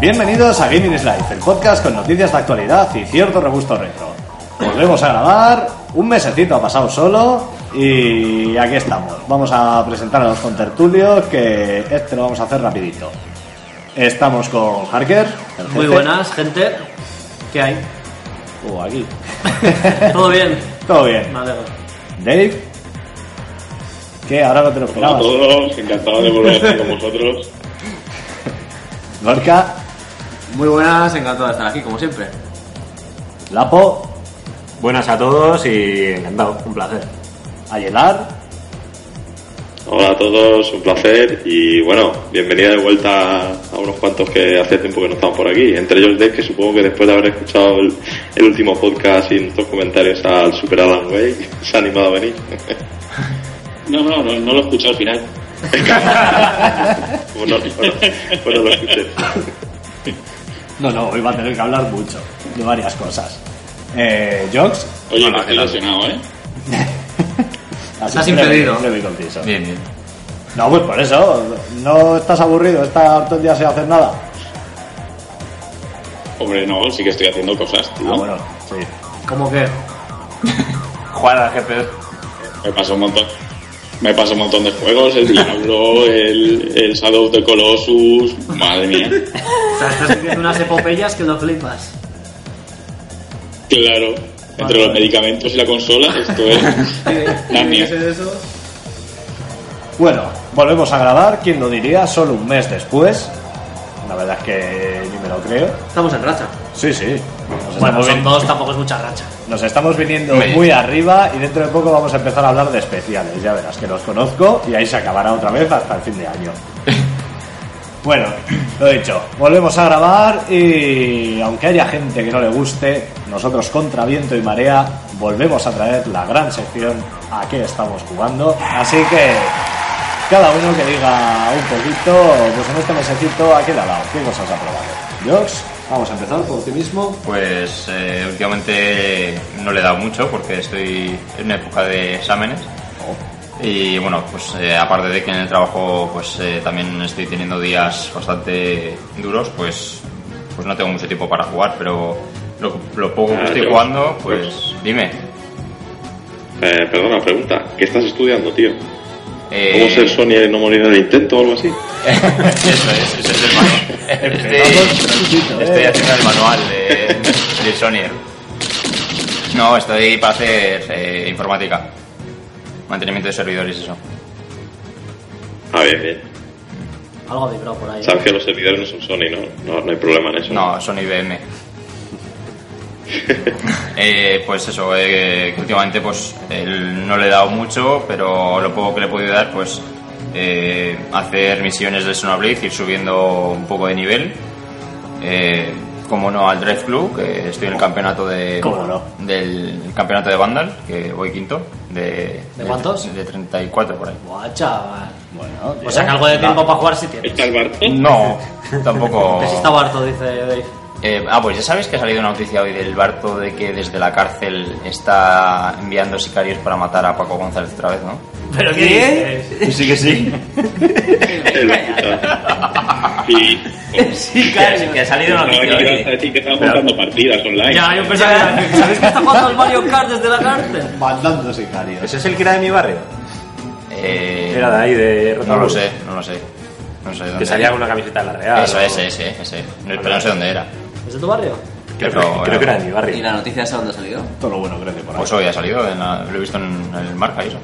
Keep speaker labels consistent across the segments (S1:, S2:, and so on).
S1: Bienvenidos a Gaming is Life, el podcast con noticias de actualidad y cierto regusto retro. Volvemos a grabar, un mesecito ha pasado solo y aquí estamos. Vamos a presentar a los contertulios que este lo vamos a hacer rapidito. Estamos con Harker. el
S2: Muy
S1: jefe.
S2: buenas, gente. ¿Qué hay?
S1: Uh, aquí.
S2: ¿Todo bien?
S1: Todo bien.
S2: Me alegro.
S1: Dave. Que ahora no te lo
S3: Hola a
S1: esperabas.
S3: todos, encantado de volver a estar con vosotros.
S1: Lorca,
S4: Muy buenas, encantado de estar aquí, como siempre.
S1: Lapo,
S5: Buenas a todos y encantado, un placer.
S1: Ayelar.
S3: Hola a todos, un placer y bueno, bienvenida de vuelta a unos cuantos que hace tiempo que no están por aquí. Entre ellos Dave, que supongo que después de haber escuchado el, el último podcast y nuestros comentarios al Super Alan Way, se ha animado a venir.
S6: No, no, no, no lo escuché al final.
S3: bueno, bueno, bueno, lo escuché.
S1: No, no, hoy va a tener que hablar mucho de varias cosas. Eh, Jox.
S6: Oye,
S4: Hola,
S6: que estoy
S4: ¿qué tal?
S6: lesionado, ¿eh?
S1: así
S4: Estás
S1: breve-
S4: impedido.
S1: breve y conciso.
S4: Bien, bien.
S1: No, pues por eso. ¿No estás aburrido? ¿Estás todo el día sin hacer nada?
S6: Hombre, no, sí que estoy haciendo cosas, tío.
S1: Ah, bueno, sí.
S2: ¿Cómo que?
S5: Jugar al GPS.
S6: Me paso un montón. Me paso un montón de juegos, el Diablo, el, el Shadow of the Colossus, madre mía.
S2: O sea, estás viviendo unas epopeyas que lo flipas.
S6: Claro, entre los medicamentos y la consola, esto es la mía.
S1: Bueno, volvemos a grabar. ¿Quién lo diría? Solo un mes después. La verdad es que ni me lo creo.
S2: Estamos en racha.
S1: Sí, sí. Nos,
S2: Bueno,
S1: estamos,
S2: son
S1: vin-
S2: dos, tampoco es mucha racha.
S1: nos estamos viniendo
S4: Me-
S1: muy arriba y dentro de poco vamos a empezar a hablar de especiales. Ya verás que los conozco y ahí se acabará otra vez hasta el fin de año. Bueno, lo dicho, volvemos a grabar y aunque haya gente que no le guste, nosotros contra viento y marea volvemos a traer la gran sección a qué estamos jugando. Así que cada uno que diga un poquito, pues en este mesecito a qué le ha dado, qué cosas ha probado. Jox, vamos a empezar por ti mismo.
S4: Pues eh, últimamente no le he dado mucho porque estoy en una época de exámenes. Y bueno, pues eh, aparte de que en el trabajo pues eh, también estoy teniendo días bastante duros, pues, pues no tengo mucho tiempo para jugar, pero lo, lo poco que
S3: Ah,
S4: estoy
S3: pero-
S4: jugando, pues dime.
S3: Eh, perdona, pregunta, ¿qué estás estudiando, tío?
S4: Eh,
S3: ¿Cómo ser Sony y no morir en el intento o algo así?
S4: Eso es, ese es el manual. Estoy,
S1: eh.
S4: estoy haciendo el manual de, de Sonier. No, estoy para hacer eh, informática. Mantenimiento de servidores, eso.
S3: Ah, bien, bien.
S2: Algo ha vibrado por ahí.
S3: Sabes que los servidores no son Sony, ¿no? No, no hay problema en eso.
S4: No, son IBM. Eh, pues eso, eh, que últimamente pues el- no le he dado mucho, pero lo poco que le he podido dar, pues eh, hacer misiones de Sonoblitz, ir subiendo un poco de nivel. Eh, como no al Drive Club, que estoy en el campeonato de
S1: Cómo no.
S4: del campeonato de Vandal, que voy quinto. ¿De,
S2: ¿De cuántos?
S4: De 34 por ahí.
S2: Buah, chaval.
S1: Bueno,
S2: O sea, que algo de tiempo para jugar sí tienes.
S3: ¿Está el Barto?
S4: No, tampoco.
S2: Que sí estaba harto, dice Dave.
S4: Eh, ah, pues ya sabéis que ha salido una noticia hoy del Barto de que desde la cárcel está enviando sicarios para matar a Paco González otra vez, ¿no?
S2: ¿Pero qué dices?
S5: Sí que sí.
S3: Y
S2: Sí,
S4: Que, que ha salido una
S3: pensaba que
S4: noticia
S3: ibas a
S4: hoy.
S3: decir que estaba montando partidas online.
S2: Ya, yo pensaba que... ¿Sabéis que está jugando al Mario Kart desde la cárcel?
S1: Mandando sicarios.
S5: ¿Ese es el que era de mi barrio?
S4: Eh,
S5: Era de ahí, de
S4: No lo
S5: Rotabús.
S4: sé, no lo sé. No sé dónde.
S5: Que salía con una camiseta de la Real.
S4: Eso,
S5: o-
S4: ese, ese, ese. No, pero no sé dónde era.
S2: ¿Es de tu barrio?
S5: Creo, que- creo que era de mi
S7: ¿Y
S5: barrio.
S7: la noticia esa dónde ha salido?
S1: Todo lo bueno creo que por ahí.
S4: Pues hoy ha salido, en la- lo he visto en el marca y eso.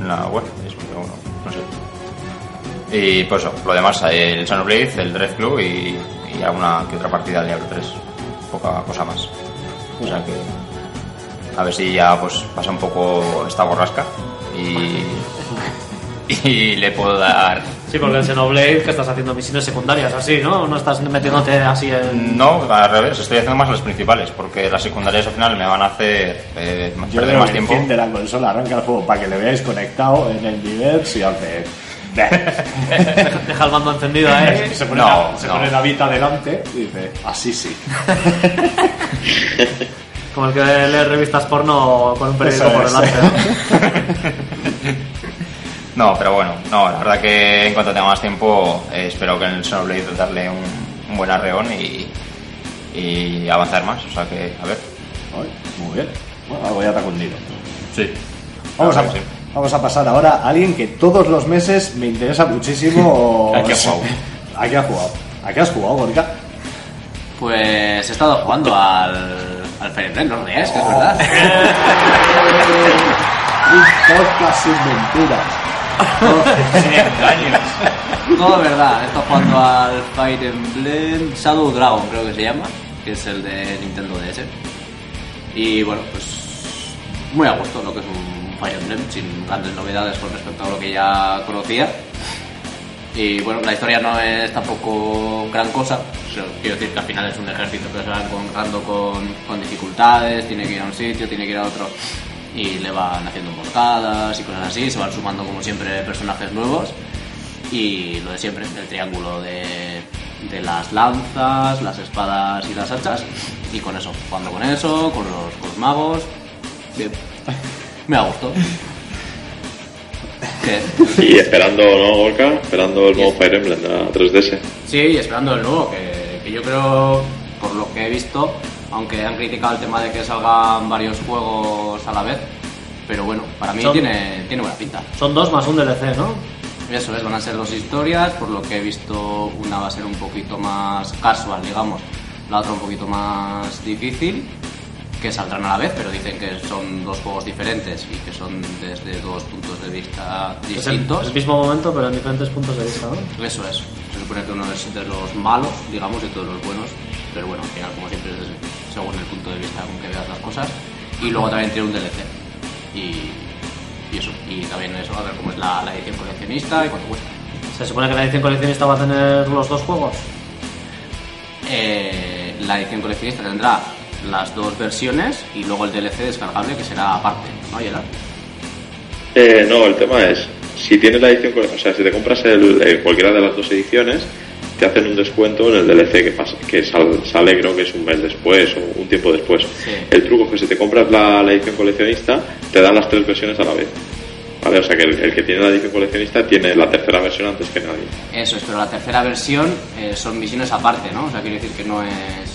S4: En la web, eso, pero bueno, no sé. Y pues eso, lo demás, el Sunblade, el Dread Club y, y alguna que otra partida al Diablo 3. Poca cosa más. O sea que. A ver si ya pues pasa un poco esta borrasca y. Y le puedo dar
S2: Sí, porque en Xenoblade que estás haciendo misiones secundarias así, ¿no? No estás metiéndote así en...
S4: No, al revés, estoy haciendo más las principales, porque las secundarias al final me van a hacer eh,
S1: Yo
S4: perder
S1: creo
S4: más
S1: que
S4: tiempo.
S1: enciende la consola, arranca el juego para que le veáis conectado en el Diverse y hace...
S2: Deja el mando encendido, ¿eh?
S1: se pone,
S4: No,
S1: la, se
S4: no.
S1: pone la vita delante y dice, así sí.
S2: Como el que lee revistas porno con un periódico
S1: Eso
S2: por
S1: es.
S2: delante, ¿no?
S4: No, pero bueno, no, la verdad que en cuanto tenga más tiempo, eh, espero que en el Xenoblade darle un, un buen arreón y, y avanzar más. O sea que, a ver.
S1: Ay, Muy bien. Bueno, algo ya te ha cundido.
S4: Sí.
S1: Vamos a,
S4: ver.
S1: vamos a pasar ahora a alguien que todos los meses me interesa muchísimo.
S4: ¿A qué ha jugado?
S1: ¿A qué ha jugado? ¿A qué has jugado, Gorka?
S7: Pues he estado jugando al, al Fire Emblem, no os reáis, que es verdad.
S1: Un podcast sin mentiras.
S4: Sin engaños.
S7: Todo verdad, he estado jugando al Fire Emblem Shadow Dragon, creo que se llama, que es el de Nintendo DS. Y bueno, pues muy a gusto lo que es un Fire Emblem, sin grandes novedades con respecto a lo que ya conocía. Y bueno, la historia no es tampoco gran cosa. pero Quiero decir que al final es un ejército que se va encontrando con, con dificultades, tiene que ir a un sitio, tiene que ir a otro. Y le van haciendo emboscadas y cosas así, se van sumando como siempre personajes nuevos. Y lo de siempre, el triángulo de, de las lanzas, las espadas y las hachas. Y con eso, jugando con eso, con los, con los magos. Bien. Me ha gustado. ¿Qué?
S3: Y esperando, ¿no, Gorka? Esperando el nuevo Fire Emblem de la 3DS.
S7: Sí, y esperando el nuevo, que, que yo creo, por lo que he visto, aunque han criticado el tema de que salgan varios juegos a la vez, pero bueno, para mí
S2: Son-
S7: tiene, tiene buena pinta.
S2: Son dos más un DLC, ¿no?
S7: Eso es, van a ser dos historias, por lo que he visto una va a ser un poquito más casual, digamos, la otra un poquito más difícil, que saldrán a la vez, pero dicen que son dos juegos diferentes y que son desde dos puntos de vista
S2: Es el,
S7: distintos.
S2: el mismo momento, pero en diferentes puntos de vista, ¿no?
S7: Eso es. Se supone que uno es de los malos, digamos, y todos los buenos. Pero bueno, al final, como siempre, es según el punto de vista con que veas las cosas. Y luego también tiene un DLC. Y, y eso. Y también eso, a ver cómo es la, la edición coleccionista y cuánto cuesta.
S2: Se supone que la edición coleccionista va a tener los dos juegos.
S7: Eh, la edición coleccionista tendrá las dos versiones y luego el DLC descargable que será aparte, ¿no, Gerard?
S3: Eh, no, el tema es, si tienes la edición, con- o sea, si te compras el, eh, cualquiera de las dos ediciones, te hacen un descuento en el DLC que, pasa- que sal- sale creo que es un mes después o un tiempo después. El truco es que si te compras la, la edición coleccionista, te dan las tres versiones a la vez. Vale, o sea que el, el que tiene la edición coleccionista tiene la tercera versión antes que nadie.
S7: Eso es, pero la tercera versión eh, son misiones aparte, ¿no? O sea, quiero decir que no es.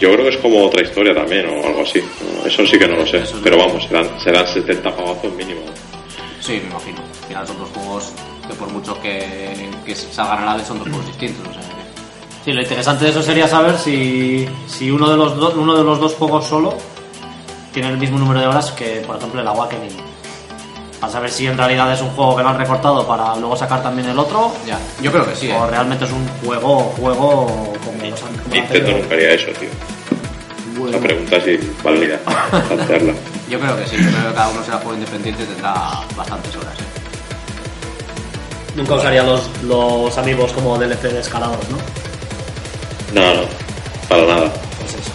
S3: Yo creo que es como otra historia también o algo así. No, Eso sí que no lo sé.
S7: Eso no.
S3: Pero vamos, serán, serán 70 pavazos mínimo.
S7: Sí, me imagino. Al final son dos juegos que por mucho que, que salgan a la vez son dos juegos distintos. O sea, que-
S2: Sí, lo interesante de eso sería saber si, si uno, de los do- uno de los dos juegos solo tiene el mismo número de horas que, por ejemplo, el Awakening. Para saber si en realidad es un juego que lo han recortado para luego sacar también el otro,
S7: ya, yo creo que sí. ¿eh?
S2: o realmente es un juego, juego como los han- como lo han
S3: Nintendo
S2: tenido.
S3: nunca haría Este eso, tío.
S2: Ah, Bueno,
S3: La pregunta es válida plantearla.
S7: Yo creo que sí. Yo creo que cada uno será juego independiente y tendrá bastantes horas. ¿eh?
S2: nunca usaría los, los amigos como DLC descarados, ¿no?
S3: No, no, para nada.
S2: Pues eso,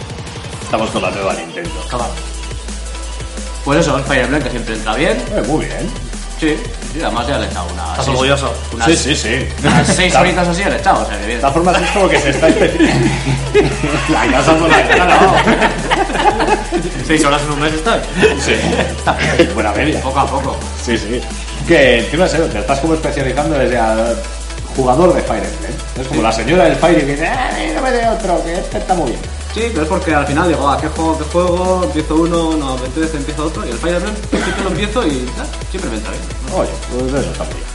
S1: Estamos con la nueva Nintendo.
S2: claro.
S7: Pues eso, el Fire Emblem que siempre entra bien.
S1: Eh, muy bien.
S7: Sí, sí, además ya le he echado unas.
S2: ¿Estás
S7: seis-
S2: orgulloso?
S7: Unas,
S1: Sí, sí, sí.
S7: unas seis
S1: La-
S7: horitas así ya le he echado, o sea que bien.
S1: De todas formas es como que se está especializando. la casa por la ventana,
S2: ¿Seis horas en un mes está?
S1: ¿no? Sí. Buena media.
S7: Poco a poco.
S1: Sí, sí. Que encima es eso, te estás como especializando desde al jugador de Fire Emblem. ¿eh? Es como la señora del Fire que dice, ¡ay, no me dé otro! Que este está muy bien.
S7: Sí, pero es porque al final digo, ah, qué juego, qué juego, empiezo uno, no, me apetece, empiezo otro, y el Fire Emblem siempre lo empiezo y ah, siempre me entra bien.
S1: Oye, pues eso está muy bien.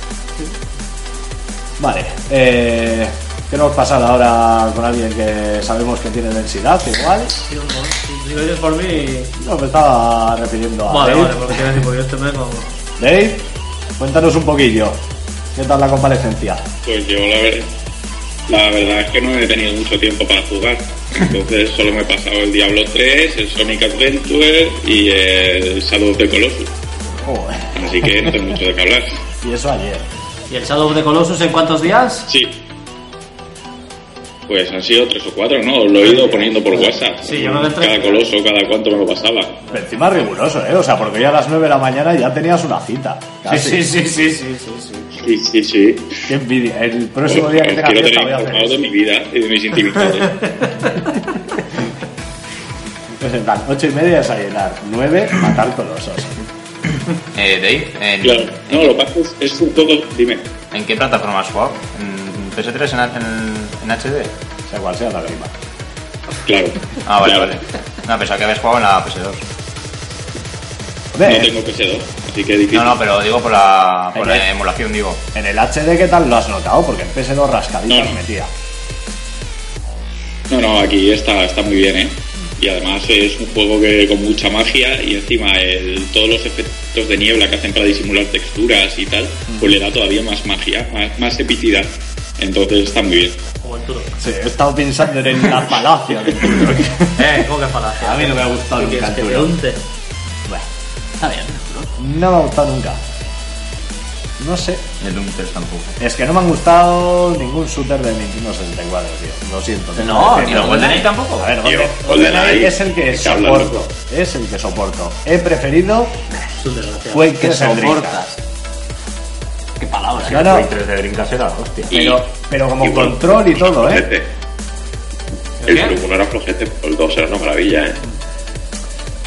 S1: Vale, eh, queremos pasar ahora con alguien que sabemos que tiene densidad, igual.
S2: Si lo dices por mí...
S1: No, me estaba refiriendo a
S2: Vale,
S1: Dave.
S2: vale, porque quiero decir, porque yo este mes no...
S1: Dave, cuéntanos un poquillo. ¿Qué tal la comparecencia?
S6: Pues yo la, ver- la verdad es que no he tenido mucho tiempo para jugar. Entonces solo me he pasado el Diablo 3, el Sonic Adventure y el Shadow of the Colossus.
S1: Joder,
S6: Así que no tengo mucho de qué hablar.
S1: y eso ayer.
S2: ¿Y el Shadow of the Colossus en cuántos días?
S3: Sí. Pues han sido tres o cuatro, ¿no? Lo he ido poniendo por WhatsApp.
S2: Sí, yo creo que entre-
S3: Cada coloso, cada cuánto me lo pasaba.
S1: Pero encima riguroso, ¿eh? O sea, porque ya a las 9 de la mañana ya tenías una cita. Casi.
S2: Ah, sí, sí, sí, sí, sí.
S3: Sí, sí, sí.
S1: Qué envidia. El próximo día que tenga
S3: quiero
S1: fiesta
S3: tener
S1: voy a hacer
S3: informado de
S1: eso.
S3: mi vida y de mis intimidades.
S1: Pues en plan, 8 y media desayunar, 9 matar colosos.
S4: Eh, Dave, ¿en,
S3: claro. No, lo que pasa es, es un poco... Dime.
S4: ¿en qué plataforma has jugado? ¿En PS3, en, en- en HD?
S1: Sea cual sea la misma.
S3: Claro.
S4: Ah, vale,
S3: Claro.
S4: vale. No, pensaba que habías jugado en la PS2.
S1: Hombre,
S3: No tengo PS2, así que es difícil.
S4: No, no, pero digo por la, por
S1: Ahí
S4: la
S1: va.
S4: emulación, digo.
S1: en el HD, ¿qué tal lo has notado? Porque en PS2 rascaditas
S3: No.
S1: metía.
S3: No, no, aquí está, está muy bien, ¿eh? Y además es un juego que con mucha magia y encima el- todos los efectos de niebla que hacen para disimular texturas y tal, pues le da todavía más magia, más, más epicidad. Entonces está muy bien.
S2: Como el Turok.
S1: Sí, he estado pensando en la falacia del Turok.
S2: Eh, ¿cómo que falacia?
S1: A mí no me ha gustado
S2: ¿Qué
S1: nunca el
S2: quieres que te
S1: Turok.
S2: unte?
S1: Bueno,
S7: Está bien.
S1: no me ha gustado nunca. No sé.
S4: El Doom 3 tampoco.
S1: Es que no me han gustado ningún shooter de Nintendo 64, tío. Lo siento. tengo
S7: No,
S1: que
S7: ni
S1: decirlo.
S7: el
S2: ¿eh?
S7: GoldenEye
S4: tampoco?
S1: A ver,
S3: Tío,
S1: Golden-
S3: GoldenEye,
S1: GoldenEye es el que
S3: está hablando.
S1: soporto. Es el que soporto. He preferido
S2: Es un desgraciado.
S1: Quake
S7: Que
S1: 3 en Dreamcast.
S7: soportas. Qué palabra.
S1: No, no,
S8: Quake 3 de Dreamcast era la hostia.
S1: pero, pero como control y todo, ¿eh?
S3: Flojete. El Turbo no era flojete, pero el 2 era una maravilla, ¿eh?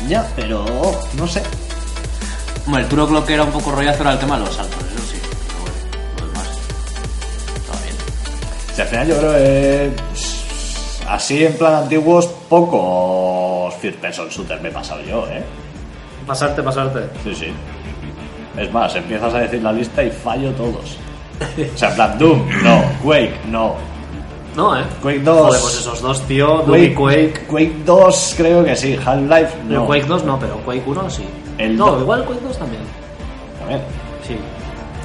S1: Ya, pero oh, no sé.
S7: Hombre, el Turok lo que era un poco rollazo era el tema de los saltos, eso sí. Pero bueno, lo demás. Estaba bien.
S1: Si al final yo creo que así en plan antiguos, pocos third person shooters me he pasado yo, ¿eh?
S2: Pasarte, pasarte.
S1: Sí, sí. Es más, empiezas a decir la lista y fallo todos. O sea, en plan Doom, no. Quake, no.
S2: No, eh.
S1: Quake 2.
S2: Joder, pues esos dos, tío. Doom y Quake.
S1: Quake 2 creo que sí, Half-Life
S2: No,
S1: no.
S2: Quake 2 no, pero Quake 1 sí.
S1: El
S2: no,
S1: do-
S2: igual Quake 2 también.
S1: A ver,
S2: Sí.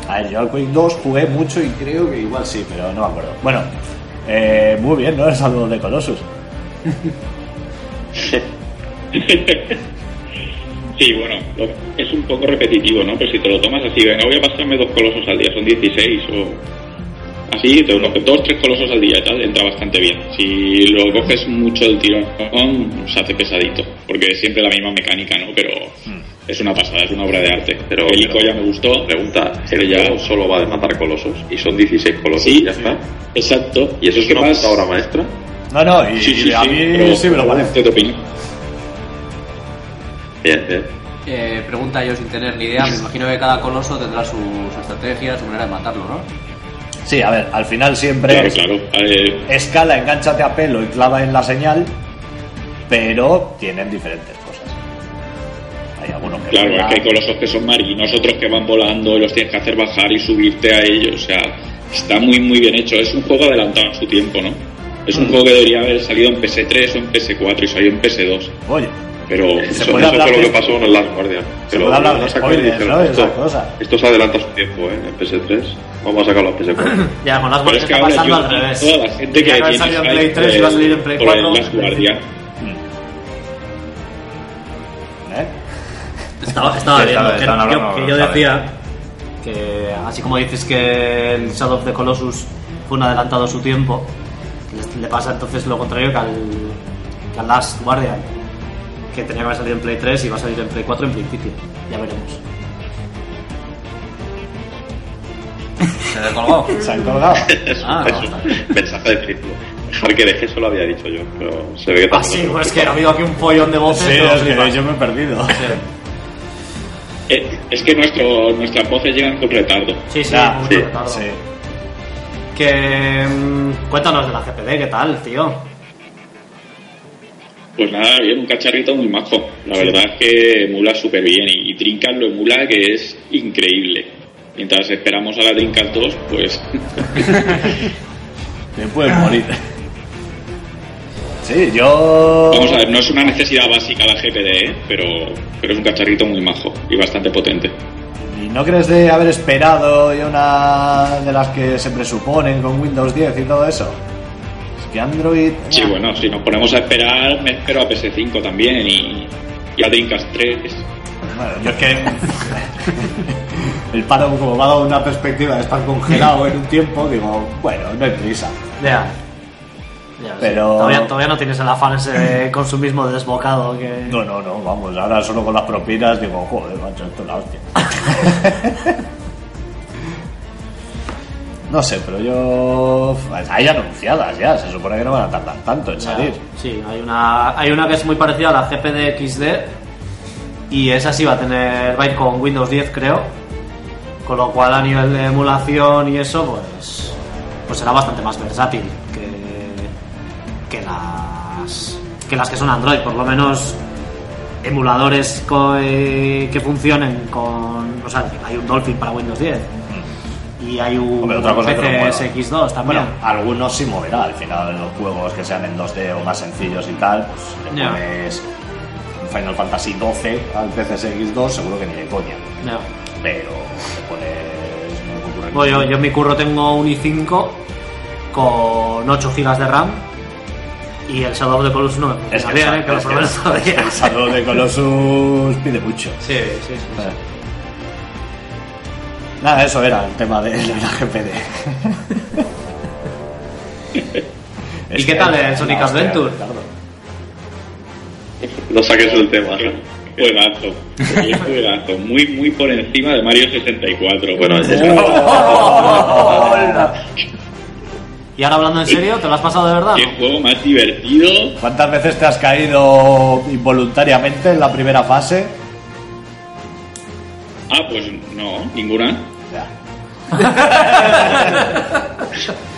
S1: a ver, yo al Quake 2 jugué mucho y creo que igual sí, pero no me acuerdo. Bueno, eh, muy bien, ¿no? El saludo de Colossus.
S3: Sí, bueno, lo- es un poco repetitivo, ¿no? Pero si te lo tomas así, venga, voy a pasarme dos colosos al día, son 16 o... Así, te coges dos, tres colosos al día y tal, entra bastante bien. Si lo coges mucho el tirón, se hace pesadito, porque es siempre la misma mecánica, ¿no? Pero
S9: Hmm.
S3: es una pasada, es una obra de arte. Pero el ICO ya me gustó.
S9: Pregunta,
S3: Sí,
S9: el
S3: ya.
S9: juego solo va de matar colosos y son 16 colosos
S3: Sí,
S9: y ya está.
S3: Exacto.
S9: ¿Y eso es
S3: ¿Qué
S9: una
S3: más?
S9: puta obra maestra?
S1: No, no, y,
S3: Sí, sí,
S1: y a
S3: sí,
S1: mí
S3: pero-
S1: sí me lo parece.
S3: ¿Qué te opinas?
S9: Bien, bien.
S7: Eh, pregunta yo sin tener ni idea, me imagino que cada coloso tendrá su, su estrategia, su manera de matarlo, ¿no?
S1: Sí, a ver, al final siempre
S3: Claro,
S1: es
S3: claro. Eh,
S1: escala, enganchate a pelo y clava en la señal, pero tienen diferentes cosas. Hay algunos que...
S3: Ah, eh, Claro, es
S1: vuelan.
S3: que hay colosos que son marguinos, otros que van volando y los tienes que hacer bajar y subirte a ellos. O sea, está muy, muy bien hecho. Es un juego adelantado a su tiempo, ¿no? Es
S2: Mm.
S3: un juego que debería haber salido en PS3 o en PS4 y salió en PS2.
S1: Oye,
S3: Pero
S1: Se
S3: eso-
S1: puede
S3: eso
S9: Eso
S1: hablar
S9: fue lo
S1: de-
S9: que pasó con el Last Guardian.
S1: Se
S9: Que lo-
S1: puede hablar
S9: lo
S1: de
S9: sacaron y
S1: spoilers,
S9: dijeron,
S1: ¿no?
S9: "Esto-
S1: Esas cosas".
S9: Esto se adelanta a su tiempo, ¿eh? En PS3. Vamos a sacarlo en PS4.
S2: Ya, con las
S3: Pero
S2: cosas
S3: es que
S2: está
S3: ahora
S2: pasando
S3: yo-
S2: al revés.
S3: toda la gente que
S2: Tenía haber
S3: tiene
S2: salido en
S3: Skype
S2: Play 3 y va a salir en Play
S3: por el
S2: 4.
S3: Last Guardian.
S1: ¿eh?
S2: Estaba, estaba
S4: Sí,
S2: bien,
S4: estaba-
S2: que-
S4: estaban
S2: que-
S4: hablando,
S2: que yo
S4: sabe.
S2: decía que así como dices que el Shadow of the Colossus fue un adelantado a su tiempo, le, le pasa entonces lo contrario que al, que al Last Guardian, que tenía que haber salido en Play 3 y va a salir en Play 4 en principio. Ya veremos.
S7: ¿Se te colgó?
S1: Se han colgado.
S7: Ah, no,
S9: Eso. Mensaje de Cristo. Dejar que deje, eso lo había dicho yo. Pero se ve que
S2: Ah,
S9: tampoco
S2: sí,
S9: se-
S2: pues que ha habido aquí un follón de voces.
S1: Sí,
S2: pero
S1: es que
S2: flipas.
S1: yo me he perdido.
S3: Eh, es que nuestro, nuestras voces llegan con retardo.
S2: Sí, sí,
S1: Ya,
S2: mucho
S9: sí,
S2: retardo.
S1: Sí.
S2: Que. mm, Cuéntanos de la GPD, ¿qué tal, tío?
S3: Pues nada, bien, un cacharrito muy majo. La verdad es que emula súper bien y, y Dreamcast lo emula que es increíble. Mientras esperamos a la Dreamcast 2, pues
S1: Te puedes morir. Sí,
S9: Oh.
S1: yo.
S3: vamos a ver, no es una necesidad básica la GPD, ¿eh? pero, pero es un cacharrito muy majo y bastante potente.
S1: ¿Y no crees de haber esperado y una de las que se presuponen con Windows 10 y todo eso? Es que Android.
S3: Sí, bueno, si nos ponemos a esperar, me espero a PS5 también y, y a Dreamcast 3.
S1: Bueno, yo es que. El paro, como me ha dado una perspectiva de estar congelado en un tiempo, digo, bueno, no hay prisa.
S2: Ya. Ya,
S1: Pero-
S2: sí. Todavía, todavía no tienes el afán ese de consumismo desbocado que...
S1: No, no, no, vamos, ahora solo con las propinas digo, joder, macho, esto es la hostia. no sé, pero yo. pues, Hay anunciadas ya, se supone que no van a tardar tanto en salir.
S2: Sí, hay una, hay una que es muy parecida a la GPD-XD y esa sí va a tener, va a ir con Windows 10 creo, con lo cual a nivel de emulación y eso pues, pues será bastante más versátil que, que las que las que son Android, por lo menos emuladores co- eh, que funcionen con, o sea, hay un Dolphin para Windows 10 y hay un
S1: Hombre, otra cosa que no mola.
S2: PCSX2 también.
S1: Bueno, algunos sí moverá al final los juegos que sean en 2D o más sencillos y tal, pues le
S2: Ya.
S1: pones un Final Fantasy 12 al PCSX2, seguro que ni de coña.
S2: No.
S1: Pero le pones. no me ocurre
S2: Bueno, yo,
S1: ningún-
S2: yo en mi curro tengo un i5 con 8 GB de RAM y el Shadow of the Colossus no me funciona
S1: Es que,
S2: bien,
S1: el-
S2: eh, que lo
S1: es
S2: probé el otro
S1: que
S2: día.
S1: el Shadow de Colossus pide mucho.
S2: Sí, sí, sí.
S1: Nada, eso era el tema de la GPD.
S2: ¿Y qué tal el Sonic
S1: Hostia,
S2: Adventure?
S1: Ricardo.
S3: No saques el tema.
S6: Juegazo, juegazo, muy, muy por encima de Mario 64.
S3: Bueno, ya
S2: Y ahora hablando en serio, ¿te lo has pasado de verdad?
S6: qué juego más divertido.
S1: ¿Cuántas veces te has caído involuntariamente en la primera fase?
S6: Ah, pues no, ninguna.
S1: Ya.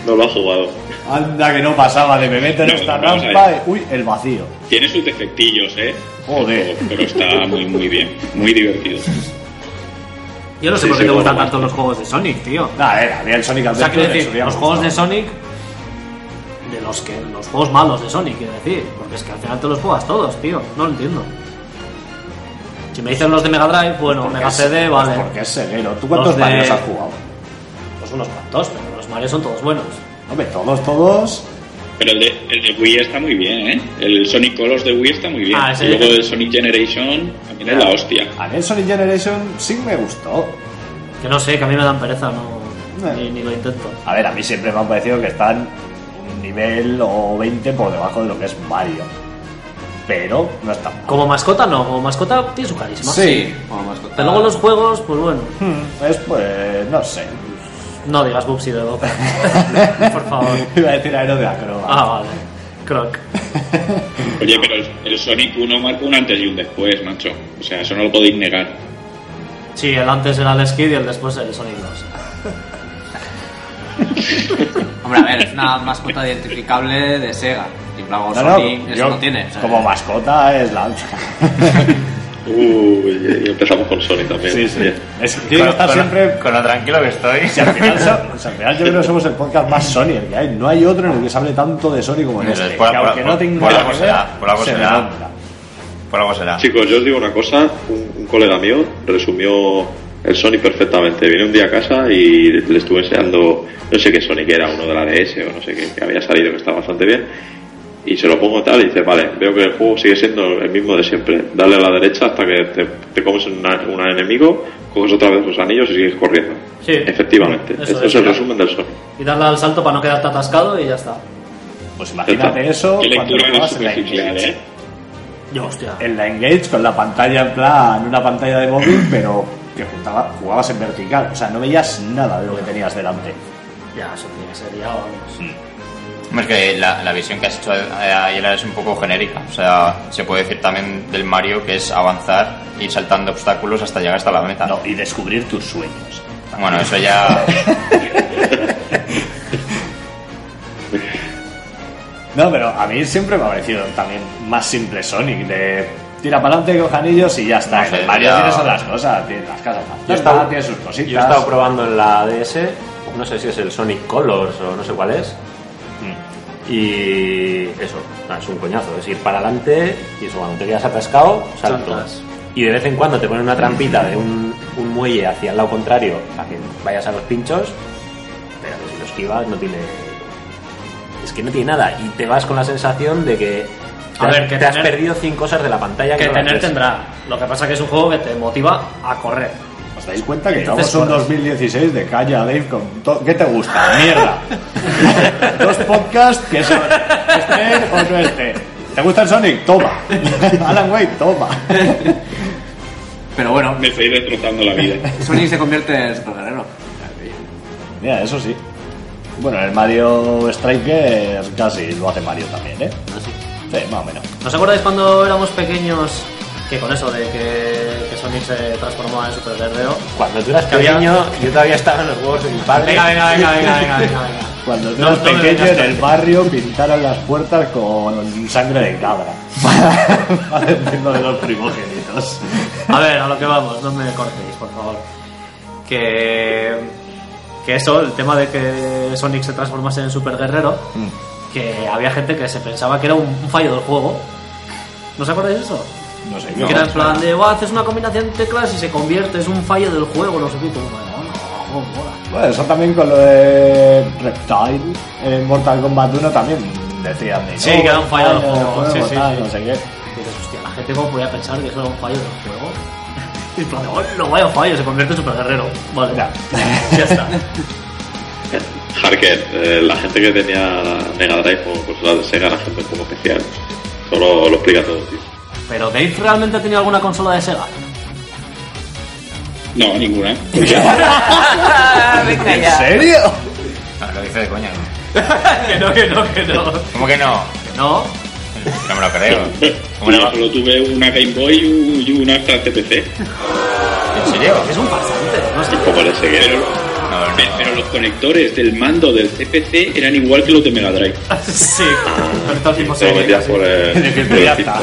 S3: no lo ha jugado.
S1: Anda que no pasaba de me meto en
S6: No,
S1: esta
S6: vamos
S1: rampa
S6: a ver.
S1: y... Uy, el vacío.
S6: Tiene sus defectillos, ¿eh?
S1: Joder.
S6: Pero está muy, muy bien, muy divertido.
S2: Yo no sé
S6: Sí,
S2: por qué
S6: sí,
S2: te
S6: lo
S2: gustan
S6: conozco.
S2: tanto los juegos de Sonic, tío.
S1: Nada, era bien eh, Sonic
S2: O sea,
S1: Adventure.
S2: quiero
S1: en su
S2: decir,
S1: día
S2: los
S1: me
S2: juegos de
S1: gustaba.
S2: Sonic, de los que los juegos malos de Sonic, quiero decir, porque es que al final te los juegas todos, tío. No lo entiendo. Si me dicen los de Mega Drive, bueno,
S1: Porque
S2: Mega
S1: es-
S2: CD,
S1: pues
S2: vale.
S1: Porque es ceguero. ¿Tú cuántos
S2: Los de-
S1: Marios has jugado?
S2: Pues unos cuantos, pero los Mario son todos buenos.
S1: Hombre, todos, todos...
S6: Pero el de, el de Wii está muy bien, ¿eh? El Sonic Colors de Wii está muy bien.
S2: Ah, ese
S6: y luego
S2: ya-
S6: el Sonic Generation también es la hostia.
S1: A mí el Sonic Generation sí me gustó.
S2: Que no sé, que a mí me dan pereza, no,
S1: Eh.
S2: ni, ni lo intento.
S1: A ver, a mí siempre me ha parecido que están un nivel o 20 por debajo de lo que es Mario. Pero no está mal.
S2: Como mascota no, como mascota tiene su carisma.
S7: Sí, como mascota.
S2: Pero luego los juegos, pues bueno,
S1: Hmm, Es pues, no sé.
S2: no digas Bubsy de Bob. Eh, Por favor.
S1: Iba a decir Aero de Acrobat.
S2: Ah, vale. Croc.
S6: Oye, pero el, el Sonic 1 marca un antes y un después, macho. O sea, eso no lo podéis negar.
S2: Sí, el antes era el Skid y el después el Sonic 2.
S7: Hombre, a ver, es una mascota identificable de Sega. Y Plago
S1: No, no,
S7: Sonic, eso
S1: yo
S7: no tiene. o sea,
S1: Como mascota es la hostia.
S3: Uy, y empezamos con Sony también.
S1: Sí, sí.
S3: Bien.
S1: Es, tiene que
S4: Con-
S1: estar
S4: con-
S1: siempre.
S4: Con lo tranquilo que estoy.
S1: Si al, final, so- si al final yo creo que somos el podcast más Sony el que hay. No hay otro en el que se hable tanto de Sony como en
S4: Mira,
S1: este.
S4: por-
S1: que
S4: por-
S1: aunque no
S4: por-
S1: tenga
S4: por
S1: nada
S4: algo
S1: que
S4: será,
S1: ver,
S4: por algo
S1: se
S4: será.
S1: nombra.
S4: Por algo será.
S3: Chicos, yo os digo una cosa, un, un colega mío resumió el Sonic perfectamente. Vine un día a casa y le estuve enseñando, no sé qué Sonic era, uno de la DS o no sé qué, que había salido, que estaba bastante bien. Y se lo pongo tal y dice, vale, veo que el juego sigue siendo el mismo de siempre. Dale a la derecha hasta que te, te comes una- un enemigo, coges otra vez los anillos y sigues corriendo.
S2: Sí.
S3: Efectivamente,
S2: Eso
S3: esto
S2: es,
S3: es el
S2: ya.
S3: resumen del Sonic.
S2: Y darle al salto para no quedarte atascado y ya está.
S1: Pues imagínate eso
S6: Qué
S1: cuando
S6: lectura
S1: lo
S6: de
S1: juegas en la
S6: superficial,
S1: Engage.
S6: ¿eh?
S2: Yo, hostia.
S1: En la Engage con la pantalla en plan, una pantalla de móvil, pero que juntaba- jugabas en vertical. O sea, no veías nada de lo que tenías delante.
S2: Ya, eso tiene que ser ya, vamos.
S4: Hombre, Es que la, la visión que has hecho eh, ayer es un poco genérica. O sea, se puede decir también del Mario que es avanzar, ir saltando obstáculos hasta llegar hasta la meta.
S1: No, y descubrir tus sueños.
S4: Bueno, eso ya.
S1: No, pero a mí siempre me ha parecido también más simple Sonic, de tira para adelante, coge anillos y ya está.
S4: No sé,
S1: En el Mario
S4: ya-
S1: tienes otras cosas, tienes las casas
S5: Yo he
S1: fantasmas,
S5: estado-
S1: tienes sus cositas.
S5: Yo he estado probando en la DS, no sé si es el Sonic Colors o no sé cuál es.
S2: Mm.
S5: Y eso, nada, es un coñazo, es ir para adelante y eso, cuando te quedas atascado, saltas.
S2: Saltas.
S5: Y de vez en cuando te ponen una trampita de un, un muelle hacia el lado contrario a que vayas a los pinchos, pero que si lo esquivas no tiene... Es que no tiene nada y te vas con la sensación de que
S2: A
S5: Te has-
S2: ver, que
S5: te has
S2: tener-
S5: perdido 100 cosas de la pantalla
S2: Que
S5: no las
S2: tener
S5: ves.
S2: tendrá. Lo que pasa que es un juego que te motiva a correr.
S1: ¿Os dais cuenta que
S2: Entonces,
S1: llevamos un
S2: corres.
S1: 2016 de calla, Dave? Con to- ¿Qué te gusta? Mierda. Dos podcasts que son este o no este. ¿Te gusta el Sonic? Toma. Alan Wake, toma.
S7: Pero bueno,
S3: Me estoy destrozando la vida.
S7: Sonic se convierte en superguerrero.
S1: Mira, eso sí. Bueno, el Mario Strikers casi lo hace Mario también, ¿eh?
S4: Ah,
S1: Sí, más o menos.
S2: ¿No os acordáis cuando éramos pequeños que con eso de que, que Sonic se transformaba en superguerrero?
S5: Cuando tú eras
S2: Que había-
S5: pequeño, yo todavía estaba en los huevos de mi padre.
S2: Venga, venga, venga, venga, venga, venga, venga.
S1: Cuando
S2: No,
S1: eras
S2: no me
S1: pequeño
S2: vengas
S1: en el
S2: con-
S1: barrio pintaron las puertas con sangre de cabra. Para- Para decirlo de los primogénitos.
S2: A ver, a lo que vamos, no me cortéis, por favor. Que. Que eso, el tema de que Sonic se transformase en superguerrero, que había gente que se pensaba que era un, un fallo del juego. ¿No os acordáis de eso?
S1: No sé,
S2: que era en plan de, "Buah, haces una combinación de teclas y se convierte, es un fallo del juego, no sé qué. y tú, "Bueno, no, no, mola".
S1: Bueno, eso también con lo de Reptile en Mortal Kombat 1 también decían de,
S2: Sí, que era un fallo del
S1: fallo
S2: juego, sí, sí,
S1: tal,
S2: sí.
S1: no sé qué.
S2: Y dices, hostia, la gente cómo podía pensar que eso era un fallo del juego. Y en plan, de, "Oh, no vaya fallo, se convierte en superguerrero. Vale,
S1: Ya.
S2: ya, está.
S10: Harker, eh, la gente que tenía Mega Drive o consolas de Sega era gente un poco especial. Solo lo explica todo, tío.
S2: Pero Dave realmente ha tenido alguna consola de Sega.
S3: No, ninguna.
S7: Venga
S1: ¿En serio?
S4: No, lo dice de coña. ¿no?
S2: que no, que no, que no.
S4: ¿Cómo que no?
S2: No,
S4: No me lo creo. ¿Cómo
S3: Yo
S4: no?
S3: solo tuve una Game Boy y un- y una Astra CPC.
S4: ¿En serio?
S2: es un farsante. No es
S10: Como el SG.
S3: Pero,
S4: No, no.
S3: pe- pero los conectores del mando del CPC eran igual que los de Mega Drive.
S2: sí, con todo tipo
S10: Te lo metías
S2: sí.
S10: por el.
S1: De que
S10: por el
S1: ya
S10: cinto.
S1: está.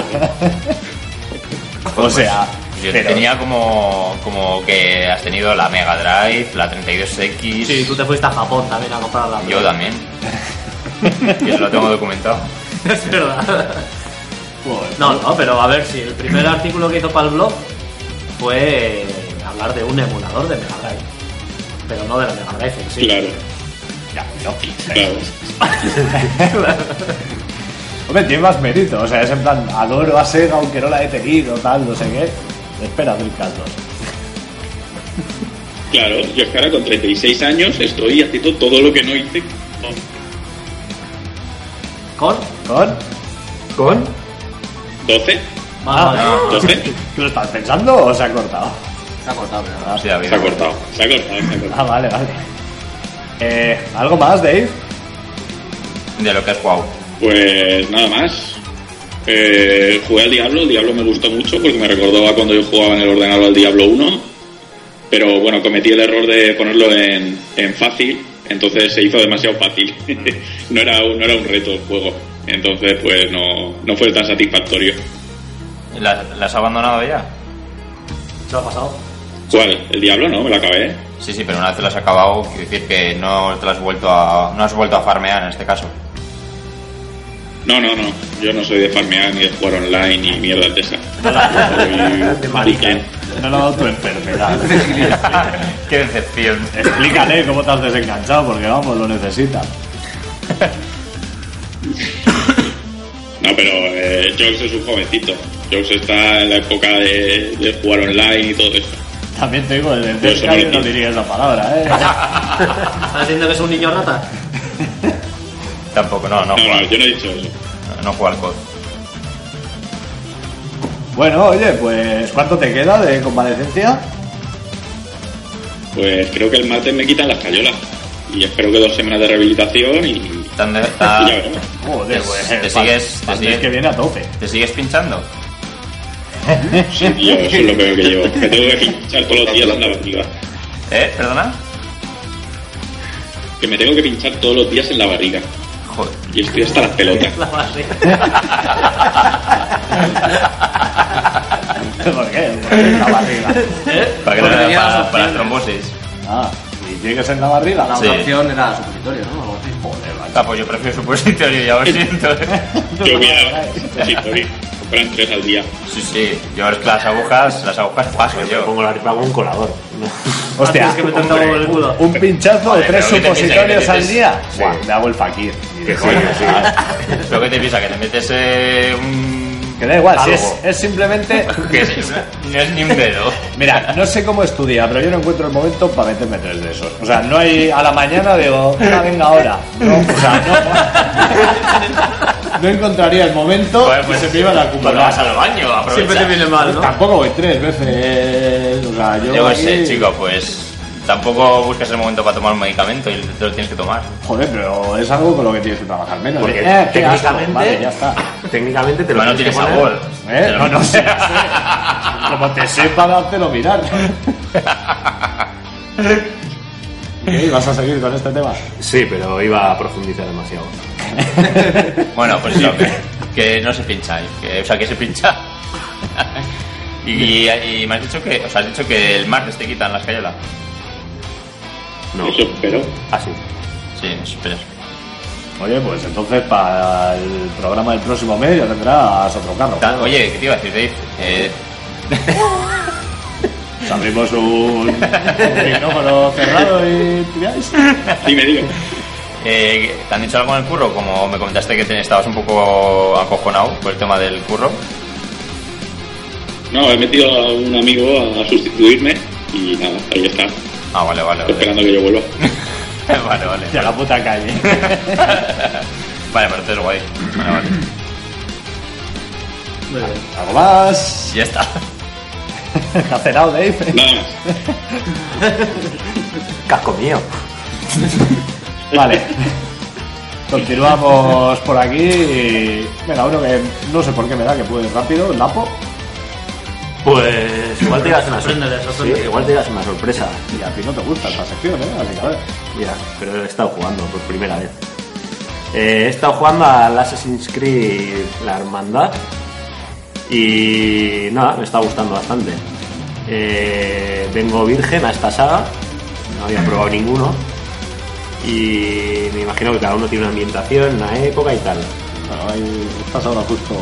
S1: O sea,
S4: Yo
S1: pero-
S4: tenía como, como que has tenido la Mega Drive, la 32X.
S2: Sí, tú te fuiste a Japón también a comprar la
S4: Yo también. Y eso lo tengo documentado.
S2: Es verdad. No, no, pero a ver si el primer artículo que hizo para el blog fue hablar de un emulador de Mega Drive. Pero no de la Mega Drive en sí.
S3: Claro,
S1: ya, yo.
S3: claro.
S1: Hombre, tiene más mérito. O sea, es en plan, adoro a Sega aunque no la he tenido, tal, no sé qué. Espera, Dreamcast 2.
S3: Claro, yo es que ahora con 36 años estoy haciendo todo lo que no hice.
S2: ¿Con?
S1: ¿Con?
S5: ¿Con?
S3: 12,
S2: Vale, vale.
S4: No,
S3: 12,
S1: ¿Lo estás pensando o se ha cortado?
S7: Se ha cortado, pero
S4: sí, David.
S10: Se ha cortado.
S3: se ha cortado, se ha cortado.
S1: Ah, vale, vale. Eh, ¿Algo más, Dave?
S4: De lo que has jugado.
S3: Pues nada más. Eh, jugué al Diablo, el Diablo me gustó mucho porque me recordó a cuando yo jugaba en el ordenador al Diablo 1. Pero bueno, cometí el error de ponerlo en, en fácil, entonces se hizo demasiado fácil. no, era un, no era un reto el juego, entonces pues no, no fue tan satisfactorio.
S4: ¿La, la has abandonado ya?
S2: Se lo ha pasado.
S3: ¿Cuál? ¿El Diablo? No, me lo acabé.
S4: Sí, sí, pero una vez te la has acabado, quiero decir que no te la has vuelto a, no has vuelto a farmear en este caso.
S3: No, no, no. Yo no soy de farmear, ni de jugar online, ni mierda de esa.
S5: De
S3: Soy
S5: maricón.
S1: No lo ha dado tu enfermedad.
S4: Qué decepción.
S1: Explícale cómo te has desenganchado, porque vamos, lo necesitas.
S3: No, pero eh, Jokes es un jovencito. Jokes está en la época de, de jugar online y todo eso.
S1: También te digo, desde
S3: Pues
S1: cerca yo no
S3: hombre.
S1: diría esa palabra, ¿eh?
S2: ¿Estás diciendo que es un niño rata?
S4: Tampoco, no, no
S3: No,
S4: juego,
S3: no, yo no he dicho eso.
S4: no juego al COD.
S1: Bueno, oye, pues ¿cuánto te queda de convalecencia?
S3: Pues creo que el martes me quitan las cayolas. Y espero que dos semanas de rehabilitación y.
S4: Tan de-
S3: y
S4: ta-
S3: ya veremos.
S1: Joder,
S4: Te-
S1: pues
S4: te
S1: el
S4: sigues- te
S1: pan-
S4: sigues.
S1: es que viene a tope.
S4: ¿Te sigues pinchando?
S3: Sí, tío, eso es lo peor que llevo. Que tengo que pinchar todos los días en la barriga.
S4: ¿Eh? ¿Perdona?
S3: Que me tengo que pinchar todos los días en la barriga.
S4: Joder.
S3: Y estoy hasta las pelotas.
S2: La base.
S1: ¿Por qué? Porque en la barriga.
S4: ¿Para qué
S7: Porque
S4: te-
S7: tenía las
S4: para, para
S7: opciones.
S4: trombosis?
S1: Ah, ¿y llegues en la barriga?
S7: la
S4: Sí.
S7: otra opción era supositorio, ¿no? Algo así.
S4: Ah, pues yo prefiero supositorio, ya lo siento. ¿eh?
S3: Yo voy a. Sí, voy. Compran tres al día.
S4: Sí, sí, yo es que las agujas, las agujas paso
S5: Yo
S4: yo.
S5: pongo la rifa con un colador.
S1: Hostia,
S2: Antes que meter todo por el culo.
S1: un pinchazo de
S4: Joder,
S1: tres
S4: pero ¿qué te piensas que
S1: supositorios
S4: dices?
S1: al día.
S4: Sí.
S1: Buah, me hago el fakir. Que sí,
S4: Coño,
S1: que sí.
S4: ¿Pero qué te piensa? ¿Que te metes eh, un.?
S1: Que da igual, si es,
S4: algo?
S1: es simplemente.
S4: Que es- no es ni un dedo.
S1: Mira, no sé cómo estudia, pero yo no encuentro el momento para meterme tres de esos. O sea, no hay. A la mañana digo, "Ah, venga ahora. No, o sea, no. No encontraría el momento
S4: Joder, pues
S1: y se me iba la
S4: Cuando
S1: cumbre.
S4: vas al baño, aprovecha.
S2: Siempre te viene mal, ¿no?
S1: Tampoco voy tres veces. O sea, yo.
S4: Yo qué
S1: aquí-
S4: sé, chico, pues. Tampoco buscas el momento para tomar un medicamento y te lo tienes que tomar.
S1: Joder, pero es algo con lo que tienes que trabajar menos.
S5: Porque
S1: Eh, qué asco.
S5: técnicamente-
S1: Vale, ya está.
S5: Técnicamente te lo
S4: Pero no tiene
S5: tienes que poner-
S4: sabor.
S1: ¿Eh?
S4: Te lo-
S1: No, no sé. Ah, Como te sepa, dártelo mirar. ¿Qué? ¿Vas a seguir con este tema?
S5: Sí, pero iba a profundizar demasiado.
S4: Bueno, pues eso, que, que no se pincha, ahí, que- o sea, que se pincha. y, y me has dicho que, o sea, has dicho que el martes te quitan las escayola.
S5: No,
S6: Eso espero.
S5: así.
S4: Sí, espera.
S1: Oye, pues entonces para el programa del próximo mes ya tendrás otro carro.
S4: Ta- Oye, ¿qué te iba a decir, Dave? Eh,
S1: Os Abrimos un, un micrófono cerrado y tiráis.
S6: Sí, me digo.
S4: eh, ¿Te han dicho algo en el curro? Como me comentaste que te- estabas un poco acojonado por el tema del curro.
S6: No, he metido a un amigo a sustituirme y nada, ahí está.
S4: Ah, vale, vale, vale.
S6: Esperando que yo vuelva.
S4: vale, vale.
S1: De la puta calle.
S4: Vale, pero entonces guay. Vale, vale.
S1: ¿Algo más?
S4: Ya está.
S1: ¿Ha cenado, Dave?
S6: Nada más.
S5: Casco mío.
S1: Vale. Continuamos por aquí. Venga, uno que no sé por qué me da que puede ir rápido, Lapo.
S5: Pues igual te llevas una
S2: Sorpréndele,
S5: sorpresa.
S2: sorpréndele.
S5: Sí, igual te llevas una sorpresa.
S1: Y a ti no te gusta esta sección, ¿eh? Así que a ver.
S5: Mira, pero he estado jugando por primera vez. Eh, he estado jugando al Assassin's Creed La Hermandad y nada, me está gustando bastante. Eh, vengo virgen a esta saga, no había probado ninguno y me imagino que cada uno tiene una ambientación, una época y tal.
S1: Bueno, ahí estás ahora justo.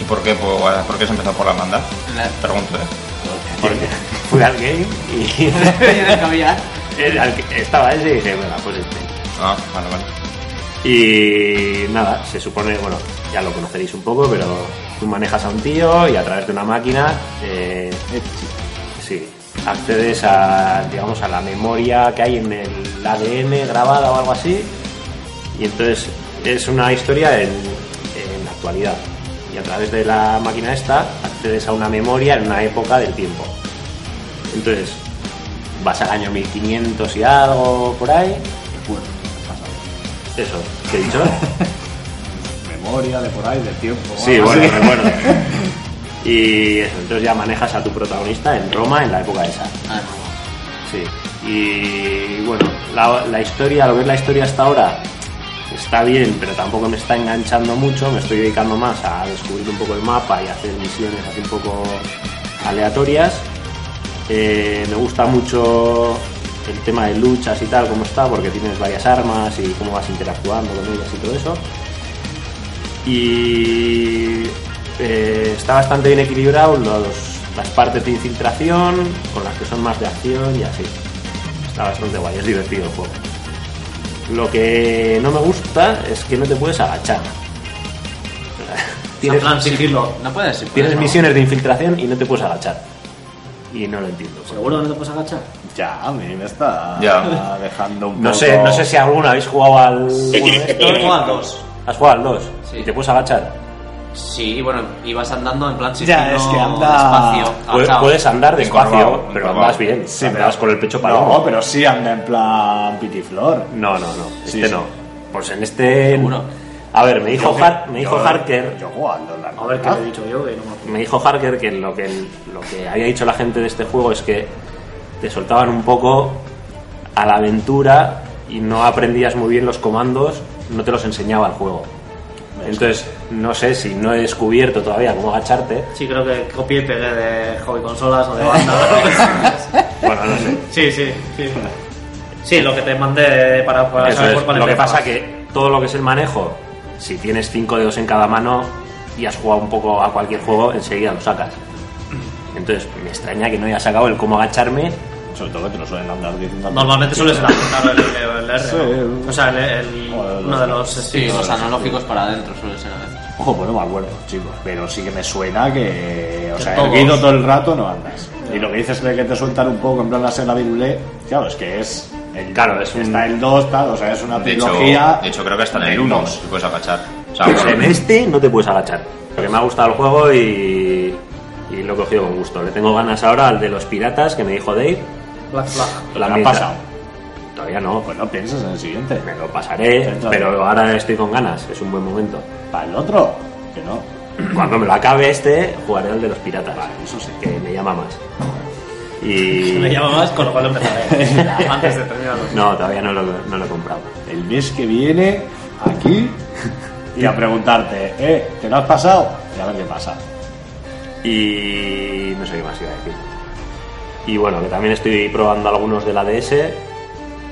S4: ¿Y por qué, por, por qué has empezado por la hermandad?
S7: La-
S4: Pregunto, ¿eh?
S5: Porque fui al game y
S7: Tiene que cambiar.
S5: el- al que estaba ese y dije, venga, pues este.
S4: Ah, vale, vale.
S5: Y nada, se supone, bueno, ya lo conoceréis un poco, pero tú manejas a un tío y a través de una máquina, eh, sí, accedes a, digamos, a la memoria que hay en el ADN grabada o algo así. Y entonces es una historia en, en la actualidad. Y a través de la máquina esta accedes a una memoria en una época del tiempo. Entonces vas al año 1500 y algo por ahí. Eso, ¿qué he dicho?
S1: Memoria de por ahí, de tiempo.
S5: Sí,
S1: algo
S5: bueno,
S1: así.
S5: recuerdo. Y eso, entonces ya manejas a tu protagonista en Roma en la época esa.
S7: Ah,
S5: Sí. Y bueno, la, la historia, lo que es la historia hasta ahora, está bien, pero tampoco me está enganchando mucho. Me estoy dedicando más a descubrir un poco el mapa y hacer misiones así un poco aleatorias. Eh, me gusta mucho el tema de luchas y tal, cómo está, porque tienes varias armas y cómo vas interactuando con ellas y todo eso. Y eh, está bastante bien equilibrado los- las partes de infiltración con las que son más de acción y así. Está bastante guay, es divertido el juego. Lo que no me gusta es que no te puedes agachar.
S2: En
S5: Tienes-
S2: plan, sigilo.
S7: No puedes ir por
S5: Tienes
S7: eso.
S5: misiones de infiltración y no te puedes agachar. Y no lo entiendo.
S2: ¿Seguro que no te puedes agachar?
S1: Ya, a mí me está
S4: Ya.
S1: dejando un poco.
S5: No sé, no sé si alguno habéis jugado al.
S6: Sí, sí, sí.
S2: Yo he jugado al dos.
S5: ¿Has jugado al 2?
S7: Sí.
S5: ¿Y te puedes agachar?
S7: Sí, bueno, ibas andando en plan sigilo.
S1: Ya, es que anda-
S7: Despacio,
S5: Puedes,
S7: agachado.
S5: puedes andar despacio,
S4: Encorvado,
S5: pero
S4: encorvado.
S5: vas bien.
S1: Sí,
S5: Andas
S1: pero-
S5: con el pecho para
S1: No, pero sí anda en plan pitiflor.
S5: No, no, no.
S1: Sí,
S5: este
S1: sí.
S5: no. Pues en este.
S7: Seguro.
S5: A ver, me dijo,
S1: Yo-
S5: Har- me dijo
S1: yo-
S5: Harker.
S1: Yo jugando en la
S2: A ver qué le he dicho yo, que no me acuerdo.
S5: Me dijo Harker que lo que, lo que había dicho la gente de este juego es que te soltaban un poco a la aventura y no aprendías muy bien los comandos, no te los enseñaba el juego. Entonces, no sé si no he descubierto todavía cómo agacharte.
S2: Sí, creo que copié y pegué de hobby consolas o de banda.
S5: Bueno, no sé.
S2: sí, sí, sí. Sí, lo que te mandé para, para
S5: Eso
S2: saber
S5: es.
S2: por cuál
S5: Lo que
S2: empezabas.
S5: pasa que todo lo que es el manejo, si tienes cinco dedos en cada mano y has jugado un poco a cualquier juego, enseguida lo sacas. Entonces me extraña que no haya sacado el cómo agacharme
S1: Sobre todo que te lo suelen hablar diciendo.
S2: Normalmente suele ser apuntar el, el R. ¿no?
S1: Sí.
S2: O sea, el, el-
S1: O el-
S2: uno de los
S7: Sí,
S2: sticks.
S7: los analógicos para adentro suele ser a veces.
S1: Ojo, pues no me acuerdo, chicos. Pero sí que me suena que. O
S2: Que
S1: sea,
S2: todos.
S1: erguido todo el rato no andas. Y lo que dices de que te sueltan un poco en plan la sena virulé, claro, es que es. El,
S5: Claro, es un-
S1: Está el 2, tal, o sea, es una
S4: De hecho,
S1: trilogía.
S4: de hecho, creo que hasta en
S1: de
S4: el 1
S1: dos.
S4: te puedes agachar. O sea,
S5: Pues en
S4: bueno,
S5: este no te puedes agachar. Porque me ha gustado el juego y, y lo he cogido con gusto. Le tengo ganas ahora al de los piratas que me dijo Dave.
S2: Black Flag.
S1: ¿Lo has
S5: mitad.
S1: pasado?
S5: Todavía no,
S1: Pues no pienses en el siguiente.
S5: me lo pasaré,
S1: Dentro de-
S5: pero ahora estoy con ganas. Es un buen momento.
S1: Para el otro, que no.
S5: Cuando me lo acabe este, jugaré al de los piratas.
S1: Eso sí.
S5: Que me llama más. Y...
S2: Me llama más, con lo cual empezaré. Antes de terminarlo.
S5: No, todavía no lo, no lo he comprado.
S1: El mes que viene, aquí, y a preguntarte, ¿eh? ¿Te lo has pasado? Y a ver qué pasa.
S5: Y no sé qué más iba a decir. Y bueno, que también estoy probando algunos de la DS,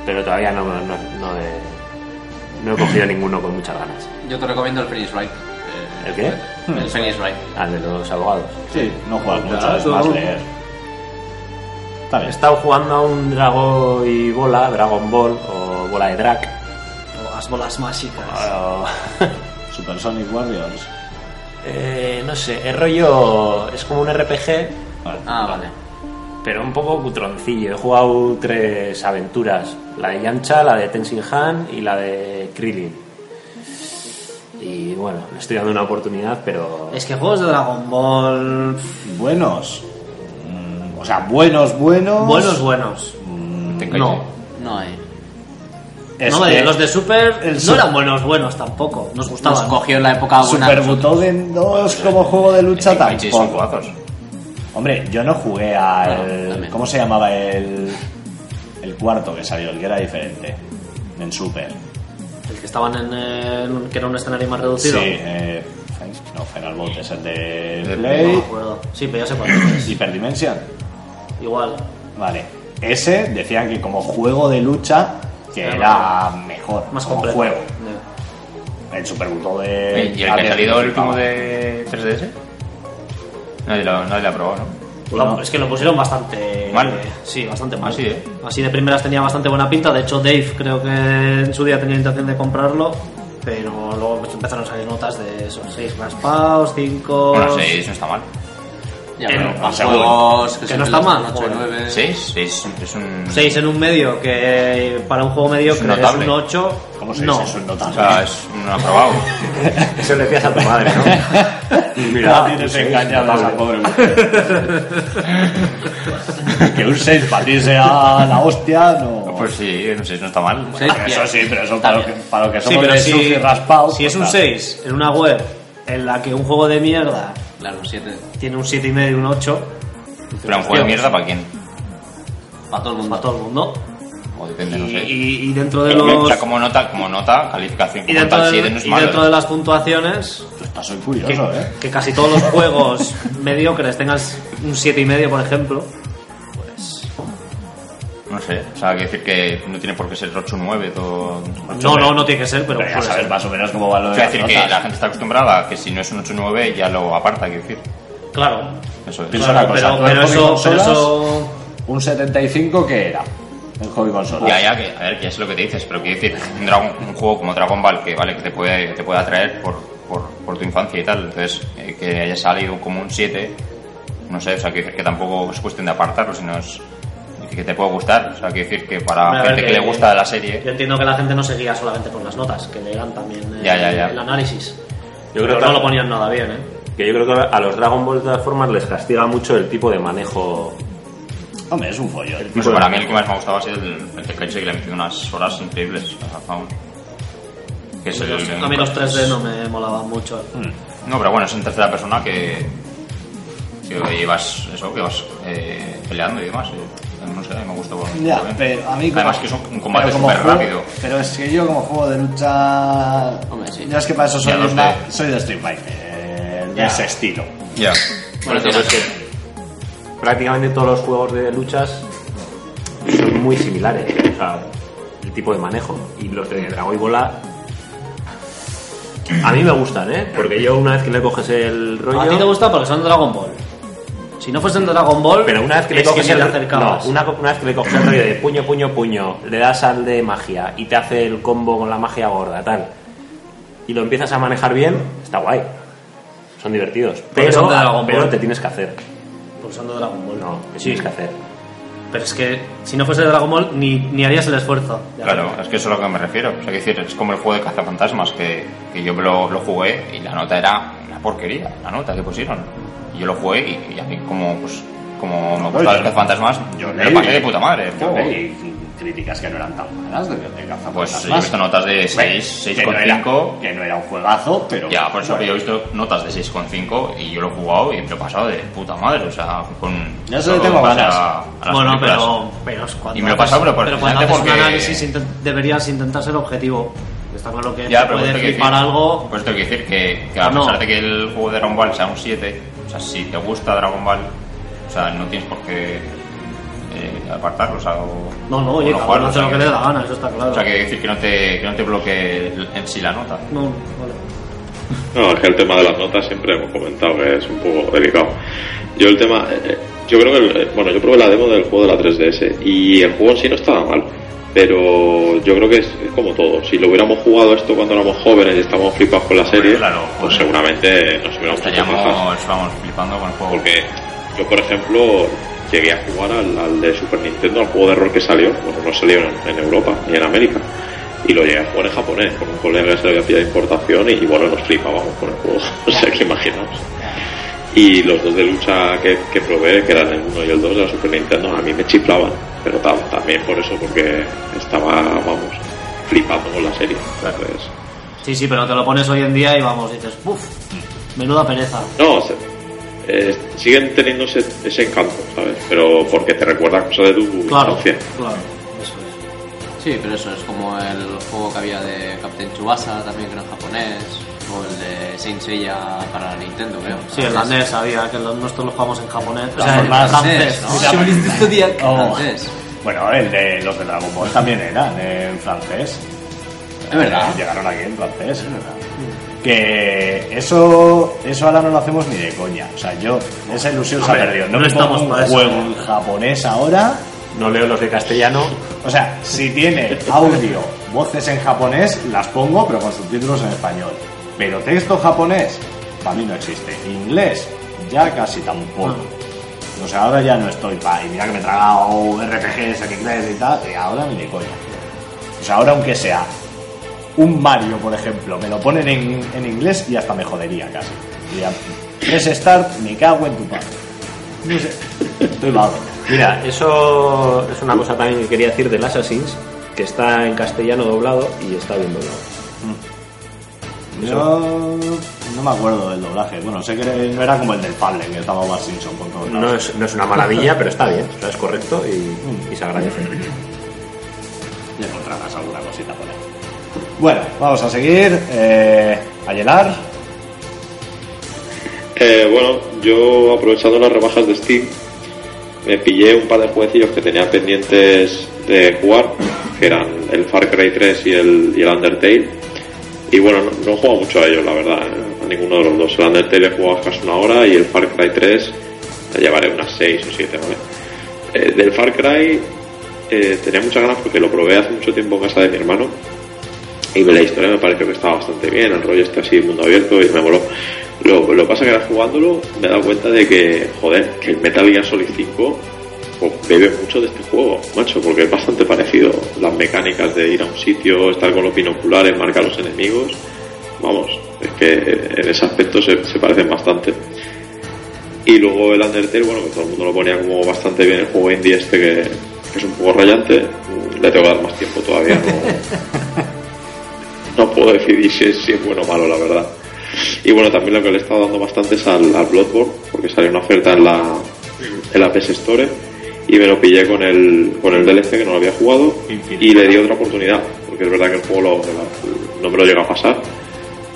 S5: pero todavía no, no, no he, no he cogido ninguno con muchas ganas.
S7: Yo te recomiendo el Phoenix Wright. eh,
S5: ¿El qué?
S7: El Phoenix Wright.
S5: Al Ah, de los abogados.
S1: Sí, no juegas mucho, es
S2: tú-
S1: más leer. Está
S5: He
S1: bien.
S5: estado jugando a un Dragon y Bola, Dragon Ball o Bola de Drag.
S2: Las bolas mágicas.
S5: o-
S1: Super Sonic Warriors.
S5: eh, no sé, es rollo. Es como un RPG,
S1: Vale.
S7: Ah, vale.
S5: pero un poco cutroncillo. He jugado tres aventuras: la de Yamcha, la de Tenzin Han y la de Krillin. Y bueno, le estoy dando una oportunidad, pero.
S2: Es que juegos de Dragon Ball.
S1: Buenos. Mm, O sea, buenos, buenos. Mm,
S2: Buenos, buenos.
S4: te calles.
S2: No.
S7: No hay.
S1: Es
S2: no,
S1: que
S2: los de Super
S1: el
S2: no
S1: Super-
S2: eran buenos, buenos tampoco. Nos
S7: Nos
S2: gustaban.
S7: cogió en la época buena.
S1: Super Butoden 2 como juego de lucha
S4: El Tenkaichi son
S1: tampoco.
S4: jugazos.
S1: Hombre, yo no jugué
S7: No,
S1: al.
S7: también.
S1: ¿Cómo se llamaba el. El cuarto que salió, el que era diferente? En Super.
S2: El que estaban en. eh, en un- que era un escenario más
S1: Sí,
S2: reducido.
S1: eh, no, Final Bolt es el de
S4: De
S2: No me
S1: Play.
S2: acuerdo. Sí, pero ya sé cuál es.
S1: Hyperdimension.
S2: Igual.
S1: Vale. Ese decían que como juego de lucha que
S2: Era
S1: era mejor
S2: Más
S1: como
S2: completo.
S1: juego.
S2: Ya.
S1: El Super Bowl de
S4: ¿Y el que ha salido el último de 3DS? Nadie lo, nadie lo ha probado, ¿no?
S2: Lo- Es que lo pusieron bastante
S4: Mal.
S2: eh, sí, bastante mal.
S4: Así, ¿eh?
S2: Así de primeras tenía bastante buena pinta. De hecho, Dave creo que en su día tenía intención de comprarlo. Pero luego pues, empezaron a salir notas de esos 6 raspados, 5.
S4: Bueno, 6 no está mal.
S7: Ya,
S2: Eh,
S7: pero
S2: no,
S7: para
S2: o sea,
S7: juegos que,
S2: que
S7: son
S2: no
S7: de
S2: está
S7: las
S2: mal,
S7: ocho,
S2: joder.
S7: nueve.
S4: 6 es un.
S2: en un medio que para un juego mediocre es,
S4: notable.
S2: un 8.
S1: ¿Cómo se dice
S2: no.
S1: eso en
S4: O
S1: notable?
S4: sea, es un aprobado.
S5: Eso le decías a tu madre, ¿no?
S2: Ah,
S1: Mira, tienes engañadas a pobre mujer. que un 6 para ti sea la hostia, no.
S4: pues sí, un 6 no está mal.
S7: Seis,
S1: Pero
S7: bien.
S1: eso sí, pero eso para lo que, para lo que
S2: Sí,
S1: somos
S2: pero
S1: de
S2: si,
S1: sushi raspados.
S2: si es un
S1: pues,
S2: 6 en una web en la que un juego de mierda
S7: Claro, siete.
S2: tiene un 7,5 y un 8,
S4: Pero un juego de mierda para quién?
S7: Para todo el mundo.
S2: para todo el mundo.
S4: O depende,
S2: Y,
S4: no sé.
S2: y- y dentro de
S4: Pero que, o
S2: los.
S4: sea, como nota, como nota, calificación
S2: Y
S4: como
S2: dentro, de,
S4: tal, 7 no es
S2: y dentro de
S4: malo. ¿eh?
S2: las puntuaciones,
S1: está- está- soy curioso, ¿eh?
S2: que casi todos los juegos mediocres tengas un 7,5, por ejemplo.
S4: No sé, o sea, quiere decir que no tiene por qué ser 8 o 9, todo... O
S2: No, no, no tiene que ser, pero,
S1: Pero ya
S2: suele
S1: sabes
S2: ser.
S1: más o menos cómo va lo de
S4: sea,
S1: las
S4: Pues decir que
S1: notas.
S4: la gente está acostumbrada a que si no es un 8 o 9 ya lo aparta, quiero decir.
S2: Claro.
S4: Eso es.
S1: Pienso una
S2: Claro,
S1: cosa,
S2: pero-
S1: tú en
S2: pero
S1: hobby
S2: eso-
S1: consolas,
S2: pero eso-
S1: Un 75, ¿qué era? En hobby consola.
S4: Ya, ya, que, a ver, que es lo que te dices, pero quiero decir, un, Dragon- un juego como Dragon Ball que vale que te puede, que te puede atraer por, por, por tu infancia y tal, entonces eh, que haya salido como un 7, no sé, o sea, quiero decir que tampoco es cuestión de apartarlo, sino es que te puede gustar, o sea, quiero decir que para
S2: Hombre, a ver,
S4: Ah, gente que,
S2: que-
S4: le gusta la serie...
S2: Yo entiendo que la gente no se guía solamente por las notas, que le dan también eh,
S4: Ya, ya, ya.
S2: el análisis. Yo
S5: Yo creo
S2: creo
S5: que-
S2: que no lo ponían nada bien, ¿eh?
S5: Que yo creo que a los Dragon Ball de todas formas les castiga mucho el tipo de manejo.
S1: Hombre, es un follón.
S4: No sé, para mí el que más me ha gustado ha sido el, el Tenkaichi, que le he metido unas horas increíbles a Faun. Que es el,
S2: a mí Pues los 3D no me molaban mucho.
S4: No, pero bueno, es en tercera persona que. que llevas eso, que vas eh, peleando y demás. eh. No sé, a mí me gustó. bueno,
S1: Ya,
S4: bien.
S1: pero a mí como-
S4: ¿eh? Además, que es un, un combate
S1: pero como
S4: súper
S1: juego-
S4: rápido.
S1: Pero es que yo como juego de lucha...
S7: Hombre, sí.
S1: Yo es que para eso soy,
S4: Ya lo sé.
S1: una- soy de Street Fighter, eh, de ese estilo.
S4: Ya.
S7: Bueno,
S4: Por eso
S7: mira.
S4: es que.
S5: Prácticamente todos los juegos de luchas son muy similares. O sea, el tipo de manejo. Y los de Dragon y Bola. A mí me gustan, ¿eh? Porque yo una vez que le coges el rollo.
S2: A ti te gusta porque son Dragon Ball. Si no fuesen Dragon Ball,
S5: Pero una vez que le
S2: es que
S5: coges
S2: ni
S5: el
S2: te acercabas.
S5: no, una, una vez que le coges el rollo de puño, puño, puño, le das al de magia y te hace el combo con la magia gorda, tal, y lo empiezas a manejar bien, está guay. Son divertidos. Pero,
S2: son de Dragon
S5: pero
S2: Ball.
S5: te tienes que hacer.
S2: Pues son de Dragon Ball.
S5: No, te
S2: sí.
S5: tienes que hacer.
S2: Pero es que si no fuese de Dragon Ball, ni, ni harías el esfuerzo. de
S4: Claro,
S2: hacerlo.
S4: es que eso es a lo que me refiero. O sea, que decir, es como el juego de cazafantasmas, que, que yo lo, lo jugué y la nota era una porquería, la nota que pusieron. Y yo lo jugué y, y a mí como, pues, como me gustaba
S1: yo-
S4: el cazafantasmas,
S1: yo
S4: me
S1: leí.
S4: lo pasé de puta madre. el
S1: Yo
S4: juego.
S1: leí críticas que no eran tan malas de Biblioteca
S4: Pues yo he visto notas de 6, 6,5.
S1: que no era un juegazo, pero.
S4: Ya, por eso
S1: bueno.
S4: que yo he visto notas de 6,5 y yo lo he jugado y me lo he pasado de puta madre, o sea, con...
S1: Yo eso
S4: solo
S1: tengo
S4: base
S1: ganas.
S4: a- a las
S2: Bueno,
S4: películas.
S2: pero, pero es cuando
S4: Y me lo he pasado, pero por-
S2: cuando haces
S4: precisamente
S2: un
S4: porque-
S2: análisis inten- deberías intentar ser objetivo. Está claro que
S4: Ya,
S2: te
S4: pero
S2: puede
S4: esto quiere
S2: flipar
S4: decir-
S2: algo.
S4: Pues esto quiere decir que, que a
S2: Ah, no.
S4: pesar de que el juego de Dragon Ball sea un 7, o sea, si te gusta Dragon Ball, o sea, no tienes por qué eh, apartarlo, o sea, o,
S2: No, no,
S4: o
S2: oye, cada
S4: jugarlo,
S2: uno
S4: o
S2: hace
S4: sea,
S2: lo que le dé la gana, eso está claro.
S4: O sea, quiere decir que no te, que no te bloquee el- en sí la nota.
S2: No, vale.
S3: No, es que el tema de las notas siempre hemos comentado que es un poco delicado. Yo el tema, eh, yo creo que, el- bueno, yo probé la demo del juego de la 3DS y el juego en sí no estaba mal, pero yo creo que es, es como todo. Si lo hubiéramos jugado esto cuando éramos jóvenes y estábamos flipados con la serie,
S4: claro,
S3: pues
S4: joder.
S3: seguramente nos hubiéramos hecho cosas.
S4: Estaríamos, vamos, flipando con el juego.
S3: Porque yo, por ejemplo, llegué a jugar al, al de Super Nintendo, al juego de rol que salió, bueno, no salió en, en Europa ni en América. Y lo llegué a jugar en japonés, con un colega que se lo había pillado de importación y, y, bueno, nos flipábamos con el juego, o sea que imaginaos. Y los dos de lucha que, que probé, que eran el 1 y el 2 de la Super Nintendo, a mí me chiflaban, pero tam- también por eso, porque estaba, vamos, flipando con la serie. Entonces,
S2: Sí, sí, pero te lo pones hoy en día y vamos, dices, uff, menuda pereza.
S3: No, se- eh, siguen teniendo ese, ese encanto, ¿sabes? Pero porque te recuerda cosas de tu
S2: Claro,
S3: infancia.
S2: claro, eso es.
S7: Sí, pero eso es como el juego que había de Captain Tsubasa también, que era en japonés, o el de Saint Seiya para Nintendo, creo.
S2: Sí, en la NES había, que los- nosotros lo jugamos en japonés. O
S1: Las
S2: sea, en
S1: formas
S2: francés,
S1: NES,
S2: ¿no?
S1: Sí,
S7: Chauvinista Zodiac
S1: Oh.
S7: francés.
S1: Bueno, el de los de Dragon Ball también eran en francés.
S7: Es verdad.
S1: Llegaron aquí en francés, es verdad. Que eso, eso ahora no lo hacemos ni de coña. O sea, yo, esa ilusión se ha perdido. No,
S2: no
S1: me
S2: estamos
S1: pongo un
S2: para eso.
S1: juego en japonés ahora.
S5: No leo los de castellano.
S1: O sea, si tiene audio, voces en japonés, las pongo, pero con subtítulos en español. Pero texto japonés, para mí no existe. Inglés, ya casi tampoco. O sea, ahora ya no estoy para. Y mira que me he tragado RPGs en inglés y tal, y ahora ni de coña. O sea, ahora aunque sea un Mario, por ejemplo, me lo ponen en, en inglés y hasta me jodería casi. Diría, press start, me cago en tu padre. No sé, estoy malo.
S5: Mira, eso es una cosa también que quería decir del Assassin's, que está en castellano doblado y está bien doblado.
S1: Yo no me acuerdo del doblaje. Bueno, sé que no era como el del Fallen, que estaba Bart Simpson con todo.
S5: No es, no es una maravilla, pero está bien, o sea, es correcto y, y se agradece.
S1: Ya encontrarás alguna cosita por ahí. Bueno, vamos a seguir. Eh, Ayelar.
S3: Eh, bueno, yo aprovechando las rebajas de Steam, me pillé un par de jueguecillos que tenía pendientes de jugar, que eran el Far Cry 3 y el, y el Undertale. Y bueno, no, no he jugado mucho a ellos, la verdad, eh, a ninguno de los dos. El Undertale he jugado casi una hora y el Far Cry 3 la llevaré unas 6 o 7, ¿vale? Eh, del Far Cry eh, tenía muchas ganas porque lo probé hace mucho tiempo en casa de mi hermano y la historia me pareció que estaba bastante bien, el rollo está así, mundo abierto y me moló. Lo, lo que pasa es que ahora jugándolo me he dado cuenta de que, joder, que el Metal Gear Solid 5 pues, bebe mucho de este juego, macho, porque es bastante parecido. Las mecánicas de ir a un sitio, estar con los binoculares, marcar a los enemigos, vamos, es que en ese aspecto se, se parecen bastante. Y luego el Undertale, bueno, que todo el mundo lo ponía como bastante bien el juego indie este que, que es un poco rayante, le tengo que dar más tiempo todavía, no, no puedo decidir si es, si es bueno o malo, la verdad. Y bueno, también lo que le he estado dando bastante es al, al Bloodborne, porque salió una oferta en la, en la PS Store y me lo pillé con el, con el DLC que no lo había jugado y le di otra oportunidad, porque es verdad que el juego lo- lo- no me lo llega a pasar.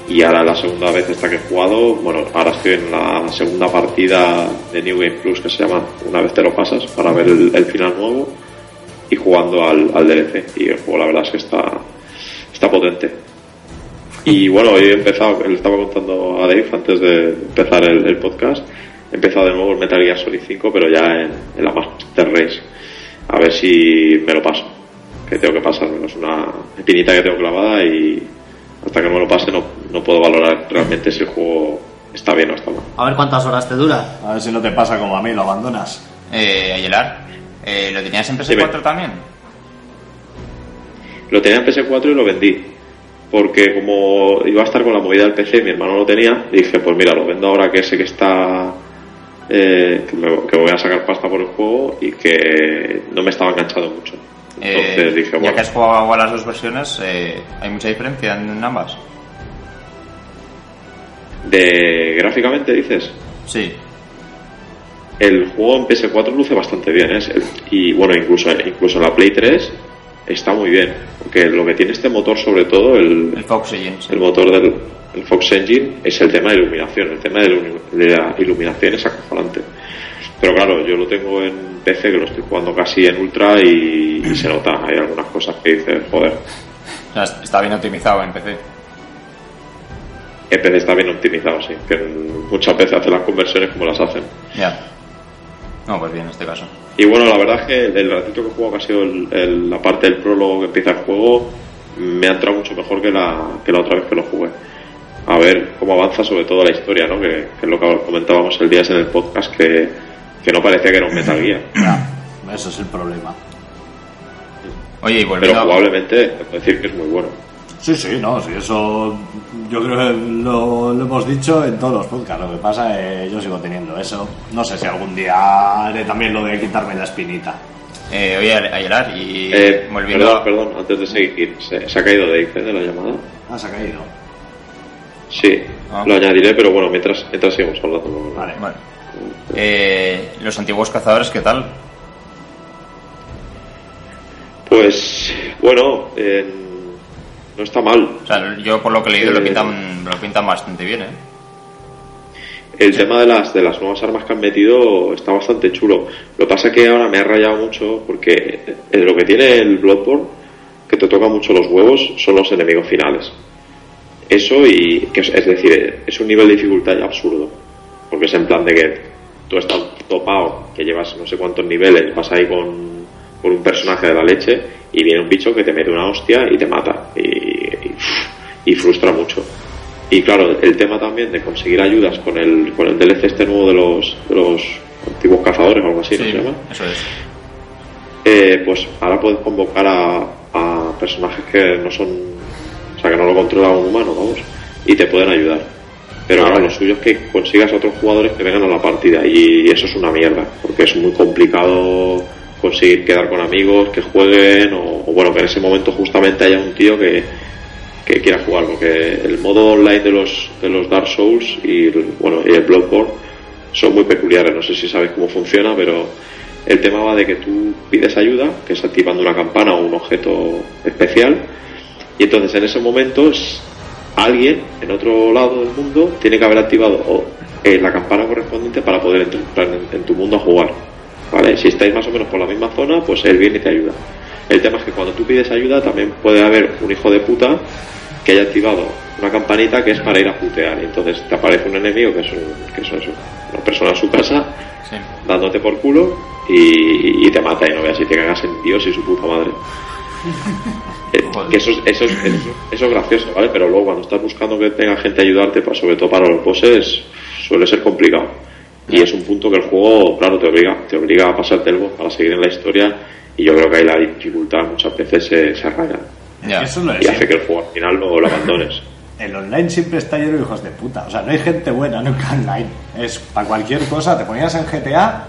S3: Y ahora la segunda vez esta que he jugado, bueno, ahora estoy en la segunda partida de New Game Plus que se llama Una vez te lo pasas para ver el, el final nuevo y jugando al, al DLC. Y el juego la verdad es que está, está potente. Y bueno, hoy he empezado, le estaba contando a Dave antes de empezar el, el podcast, He empezado de nuevo el Metal Gear Solid 5, pero ya en, en la Master Race. A ver si me lo paso. Que tengo que pasármelo. Es una espinita que tengo clavada y hasta que no me lo pase no, no puedo valorar realmente si el juego está bien o está mal.
S2: A ver cuántas horas te dura.
S1: A ver si no te pasa como a mí, lo abandonas.
S4: Eh, Ayelar, eh, ¿lo tenías en PS4
S3: Dime.
S4: también?
S3: Lo tenía en PS4 y lo vendí. Porque como iba a estar con la movida del PC, mi hermano lo tenía, dije, pues mira, lo vendo ahora que sé que está... eh, que, me- que voy a sacar pasta por el juego y que no me estaba enganchado mucho.
S4: Eh,
S3: Entonces dije,
S4: ya
S3: bueno,
S4: que has jugado a las dos versiones, eh, ¿hay mucha diferencia en ambas?
S3: de gráficamente dices,
S4: Sí.
S3: el juego en PS4 luce bastante bien, ¿eh? El- y bueno, incluso, incluso en la Play 3 está muy bien, porque lo que tiene este motor sobre todo, el,
S4: El Fox Engine, sí.
S3: el motor del el Fox Engine es el tema de iluminación. El tema de, la ilu- de la iluminación es acojonante. Pero claro, yo lo tengo en PC, que lo estoy jugando casi en ultra y, y se nota. Hay algunas cosas que dices, joder,
S4: O sea, está bien optimizado en PC.
S3: en PC está bien optimizado, sí. Que muchas veces hace las conversiones como las hacen.
S4: Ya. No, pues bien, en este caso.
S3: Y bueno, la verdad es que el, el ratito que juego, que ha sido el- el- la parte del prólogo que empieza el juego, me ha entrado mucho mejor que la, que la otra vez que lo jugué. A ver cómo avanza sobre todo la historia, ¿no? Que, que es lo que comentábamos el día ese en el podcast, que, que no parecía que era un Metal Gear.
S1: Eso es el problema.
S4: Oye, y volviendo
S3: Pero jugablemente, puedo decir que es muy bueno.
S1: Sí, sí, no, sí, eso yo creo que lo, lo hemos dicho en todos los podcasts. Lo que pasa es que yo sigo teniendo eso. No sé si algún día haré también lo de quitarme la espinita.
S4: Eh, oye, Ayelar, y
S3: Eh,
S4: volviendo...
S3: perdón, perdón, antes de seguir, ¿se, se ha caído de IC de la llamada?
S1: Ah, se ha caído.
S3: Sí,
S4: Ah.
S3: lo añadiré, pero bueno, mientras, mientras sigamos hablando. no-
S1: Vale.
S4: Bueno. Eh, los antiguos cazadores, ¿qué tal?
S3: Pues, bueno, eh, no está mal.
S4: O sea, yo por lo que he leído lo
S3: Eh,
S4: pintan, lo pintan bastante bien, ¿eh?
S3: El tema de las, de las nuevas armas que han metido está bastante chulo. Lo que pasa es que ahora me ha rayado mucho porque eh, lo que tiene el Bloodborne, que te toca mucho los huevos, son los enemigos finales. Eso y, que es, es decir, es un nivel de dificultad ya absurdo. Porque es en plan de que tú estás topado, que llevas no sé cuántos niveles, vas ahí con, con un personaje de la leche y viene un bicho que te mete una hostia y te mata. Y, y- y frustra mucho. Y claro, el tema también de conseguir ayudas con el, con el DLC este nuevo de los, de los antiguos cazadores o algo así, ¿no se llama?
S4: eso es.
S3: Eh, pues ahora puedes convocar a, a personajes que no son, o sea, que no lo controla un humano, vamos, y te pueden ayudar. Pero claro, lo suyo es que consigas a otros jugadores que vengan a la partida y eso es una mierda, porque es muy complicado conseguir quedar con amigos que jueguen o, o, bueno, que en ese momento justamente haya un tío que, que quiera jugar, porque el modo online de los, de los Dark Souls y, el- bueno, y el Bloodborne son muy peculiares, no sé si sabéis cómo funciona, pero el tema va de que tú pides ayuda, que es activando una campana o un objeto especial, y entonces en ese momento s- alguien en otro lado del mundo tiene que haber activado o, eh, la campana correspondiente para poder entrar en, en tu mundo a jugar. ¿Vale? Si estáis más o menos por la misma zona, pues él viene y te ayuda. El tema es que cuando tú pides ayuda también puede haber un hijo de puta que haya activado una campanita que es para ir a putear. Y entonces te aparece un enemigo que es, un- que es eso, una persona en su casa
S4: Sí.
S3: dándote por culo y, y te mata y no veas si te cagas en Dios y su puta madre. Eh, que eso, es- eso, es- eso, eso es gracioso, ¿vale? Pero luego cuando estás buscando que tenga gente a ayudarte, pa- sobre todo para los bosses, suele ser complicado. Y es un punto que el juego, claro, te obliga, te obliga a pasarte el boss para seguir en la historia y yo creo que ahí la dificultad muchas veces se, se raya
S4: Ya.
S1: Eso no
S3: y
S1: es.
S3: hace que el juego al final no lo abandones.
S1: El online siempre está lleno de hijos de puta. O sea, no hay gente buena nunca online. Es para cualquier cosa. Te ponías en GTA,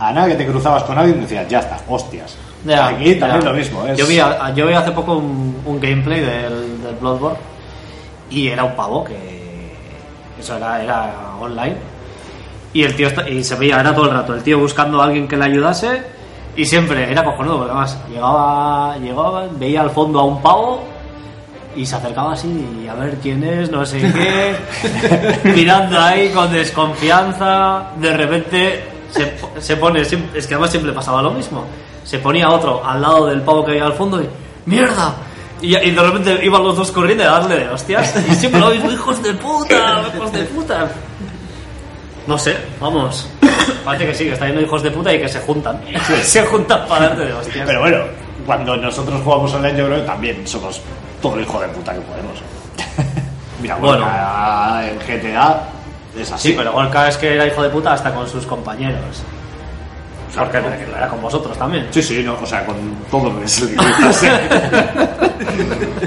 S1: a nada que te cruzabas con alguien y decías, ya está, hostias.
S2: Ya,
S1: Aquí también
S2: ya.
S1: lo mismo. Es...
S2: Yo, vi, a- yo vi hace poco un, un gameplay del, del Bloodborne y era un pavo que. Eso era, era online. Y el tío esta- y se veía, era todo el rato, el tío buscando a alguien que le ayudase y siempre era cojonudo, porque además llegaba, llegaba, veía al fondo a un pavo y se acercaba así y a ver quién es, no sé qué, mirando ahí con desconfianza, de repente se, po- se pone, sim- es que además siempre pasaba lo mismo, se ponía otro al lado del pavo que había al fondo y ¡mierda! Y, y de repente iban los dos corriendo a darle de hostias, y siempre lo mismo, hijos de puta, hijos de puta. No sé, vamos. Parece que sí, que está viendo hijos de puta y que se juntan. se juntan para darte de hostias.
S1: Pero bueno, cuando nosotros jugamos online, yo creo que también somos todo el hijo de puta que podemos. Mira, bueno,
S2: Bueno.
S1: en GTA es así.
S2: Sí, pero Gorka es que era hijo de puta hasta con sus compañeros. Porque era con vosotros también.
S1: Sí, sí, no, o sea, con todo es el que o sea.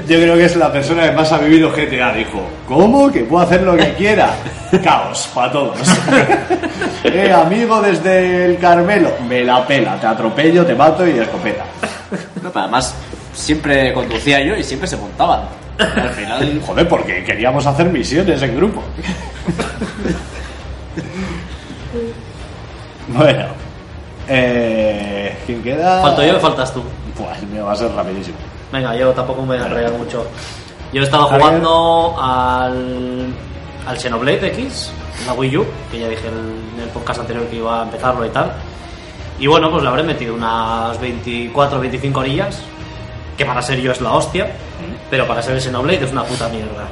S1: Yo creo que es la persona que más ha vivido GTA, dijo. ¿Cómo? Que puedo hacer lo que quiera. Caos para todos. eh, amigo desde el Carmelo, me la pela, te atropello, te mato y escopeta.
S7: No, pero además, siempre conducía yo y siempre se montaban. Al final,
S1: Joder, porque queríamos hacer misiones en grupo. bueno. Eh, ¿Quién queda?
S2: Falto yo y faltas tú.
S1: Buah, el mío va a ser rapidísimo.
S2: Venga, yo tampoco me voy a enrollar mucho. Yo estaba jugando al, al Xenoblade X, la Wii U, que ya dije en en el podcast anterior que iba a empezarlo y tal. Y bueno, pues le habré metido unas 24 25 orillas, que para ser yo es la hostia, pero para ser el Xenoblade es una puta mierda.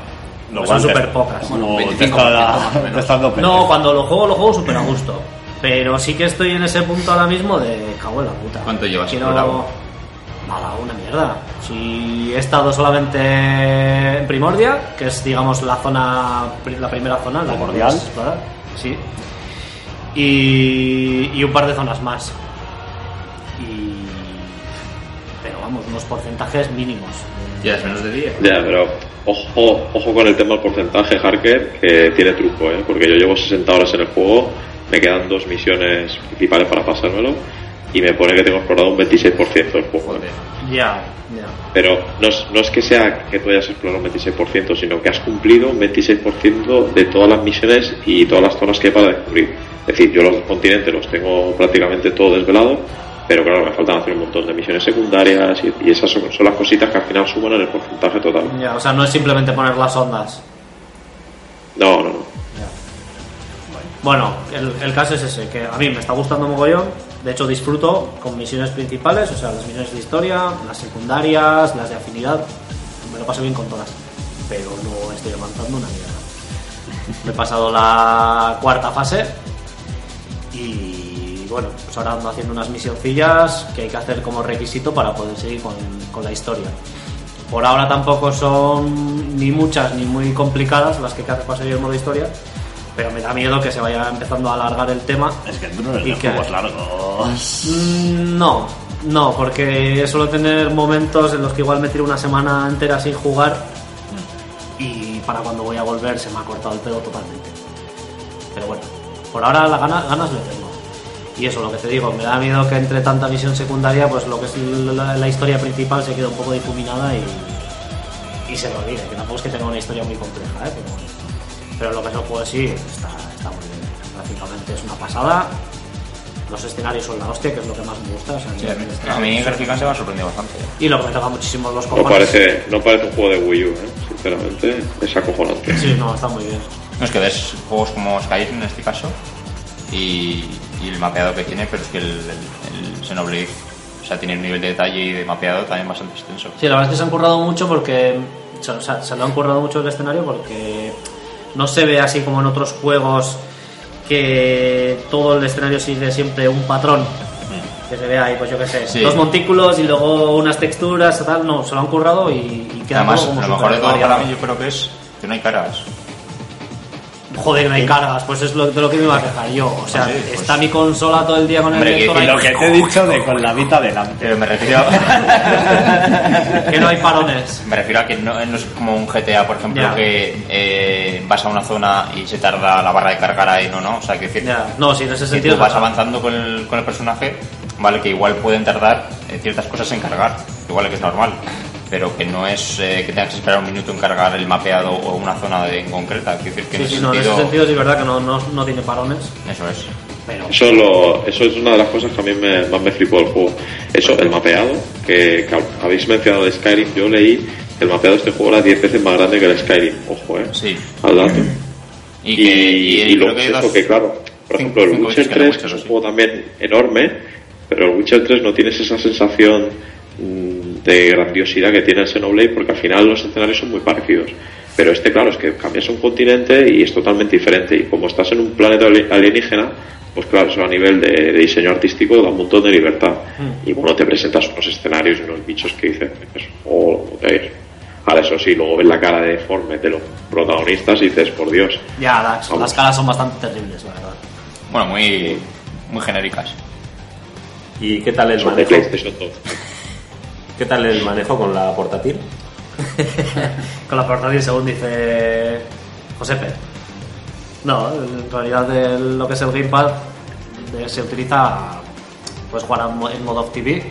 S1: Lo
S2: Pues son
S1: guantes.
S2: súper pocas.
S7: Bueno,
S1: No,
S7: 25%
S1: te está
S7: más o menos.
S1: te está dando pena.
S2: No, cuando lo juego, lo juego súper a gusto. Pero sí que estoy en ese punto ahora mismo de cago en la puta.
S4: ¿Cuánto llevas
S2: Quiero...
S4: explorado?
S2: Nada, una mierda. Si he estado solamente en Primordia, que es, digamos, la zona, la primera zona, la que
S1: Primordial.
S2: puedes explorar. Sí. Y, y un par de zonas más. Y. Pero vamos, unos porcentajes mínimos.
S4: Llevas menos de 10.
S3: Ya, pero ojo, ojo con el tema del porcentaje, Harker, que tiene truco, ¿eh? Porque yo llevo 60 horas en el juego, me quedan dos misiones principales para pasármelo y me pone que tengo explorado un 26% del juego. ¿eh?
S4: Joder.
S2: Ya, ya.
S3: Pero no es, no es que sea que tú hayas explorado un 26%, sino que has cumplido un 26% de todas las misiones y todas las zonas que hay para descubrir. Es decir, yo los continentes los tengo prácticamente todo desvelado, pero claro, me faltan hacer un montón de misiones secundarias y, y esas son, son las cositas que al final suman en el porcentaje total.
S2: Ya, o sea, no es simplemente poner las ondas.
S3: No, no, no.
S2: Bueno, el, el caso es ese, que a mí me está gustando mogollón. De hecho, disfruto con misiones principales, o sea, las misiones de historia, las secundarias, las de afinidad. Me lo paso bien con todas, pero no estoy avanzando una mierda. Me he pasado la cuarta fase y bueno, pues ahora ando haciendo unas misioncillas que hay que hacer como requisito para poder seguir con, con la historia. Por ahora tampoco son ni muchas ni muy complicadas las que hay que hacer para seguir el modo historia, pero me da miedo que se vaya empezando a alargar el tema.
S1: Es que tú no eres
S2: ¿Y
S1: de
S2: qué?
S1: juegos largos.
S2: Mm, No, no, porque suelo tener momentos en los que igual me tiro una semana entera sin jugar y para cuando voy a volver se me ha cortado el pelo totalmente. Pero bueno, por ahora las ganas, ganas le tengo. Y eso, lo que te digo, me da miedo que entre tanta misión secundaria, pues lo que es la, la historia principal se queda un poco difuminada y, y se lo olvide. Que tampoco es que tenga una historia muy compleja, ¿eh? pero, pero lo que es el juego sí está, está muy bien. Gráficamente es una pasada. Los escenarios son la hostia, que es lo que más me gusta. o sea,
S4: Sí, a mí-
S2: está-
S4: a mí gráficamente me ha sorprendido bastante.
S2: Y lo que me toca muchísimo los
S3: No
S2: cojones.
S3: parece, no parece un juego de Wii U, ¿eh? sinceramente. Es acojonante.
S2: Sí, no, está muy bien.
S4: No es que ves juegos como Skyrim en este caso y, y el mapeado que tiene, pero es que el, el, el Xenoblade o sea, tiene un nivel de detalle y de mapeado también bastante extenso.
S2: Sí, la verdad es que se han currado mucho porque. O sea, se lo han currado mucho el escenario porque no se ve así como en otros juegos que todo el escenario sigue siempre un patrón. Que se ve ahí, pues yo qué sé,
S4: Mm. Sí.
S2: dos montículos y luego unas texturas, tal. No, se lo han currado y, y queda
S4: Además,
S2: todo como
S4: lo mejor de todo
S2: supervariado.
S4: para mí yo creo que es que no hay caras.
S2: Joder, no hay cargas, pues es lo, de lo que me iba a quejar yo. O sea,
S4: Sí, pues-
S2: está mi consola todo el día con el
S4: Hombre, que-
S2: vector
S4: que
S2: ahí,
S1: Lo que te he dicho de con la vida delante.
S4: Pero me refiero,
S2: que no hay parones.
S4: me refiero a que no, no es como un GTA, por ejemplo,
S2: Ya.
S4: que eh, vas a una zona y se tarda la barra de cargar ahí, no, no. O sea, que decir,
S2: Ya, No, sí, en ese
S4: si
S2: sentido.
S4: tú vas
S2: nada.
S4: avanzando con el, con el personaje, vale, que igual pueden tardar eh, ciertas cosas en cargar, igual que es normal, pero que no es eh, que tengas que esperar un minuto en cargar el mapeado o una zona de- en concreta. Quiero decir que en
S2: Sí,
S4: ese
S2: sí, no, en ese
S4: sentido-
S2: sentido sí es verdad que no, no, no tiene parones,
S4: Eso es.
S2: pero
S3: Eso es, lo- eso es una de las cosas que a mí me, más me flipó del juego. Eso, el mapeado, que, que habéis mencionado de Skyrim, yo leí que el mapeado de este juego era 10 veces más grande que el Skyrim. Ojo, ¿eh?
S4: Sí.
S3: Al dato.
S4: Y, que, y,
S3: y lo
S4: creo que
S3: que es
S4: dos-
S3: porque, claro, por
S4: cinco-
S3: ejemplo, el
S4: cinco
S3: Witcher
S4: veces que era
S3: 3
S4: mucho,
S3: es un
S4: sí.
S3: juego también enorme, pero el Witcher 3 no tienes esa sensación mm, de grandiosidad que tiene el Xenoblade porque al final los escenarios son muy parecidos. Pero este, claro, es que cambias un continente y es totalmente diferente. Y como estás en un planeta ali- alienígena, pues claro, eso a nivel de, de diseño artístico da un montón de libertad.
S4: Hmm.
S3: Y bueno, te presentas unos escenarios y unos bichos que dicen, pues, oh, joder. Ahora eso sí, luego ves la cara deforme de los protagonistas y dices, por Dios.
S2: Ya, las,
S3: Vamos.
S2: las caras son bastante terribles, la verdad.
S4: Bueno, muy, muy genéricas.
S5: ¿Y qué tal el
S3: Son de
S5: manejo?
S3: PlayStation 2.
S5: ¿Qué tal el manejo con la portátil?
S2: Con la portátil, según dice Josepe. No, en realidad el- lo que es el Gamepad eh, se utiliza pues jugar en mo- en modo off TV,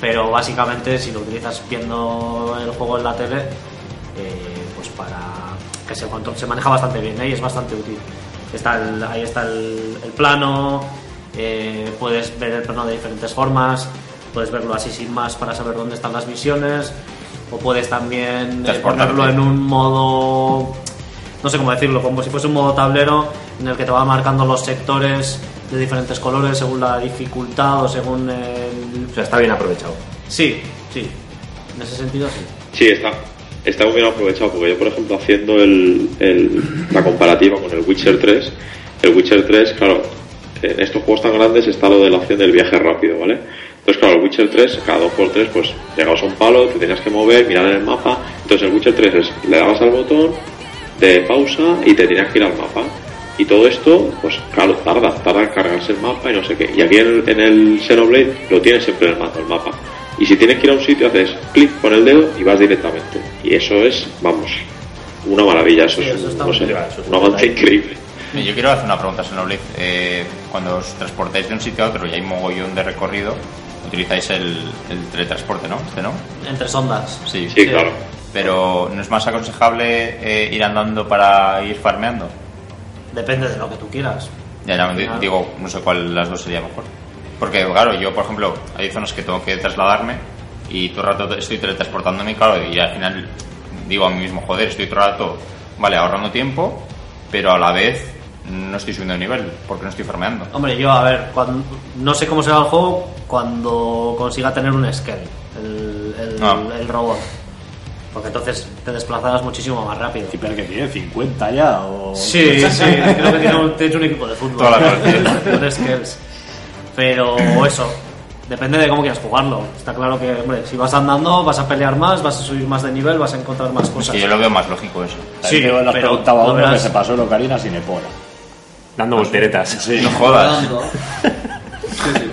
S2: pero básicamente si lo utilizas viendo el juego en la tele, eh, pues para que se, contro- se maneja bastante bien ¿eh? y es bastante útil. Está el- ahí está el, el plano, eh, puedes ver el plano de diferentes formas, puedes verlo así sin más para saber dónde están las misiones, o puedes también eh,
S4: Transportarte.
S2: ponerlo en un modo no sé cómo decirlo, como si fuese un modo tablero en el que te va marcando los sectores de diferentes colores según la dificultad o según el...
S5: O sea, está bien aprovechado.
S2: Sí, sí, en ese sentido sí.
S3: Sí, está, está muy bien aprovechado, porque yo, por ejemplo, haciendo el, el- la comparativa con el Witcher 3, el Witcher 3, claro, en estos juegos tan grandes está lo de la opción del viaje rápido, ¿vale? Entonces, claro, el Witcher 3, cada 2x3, pues llegabas a un palo, te tenías que mover, mirar en el mapa. Entonces, el Witcher 3 es, le dabas al botón, te pausa y te tenías que ir al mapa. Y todo esto, pues claro, tarda, tarda en cargarse el mapa y no sé qué. Y aquí en el, en el Xenoblade lo tienes siempre en el mando, el mapa. Y si tienes que ir a un sitio, haces clic con el dedo y vas directamente. Y eso es, vamos, una maravilla. Eso
S2: Sí,
S3: es,
S2: eso
S3: un-
S2: está
S3: no
S2: muy
S3: sé,
S2: bien,
S5: eso
S3: un
S5: es un
S3: avance
S5: detalle.
S3: increíble.
S4: Yo quiero hacer una pregunta, Xenoblade. Eh, cuando os transportáis de un sitio a otro y hay mogollón de recorrido, utilizáis el, el teletransporte, ¿no? Este, ¿no?
S2: Entre sondas.
S4: Sí.
S3: Sí, claro.
S4: Pero ¿no es más aconsejable eh, ir andando para ir farmeando?
S2: Depende de lo que tú quieras.
S4: Ya, ya, di-
S2: Claro.
S4: digo, no sé cuál de las dos sería mejor. Porque, claro, yo, por ejemplo, hay zonas que tengo que trasladarme y todo el rato estoy teletransportándome, y, claro, y al final digo a mí mismo, joder, estoy todo el rato, vale, ahorrando tiempo, pero a la vez no estoy subiendo de nivel, porque no estoy farmeando.
S2: Hombre, yo, a ver, cuando, no sé cómo será el juego cuando consiga tener un scale, el, el,
S4: Ah.
S2: el robot. Porque entonces te desplazarás muchísimo más rápido.
S1: Sí, pero que tiene 50 ya o...
S2: Sí, sí, creo que tiene un, tiene un equipo de fútbol.
S4: Toda la colección.
S2: Con skills. Pero eso, depende de cómo quieras jugarlo. Está claro que, hombre, si vas andando, vas a pelear más, vas a subir más de nivel, vas a encontrar más
S4: Es
S2: cosas.
S4: que yo lo veo más lógico eso.
S1: Sí,
S2: Sí,
S1: nos
S2: pero
S1: preguntaba
S2: lo
S1: uno que
S2: verás.
S1: se pasó en Ocarina sin Epona.
S5: Dando volteretas.
S4: No jodas.
S7: Rodando. Sí, sí.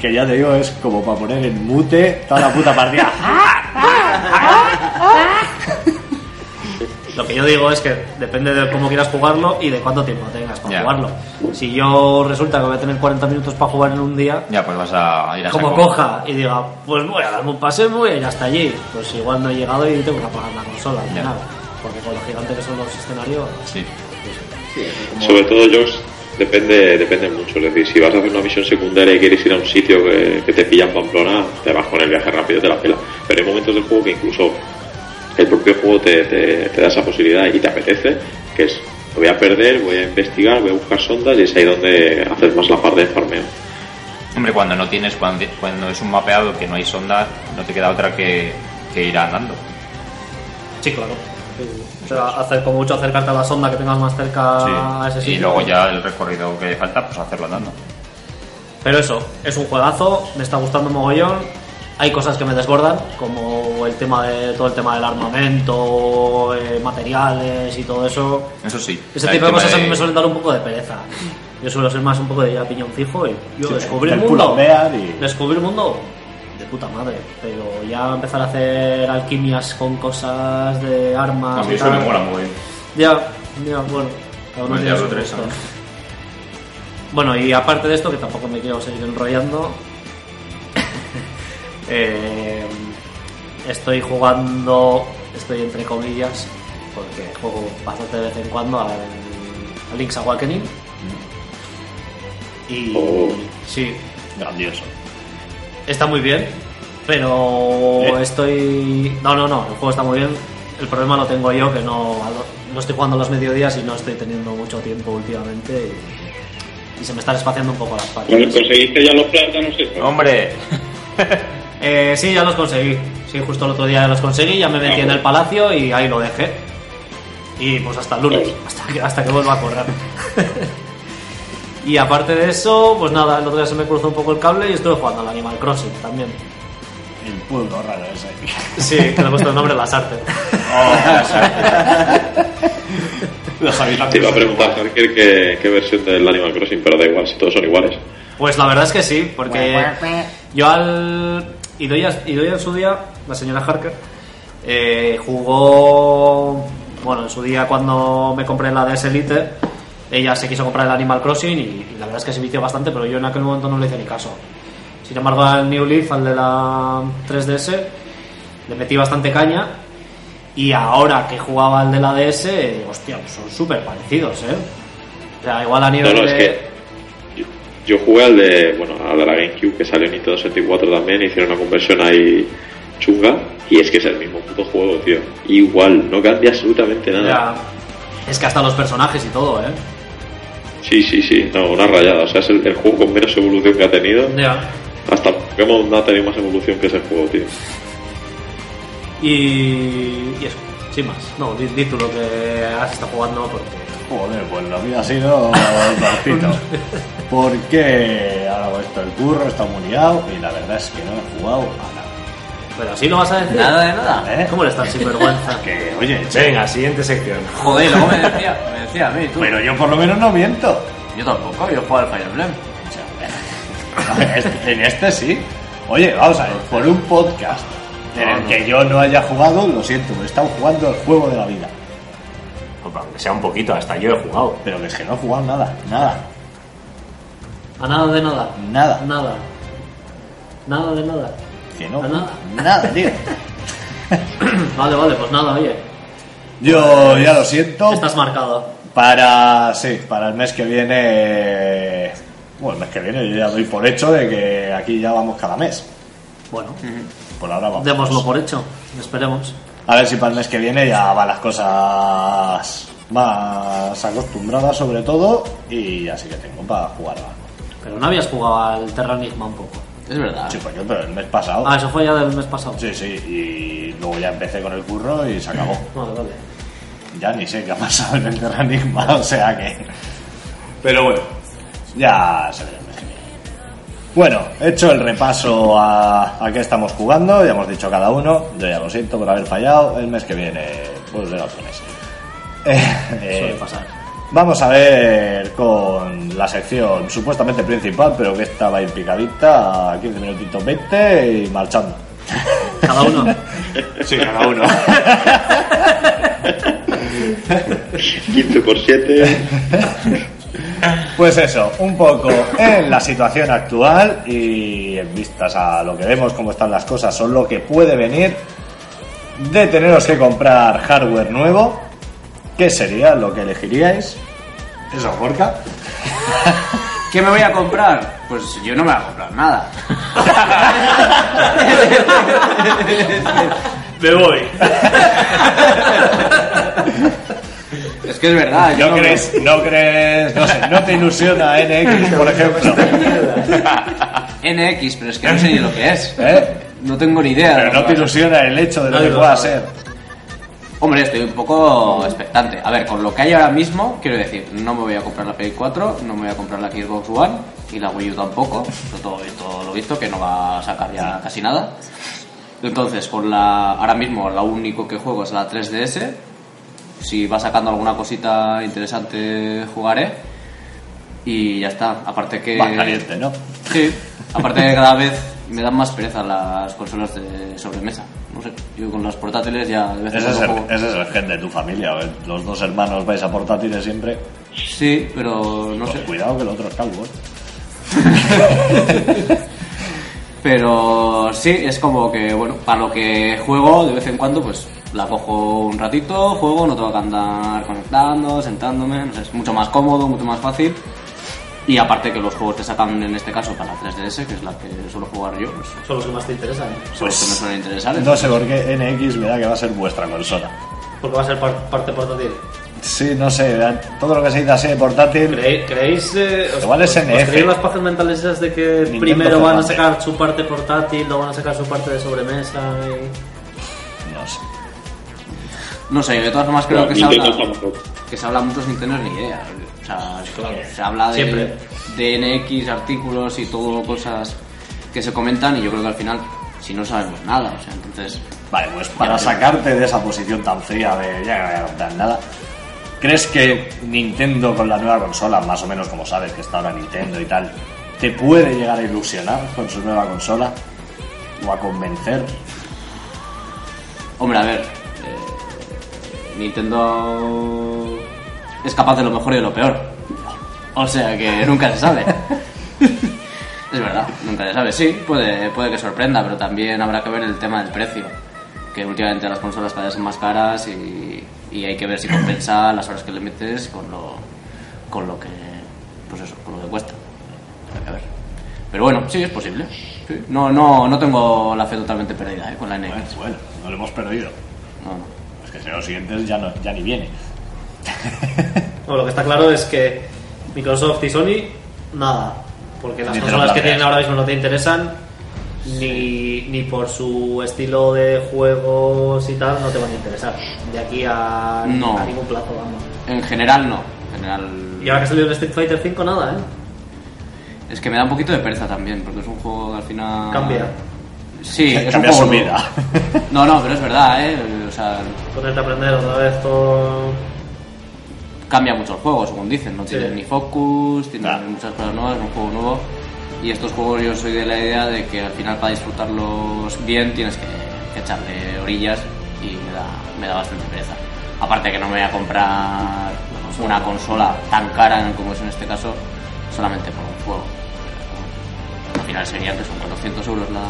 S1: Que ya te digo, es como para poner en mute toda la puta partida.
S2: Lo que yo digo es que depende de cómo quieras jugarlo y de cuánto tiempo tengas para
S4: Ya.
S2: jugarlo. Si yo resulta que voy a tener 40 minutos para jugar en un día,
S4: Ya, pues vas a ir a
S2: como
S4: saco.
S2: coja y diga, pues voy a darme un paseo y me voy a ir hasta allí, pues igual no he llegado y tengo que apagar la consola ni
S4: Ya.
S2: nada. Porque con lo gigante que son los escenarios,
S4: Sí.
S3: Sobre todo, yo depende, depende mucho. Es decir, si vas a hacer una misión secundaria y quieres ir a un sitio que, que te pilla en Pamplona, te vas con el viaje rápido y te la pela. Pero hay momentos del juego que incluso el propio juego te, te- te da esa posibilidad y te apetece, que es, lo voy a perder, voy a investigar, voy a buscar sondas y es ahí donde haces más la parte de farmeo.
S4: Hombre, cuando no tienes, cuando, cuando es un mapeado que no hay sonda, no te queda otra que, que ir andando.
S2: Sí, claro. O sea, hacer, como mucho acercarte a la sonda que tengas más cerca a ese
S4: Sí.
S2: sitio.
S4: Y luego ya el recorrido que falta, pues hacerlo andando.
S2: Pero eso, es un juegazo, me está gustando mogollón. Hay cosas que me desbordan, como el tema de todo el tema del armamento, eh, materiales y todo eso.
S4: Eso sí.
S2: Ese
S4: El
S2: tipo de
S4: tema
S2: cosas a
S4: de-
S2: mí me suelen dar un poco de pereza. Yo suelo ser más un poco de ir a piñón fijo y yo
S1: Sí,
S2: descubrir
S1: del pull
S2: mundo.
S1: and bear y-
S2: Descubrir mundo de puta madre. Pero ya empezar a hacer alquimias con cosas de armas.
S4: A mí
S2: y
S4: eso me
S2: tal.
S4: mola muy bien.
S2: Ya, ya, bueno. cada uno
S4: Bueno,
S2: tiene
S4: Diablo
S2: su
S4: 3,
S2: gusto.
S4: ¿no?
S2: Bueno, y aparte de esto, que tampoco me quiero seguir enrollando, eh, estoy jugando, estoy entre comillas, porque juego bastante de vez en cuando al, al Link's Awakening. Y
S3: Oh.
S2: sí,
S1: Grandioso.
S2: está muy bien, pero
S1: ¿Eh?
S2: estoy... No, no, no, el juego está muy bien. El problema lo tengo yo, que no, no estoy jugando a los mediodías y no estoy teniendo mucho tiempo últimamente y, y se me están espaciando un poco las
S6: Bueno, pues
S2: partidas.
S6: conseguiste ya los plátanos estos.
S4: Hombre,
S2: Eh, sí, ya los conseguí. Sí, justo el otro día ya los conseguí, ya me metí en el palacio y ahí lo dejé. Y pues hasta el lunes, hasta que, hasta que vuelva a correr. y aparte de eso, pues nada, el otro día se me cruzó un poco el cable y estuve jugando al Animal Crossing también.
S1: El pueblo raro ese.
S2: Sí, que le he puesto el nombre las artes.
S1: Los habéis
S3: Te iba a preguntar, Harker, qué, qué versión del Animal Crossing, pero da igual si todos son iguales.
S2: Pues la verdad es que sí, porque yo al. Idoia, Idoia en su día, la señora Harker, eh, jugó. Bueno, en su día cuando me compré la DS Elite, ella se quiso comprar el Animal Crossing y, y la verdad es que se vició bastante, pero yo en aquel momento no le hice ni caso. Sin embargo, al New Leaf, al de la 3DS, le metí bastante caña. Y ahora que jugaba al de la DS, eh, hostia, pues son súper parecidos, ¿eh? O sea, igual a
S3: No,
S2: nivel
S3: no, es
S2: de-
S3: que yo, yo jugué al de, bueno, al de la GameCube que salió en Nintendo 64 también, hicieron una conversión ahí chunga y es que es el mismo puto juego, tío. Igual, no cambia absolutamente nada.
S2: Ya. Es que hasta los personajes y todo, ¿eh?
S3: Sí, sí, sí, no, una rayada. O sea, es el, el juego con menos evolución que ha tenido. Hasta Pokémon no ha tenido más evolución que ese juego, tío.
S2: Y, y eso, sin más. No, di, di tú lo que has estado jugando porque...
S1: Joder, pues la vida ha sido cortito. Porque ahora hago esto el curro, está muy liado y la verdad es que no he jugado a nada.
S2: Pero así lo vas a decir.
S7: Nada de nada.
S1: ¿Eh?
S2: ¿Cómo le estás sinvergüenza?
S1: Que, oye, che,
S5: Venga, siguiente sección.
S7: Joder, luego me decía, me decía a mí, tú.
S1: pero yo por lo menos no miento.
S7: Yo tampoco, yo juego al Fire Emblem.
S1: A ver, este- en este sí. Oye, vamos a ver, por un podcast en el que yo no haya jugado, lo siento, me están jugando el juego de la vida.
S5: Opa, Aunque sea un poquito, hasta yo he jugado.
S1: Pero que es que no he jugado nada, nada,
S2: A nada de nada.
S1: nada.
S2: Nada. Nada de nada.
S1: Que no,
S2: Nada.
S1: nada, tío.
S2: Vale, vale, pues nada, oye.
S1: Yo ya lo siento.
S2: Estás marcado.
S1: Para, sí, para el mes que viene. Bueno, el mes que viene yo ya doy por hecho de que aquí ya vamos cada mes.
S2: Bueno,
S1: Por ahora vamos.
S2: démoslo por hecho. Esperemos.
S1: A ver si para el mes que viene ya van las cosas más acostumbradas, sobre todo. Y así que tengo para jugar. a-
S2: Pero no habías jugado al Terra Enigma un poco.
S7: Es verdad.
S1: Sí, pues yo, pero el mes pasado.
S2: Ah, eso fue ya del mes pasado.
S1: Sí, sí, y luego ya empecé con el curro y se acabó.
S2: Vale, vale.
S1: Ya ni sé qué ha pasado en el Terranigma, o sea que. Pero bueno, ya se verá el mes que viene. Bueno, hecho el repaso a, a qué estamos jugando, ya hemos dicho cada uno, yo ya lo siento por haber fallado, el mes que viene, pues de otro mes. Eh, eh,
S2: Suele pasar.
S1: Vamos a ver con la sección supuestamente principal, pero que estaba ir picadita, 15 minutitos 20 y marchando.
S2: Cada uno.
S1: Sí, cada uno.
S3: 15 por 7
S1: Pues eso, un poco en la situación actual y en vistas a lo que vemos, cómo están las cosas, son lo que puede venir de teneros que comprar hardware nuevo. ¿Qué sería lo que elegiríais? Eso, Jorca.
S7: ¿Qué me voy a comprar? Pues yo no me voy a comprar nada.
S2: Me voy.
S7: Es que es verdad. yo
S1: ¿No
S7: me-
S1: crees, no crees, no sé, no te ilusiona NX, por ejemplo?
S7: NX, pero es que no sé ni lo que es.
S1: ¿Eh?
S7: No tengo ni idea. de
S1: Pero no te
S7: lo que va a ser.
S1: ilusiona el hecho de lo
S2: No,
S1: que
S2: no,
S1: pueda
S2: no.
S1: ser.
S7: Hombre, estoy un poco expectante. A ver, con lo que hay ahora mismo, quiero decir, no me voy a comprar la Play 4, no me voy a comprar la Xbox One y la Wii U tampoco. Por Todo visto, lo visto, que no va a sacar ya casi nada. Entonces, con la ahora mismo lo único que juego es la 3DS. Si va sacando alguna cosita interesante, jugaré. Y ya está. Aparte que...
S1: Más caliente, ¿no?
S7: Sí, aparte que cada vez me dan más pereza las consolas de sobremesa. No sé, yo con las portátiles ya de vez en
S1: Ese es,
S7: cuando
S1: el,
S7: juego.
S1: ese es el gen de tu familia. ¿eh? Los dos hermanos vais a portátiles siempre.
S7: Sí, pero no
S1: Pues
S7: sé.
S1: cuidado que el otro es calvo. ¿eh?
S7: Pero sí, es como que, bueno, para lo que juego de vez en cuando, pues la cojo un ratito, juego, no tengo que andar conectando, sentándome, no sé, es mucho más cómodo, mucho más fácil. Y aparte que los juegos que sacan en este caso para la 3DS, que es la que suelo jugar yo, pues son
S2: Son los que más te interesan. ¿eh?
S7: los que me suelen interesar.
S1: No sé por qué NX me da que va a ser vuestra consola.
S2: Porque va a ser par- parte portátil.
S1: Sí, no sé, da- todo lo que se dice así de portátil.
S2: ¿Creéis? creéis eh, os-
S1: Igual es
S2: os-
S1: NF.
S2: os creéis las páginas mentales esas de que
S1: Nintendo
S2: primero van a
S1: portátil.
S2: sacar su parte portátil, luego van a sacar su parte de sobremesa? y-
S1: No sé.
S7: No sé, de todas formas
S6: Pero
S7: creo que se
S6: Nintendo
S7: habla,
S6: está mejor.
S7: que se habla mucho sin tener ni idea. O sea, claro, se habla de,
S2: Siempre.
S7: de NX artículos y todo cosas que se comentan y yo creo que al final, si no sabemos nada, o sea, entonces...
S1: Vale, pues para sacarte de esa posición tan fría de ya no voy a contar nada, ¿crees que Nintendo con la nueva consola, más o menos como sabes que está ahora Nintendo y tal, te puede llegar a ilusionar con su nueva consola? ¿O a convencer?
S7: Hombre, a ver, eh, Nintendo es capaz de lo mejor y de lo peor. O sea que nunca se sabe. es verdad, nunca se sabe. Sí, puede, puede que sorprenda, pero también habrá que ver el tema del precio. Que últimamente las consolas cada vez son más caras y, y hay que ver si compensa las horas que le metes con lo, con lo que. Pues eso, con lo que cuesta. Habrá que ver. Pero bueno, sí, es posible. Sí. No, no, no tengo la fe totalmente perdida ¿eh? con la NX.
S1: Bueno, bueno, no lo hemos perdido.
S7: No, no.
S1: Es que si los siguientes ya, no, ya ni viene.
S2: No, lo que está claro es que Microsoft y Sony, nada. Porque las
S1: Ni te lo
S2: consolas que
S1: planteas.
S2: tienen ahora mismo no te interesan, ni, ni por su estilo de juegos y tal, no te van a interesar. De aquí a,
S7: No.
S2: a ningún plazo, vamos.
S7: En general no. En general.
S2: Y ahora que ha salido el Street Fighter 5, nada, ¿eh?
S7: Es que me da un poquito de pereza también, porque es un juego que al
S1: Ah.
S7: final.
S2: Cambia.
S7: Sí, es
S1: Cambia
S7: un
S1: su
S7: juego nuevo.
S1: vida.
S7: No, no, pero es verdad, ¿eh? O sea,
S2: Ponerte a aprender otra vez todo.
S7: cambia mucho el juego, según dicen. No tiene
S2: Sí.
S7: ni focus, tiene
S1: Claro.
S7: muchas cosas nuevas, es un juego nuevo. Y estos juegos yo soy de la idea de que al final para disfrutarlos bien tienes que, que echarle orillas y me da, me da bastante pereza. Aparte que no me voy a comprar una consola tan cara como es en este caso solamente por un juego. Al final serían que son 400 euros la...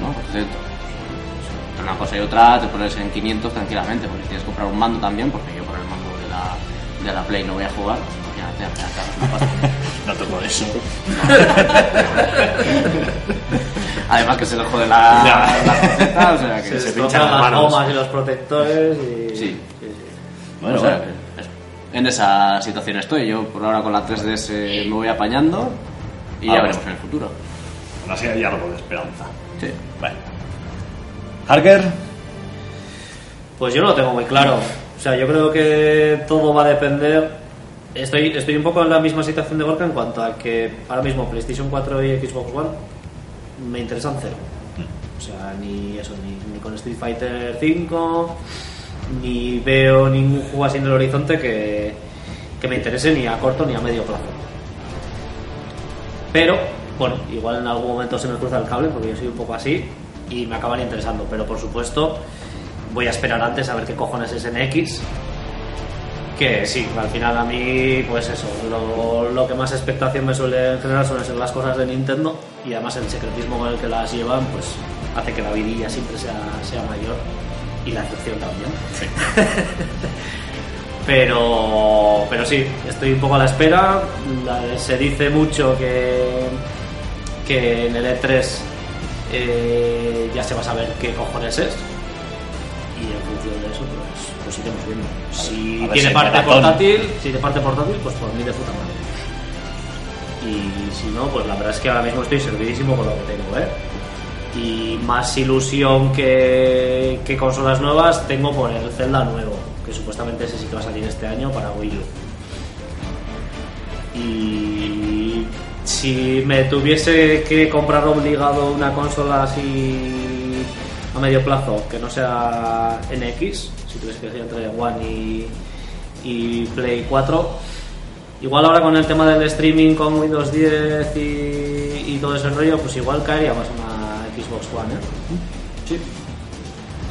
S7: ¿no? 400. Entre una cosa y otra te pones en 500 tranquilamente, porque tienes que comprar un mando también, porque yo con el mando de la, de la Play no voy a jugar. Imagínate, al final te das una pasta.
S1: No toco eso.
S7: Además que se le jode la,
S1: Ya.
S7: la coseta, o sea que...
S2: Se,
S7: Sí,
S2: se
S1: pinchan las
S2: las
S1: manos.
S2: gomas y los protectores y.
S7: Sí.
S1: Bueno,
S7: O sea,
S1: bueno.
S7: que eso. En esa situación estoy, yo por ahora con la 3DS me voy apañando y
S1: Ah,
S7: ya
S1: pues.
S7: veremos en el futuro.
S1: Bueno, así hay algo de esperanza.
S7: Sí.
S1: Bueno. Harker,
S2: Pues yo no lo tengo muy claro. O sea, yo creo que todo va a depender. Estoy, estoy un poco en la misma situación de Gorka en cuanto a que ahora mismo PlayStation 4 y Xbox One me interesan cero. O sea, ni eso, ni, ni con Street Fighter 5, ni veo ningún juego así en el horizonte que, que me interese ni a corto ni a medio plazo. Pero, bueno, igual en algún momento se me cruza el cable porque yo soy un poco así y me acaban interesando. Pero por supuesto, voy a esperar antes a ver qué cojones es NX. Que sí, al final a mí, pues eso, lo, lo que más expectación me suele generar suelen ser las cosas de Nintendo y además el secretismo con el que las llevan, pues hace que la vidilla siempre sea, sea mayor y la excepción también. Pero, pero sí, estoy un poco a la espera. La- Se dice mucho que, que en el E3 eh, ya se va a saber qué cojones es. Y en función de eso, pues, pues iremos viendo.
S1: a
S2: Si
S1: ver si
S2: tiene
S1: hay
S2: parte
S1: maratón.
S2: portátil, si tiene parte portátil, pues por mí de puta madre. Y si no, pues la verdad es que ahora mismo estoy servidísimo con lo que tengo, ¿eh? Y más ilusión que, que consolas nuevas tengo por el Zelda nuevo, que supuestamente ese sí que va a salir este año para Wii U. Y si me tuviese que comprar obligado una consola así a medio plazo, que no sea NX, si tuviese que elegir entre One y, y Play 4, Igual ahora con el tema del streaming con Windows 10 y, y todo ese rollo, pues igual caería más una Xbox One, ¿eh? Sí.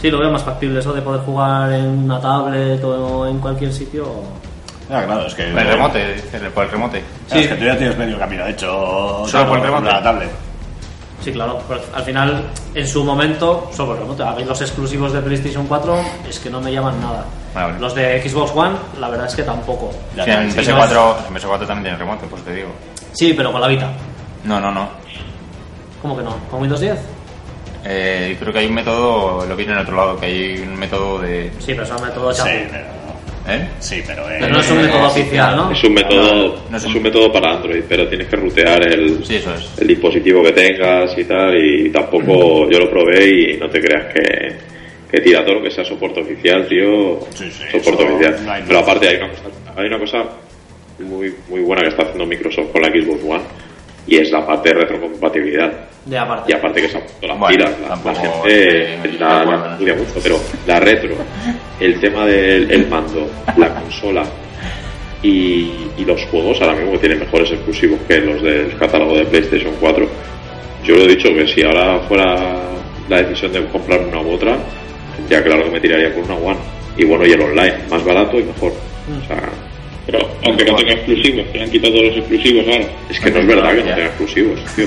S2: Sí, lo veo más factible eso de poder jugar en una tablet o en cualquier sitio.
S1: Ah, claro, es que.
S4: El remote, dice, por el remote.
S1: Claro, Es que tú ya tienes medio camino hecho.
S4: Solo por
S1: con
S4: el remote.
S1: La tablet.
S2: Sí, claro, pero al final, en su momento, solo el remoto. A mí los exclusivos de PlayStation 4 es que no me llaman nada.
S4: Ah, bueno.
S2: Los de Xbox One, la verdad es que tampoco.
S1: Ya
S4: Sí,
S1: te-
S4: en
S1: sí,
S4: PS4, en PS4 también tiene remote, pues te digo.
S2: Sí, pero con la Vita.
S4: No, no, no.
S2: ¿Cómo que no? ¿Con Windows 10?
S4: Eh, creo que hay un método, lo vi en el otro lado, que hay un método de.
S2: Sí, pero eso me todo
S1: Sí,
S2: chapu.
S1: pero.
S4: ¿Eh?
S1: Sí, pero. eh,
S2: Pero no es un método oficial, ¿no?
S3: Es un método,
S4: no es
S3: es
S4: un-
S3: un método para Android, pero tienes que rutear el,
S4: Sí, eso es.
S3: el dispositivo que tengas y tal, y tampoco yo lo probé y no te creas que, que que tira todo lo que sea soporte oficial, tío.
S1: Sí, sí,
S3: soporte
S1: eso
S3: oficial.
S1: no hay
S3: Pero
S1: duda.
S3: aparte hay una cosa, hay una cosa muy, muy buena que está haciendo Microsoft con la Xbox One y es la parte de retrocompatibilidad.
S2: De aparte.
S3: Y aparte que se han puesto las
S4: Bueno,
S3: pilas, la- la,
S4: tampoco
S3: gente
S4: estoy muy de
S3: la,
S4: acuerdo,
S3: la
S4: ¿no?
S3: estudia mucho, pero la retro, el tema del el mando, la consola y, y los juegos ahora mismo que tienen mejores exclusivos que los del catálogo de PlayStation 4. Yo lo he dicho que si ahora fuera la decisión de comprar una u otra, ya claro que me tiraría por una One. Y bueno, y el online, más barato y mejor. O sea,
S6: Pero aunque no tenga exclusivos, que le han quitado todos los exclusivos ahora.
S3: es que no es verdad que no tenga exclusivos, tío.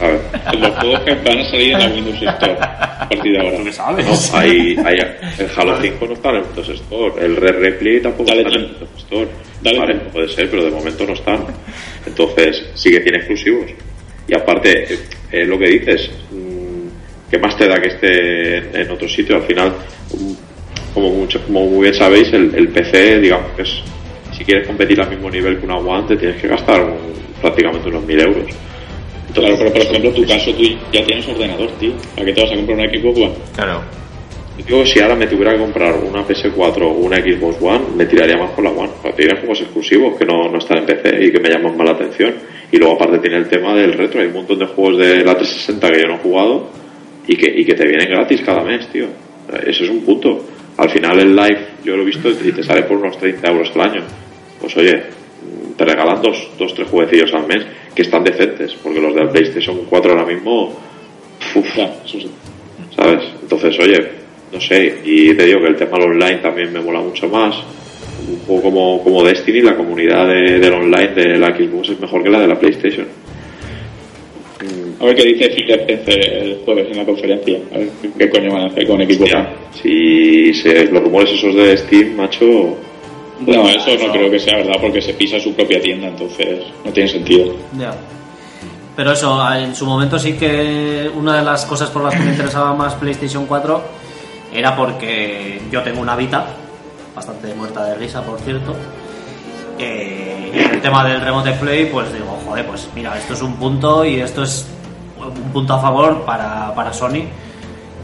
S3: A ver.
S6: Los juegos que van a salir en la Windows Store a partir de ahora.
S3: No, hay, hay, el Halo 5 no está en el Windows Store, el Red Replay tampoco
S6: Dale
S3: está en el
S6: tiempo.
S3: Windows Store.
S6: Dale
S3: Vale,
S6: tiempo.
S3: puede ser, pero de momento no están. Entonces, sí que tiene exclusivos. Y aparte, eh, eh, lo que dices, mm, ¿qué más te da que esté en, en otro sitio? Al final, mm, como, mucho, como muy bien sabéis, el, el PC, digamos que es, si quieres competir al mismo nivel que una One, te tienes que gastar un- prácticamente unos 1000 euros.
S6: Claro, pero por ejemplo, tu caso, tú ya tienes ordenador, tío. ¿Para qué te vas a comprar una Xbox One?
S4: Claro.
S3: Yo si ahora me tuviera que comprar una PS4 o una Xbox One, me tiraría más por la One, para tirar juegos exclusivos que no, no están en PC y que me llaman más la atención. Y luego aparte tiene el tema del retro, hay un montón de juegos de la 360 que yo no he jugado y que, y que te vienen gratis cada mes, tío. Ese es un punto. Al final el live, yo lo he visto, y te sale por unos 30 euros al año. Pues oye, te regalan dos, dos, tres jueguecillos al mes que están decentes, porque los del PlayStation 4 ahora mismo... uf,
S6: Claro, eso sí.
S3: ¿sabes? Entonces, oye, no sé, y te digo que el tema del online también me mola mucho más. Un poco como, como Destiny, la comunidad de- del online de la Xbox es mejor que la de la PlayStation.
S6: A ver qué dice Phil Spencer el jueves en la conferencia. A ver qué coño van a hacer con Xbox
S3: Ya,
S6: One.
S3: si se- los rumores esos de Steam, macho, pues,
S6: No, eso no creo que sea verdad porque se pisa su propia tienda, entonces no tiene sentido.
S2: Ya. Pero eso, en su momento sí que una de las cosas por las que me interesaba más PlayStation 4 era porque yo tengo una Vita, bastante muerta de risa, por cierto. Eh, y el tema del remote play, pues digo, joder, pues mira, esto es un punto y esto es un punto a favor para, para Sony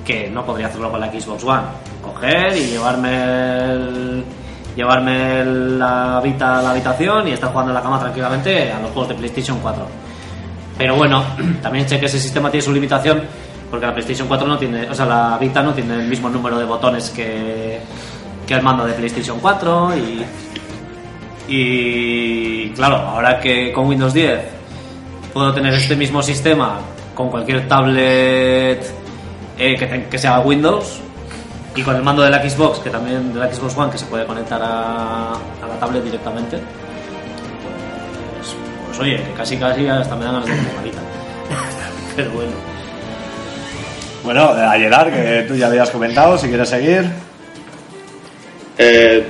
S2: que no podría hacerlo con la Xbox One. Coger y llevarme el- llevarme el- la Vita a la habitación y estar jugando en la cama tranquilamente a los juegos de PlayStation 4. Pero bueno, también sé que ese sistema tiene su limitación porque la PlayStation 4 no tiene, o sea, la Vita no tiene el mismo número de botones que, que el mando de PlayStation 4 y y claro, ahora que con Windows 10 puedo tener este mismo sistema con cualquier tablet eh, que, te- que sea Windows y con el mando de la Xbox, que también de la Xbox One, que se puede conectar a, a la tablet directamente, pues, pues oye, que casi casi hasta me dan ganas de comer la vida. Pero bueno,
S1: Bueno, eh, a Gerard, que tú ya habías comentado, si quieres seguir.
S3: Eh,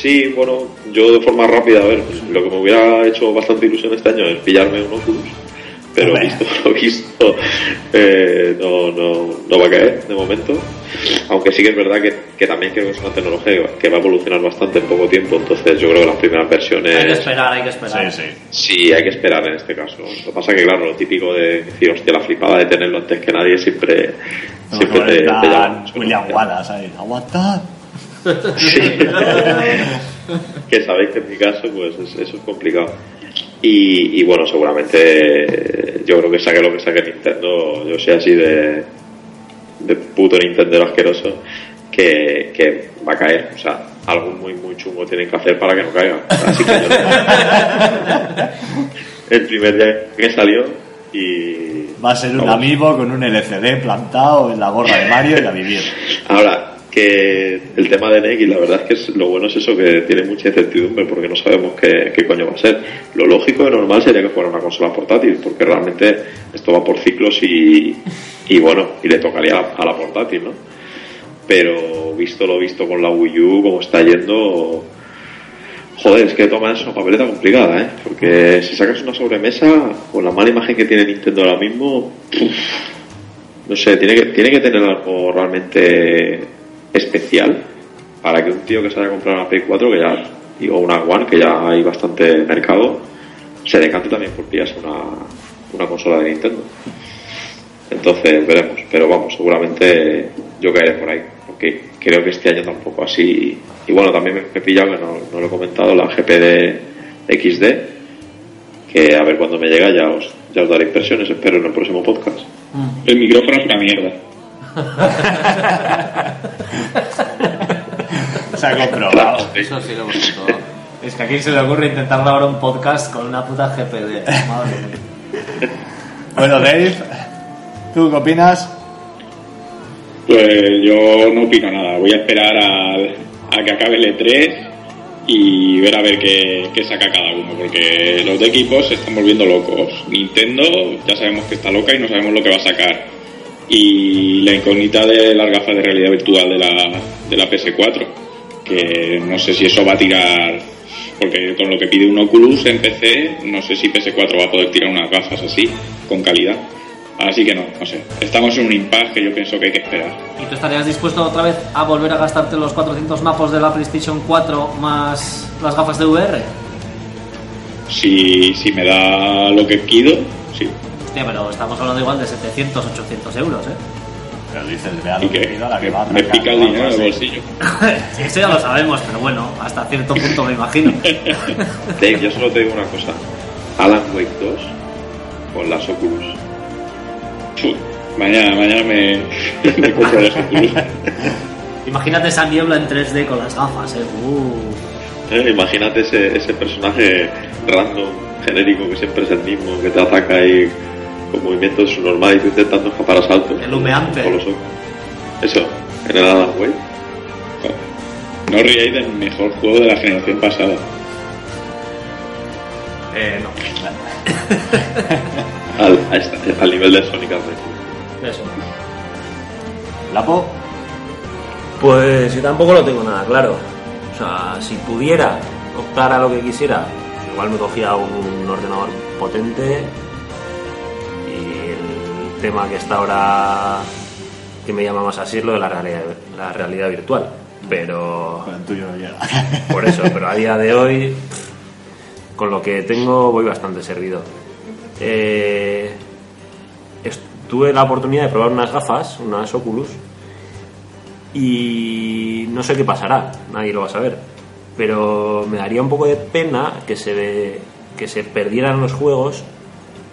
S3: sí, bueno, yo de forma rápida, a ver, pues, lo que me hubiera hecho bastante ilusión este año es pillarme un Oculus, pero
S1: Hombre.
S3: visto lo visto, eh, no, no, no va a caer de momento. Aunque sí que es verdad que, que también creo que es una tecnología que va- que va a evolucionar bastante en poco tiempo, entonces yo creo que las primeras
S2: hay que
S3: versiones
S2: esperar, hay que esperar.
S3: sí hay que esperar en este caso. Lo que pasa que, claro, lo típico de decir, hostia, la flipada de tenerlo antes que nadie siempre, siempre
S1: Como
S3: te, te
S1: está
S3: llama mucho, ¿no?
S1: William Wallace ahí. Aguantad.
S3: que sabéis que en mi caso, pues es- eso es complicado. Y, y bueno, seguramente eh, yo creo que saque lo que saque Nintendo, yo sé así de, de puto Nintendo asqueroso, que, que va a caer. O sea, algo muy, muy chungo tienen que hacer para que no caiga. Así que yo el primer día que salió y...
S1: Va a ser un
S3: vamos,
S1: amigo con un LCD plantado en la gorra de Mario y a vivir.
S3: Ahora, que el tema de NX, la verdad es que es- lo bueno es eso, que tiene mucha incertidumbre porque no sabemos qué, qué coño va a ser. Lo lógico y normal sería que fuera una consola portátil, porque realmente esto va por ciclos y, y bueno, y le tocaría a la, a la portátil, ¿no? Pero visto lo visto con la Wii U, como está yendo, Joder, es que toman una papeleta complicada, ¿eh? Porque si sacas una sobremesa, con la mala imagen que tiene Nintendo ahora mismo, puf, no sé, tiene que, tiene que tener algo realmente especial para que un tío que se haya comprado una Play 4, que ya, y- o una One, que ya hay bastante mercado, se decante también por pillarse una, una consola de Nintendo. Entonces veremos, pero vamos, seguramente yo caeré por ahí. que creo que este año tampoco así. Y, y bueno, también me, me he pillado, que no, no lo he comentado, la GP de XD, que a ver cuando me llega ya os, ya os daré impresiones, espero en el próximo podcast.
S11: El micrófono es una mierda.
S1: Se ha comprobado.
S11: Ah,
S7: Eso sí lo hemos visto.
S2: Es que a quién se le ocurre intentar grabar un podcast con una puta GPD. Madre mía.
S1: Bueno, Dave, ¿tú qué opinas?
S11: Pues yo no opino nada, voy a esperar al- a que acabe el E3 y ver a ver qué, qué saca cada uno, porque los de equipos se están volviendo locos. Nintendo ya sabemos que está loca y no sabemos lo que va a sacar. Y la incógnita de las gafas de realidad virtual de la, de la PS4, que no sé si eso va a tirar, porque con lo que pide un Oculus en PC, no sé si PS4 va a poder tirar unas gafas así, con calidad. Así que no, no sé. Estamos en un impasse que yo pienso que hay que esperar.
S2: ¿Y tú estarías dispuesto otra vez a volver a gastarte los 400 mapos de la PlayStation 4 más las gafas de VR?
S11: si, si me da lo que quiero, sí.
S2: Hostia, pero estamos hablando igual de 700, 800 euros, ¿eh?
S1: Pero dices, vea
S11: Y
S1: lo que
S11: que
S1: pido a la que
S11: me,
S1: va a
S11: me
S1: arrancar,
S11: pica el
S1: ¿no?
S11: dinero en el
S1: Sí.
S11: bolsillo.
S2: Sí, Eso ya lo sabemos, pero bueno, hasta cierto punto me imagino.
S3: Dave, yo solo te digo una cosa. Alan Wake 2 con las Oculus.
S11: Puh, Mañana, mañana me, me compro las Oculus.
S2: Imagínate esa niebla en 3D con las gafas, ¿eh? Uh.
S3: Eh, Imagínate ese, ese personaje random, genérico, que siempre es el mismo, que te ataca y con movimientos subnormales y tú intentando escapar a saltos.
S2: El humeante.
S3: Con los ojos. Eso, en el Alan Wake.
S11: No os riáis del mejor juego de la generación pasada.
S4: Eh, no.
S3: Al, a esta- al nivel de Sonic Adventure.
S2: Eso.
S1: Lapo,
S5: Pues yo tampoco lo tengo nada claro. O sea, si pudiera optar a lo que quisiera, igual me cogía un ordenador potente y el tema que está ahora que me llama más así es lo de la realidad, la realidad virtual. Pero
S1: con el tuyo no llega.
S5: por eso, pero a día de hoy, pff, con lo que tengo, voy bastante servido. Eh, est- tuve la oportunidad de probar unas gafas, unas Oculus, y no sé qué pasará, nadie lo va a saber. Pero me daría un poco de pena que se, ve- que se perdieran los juegos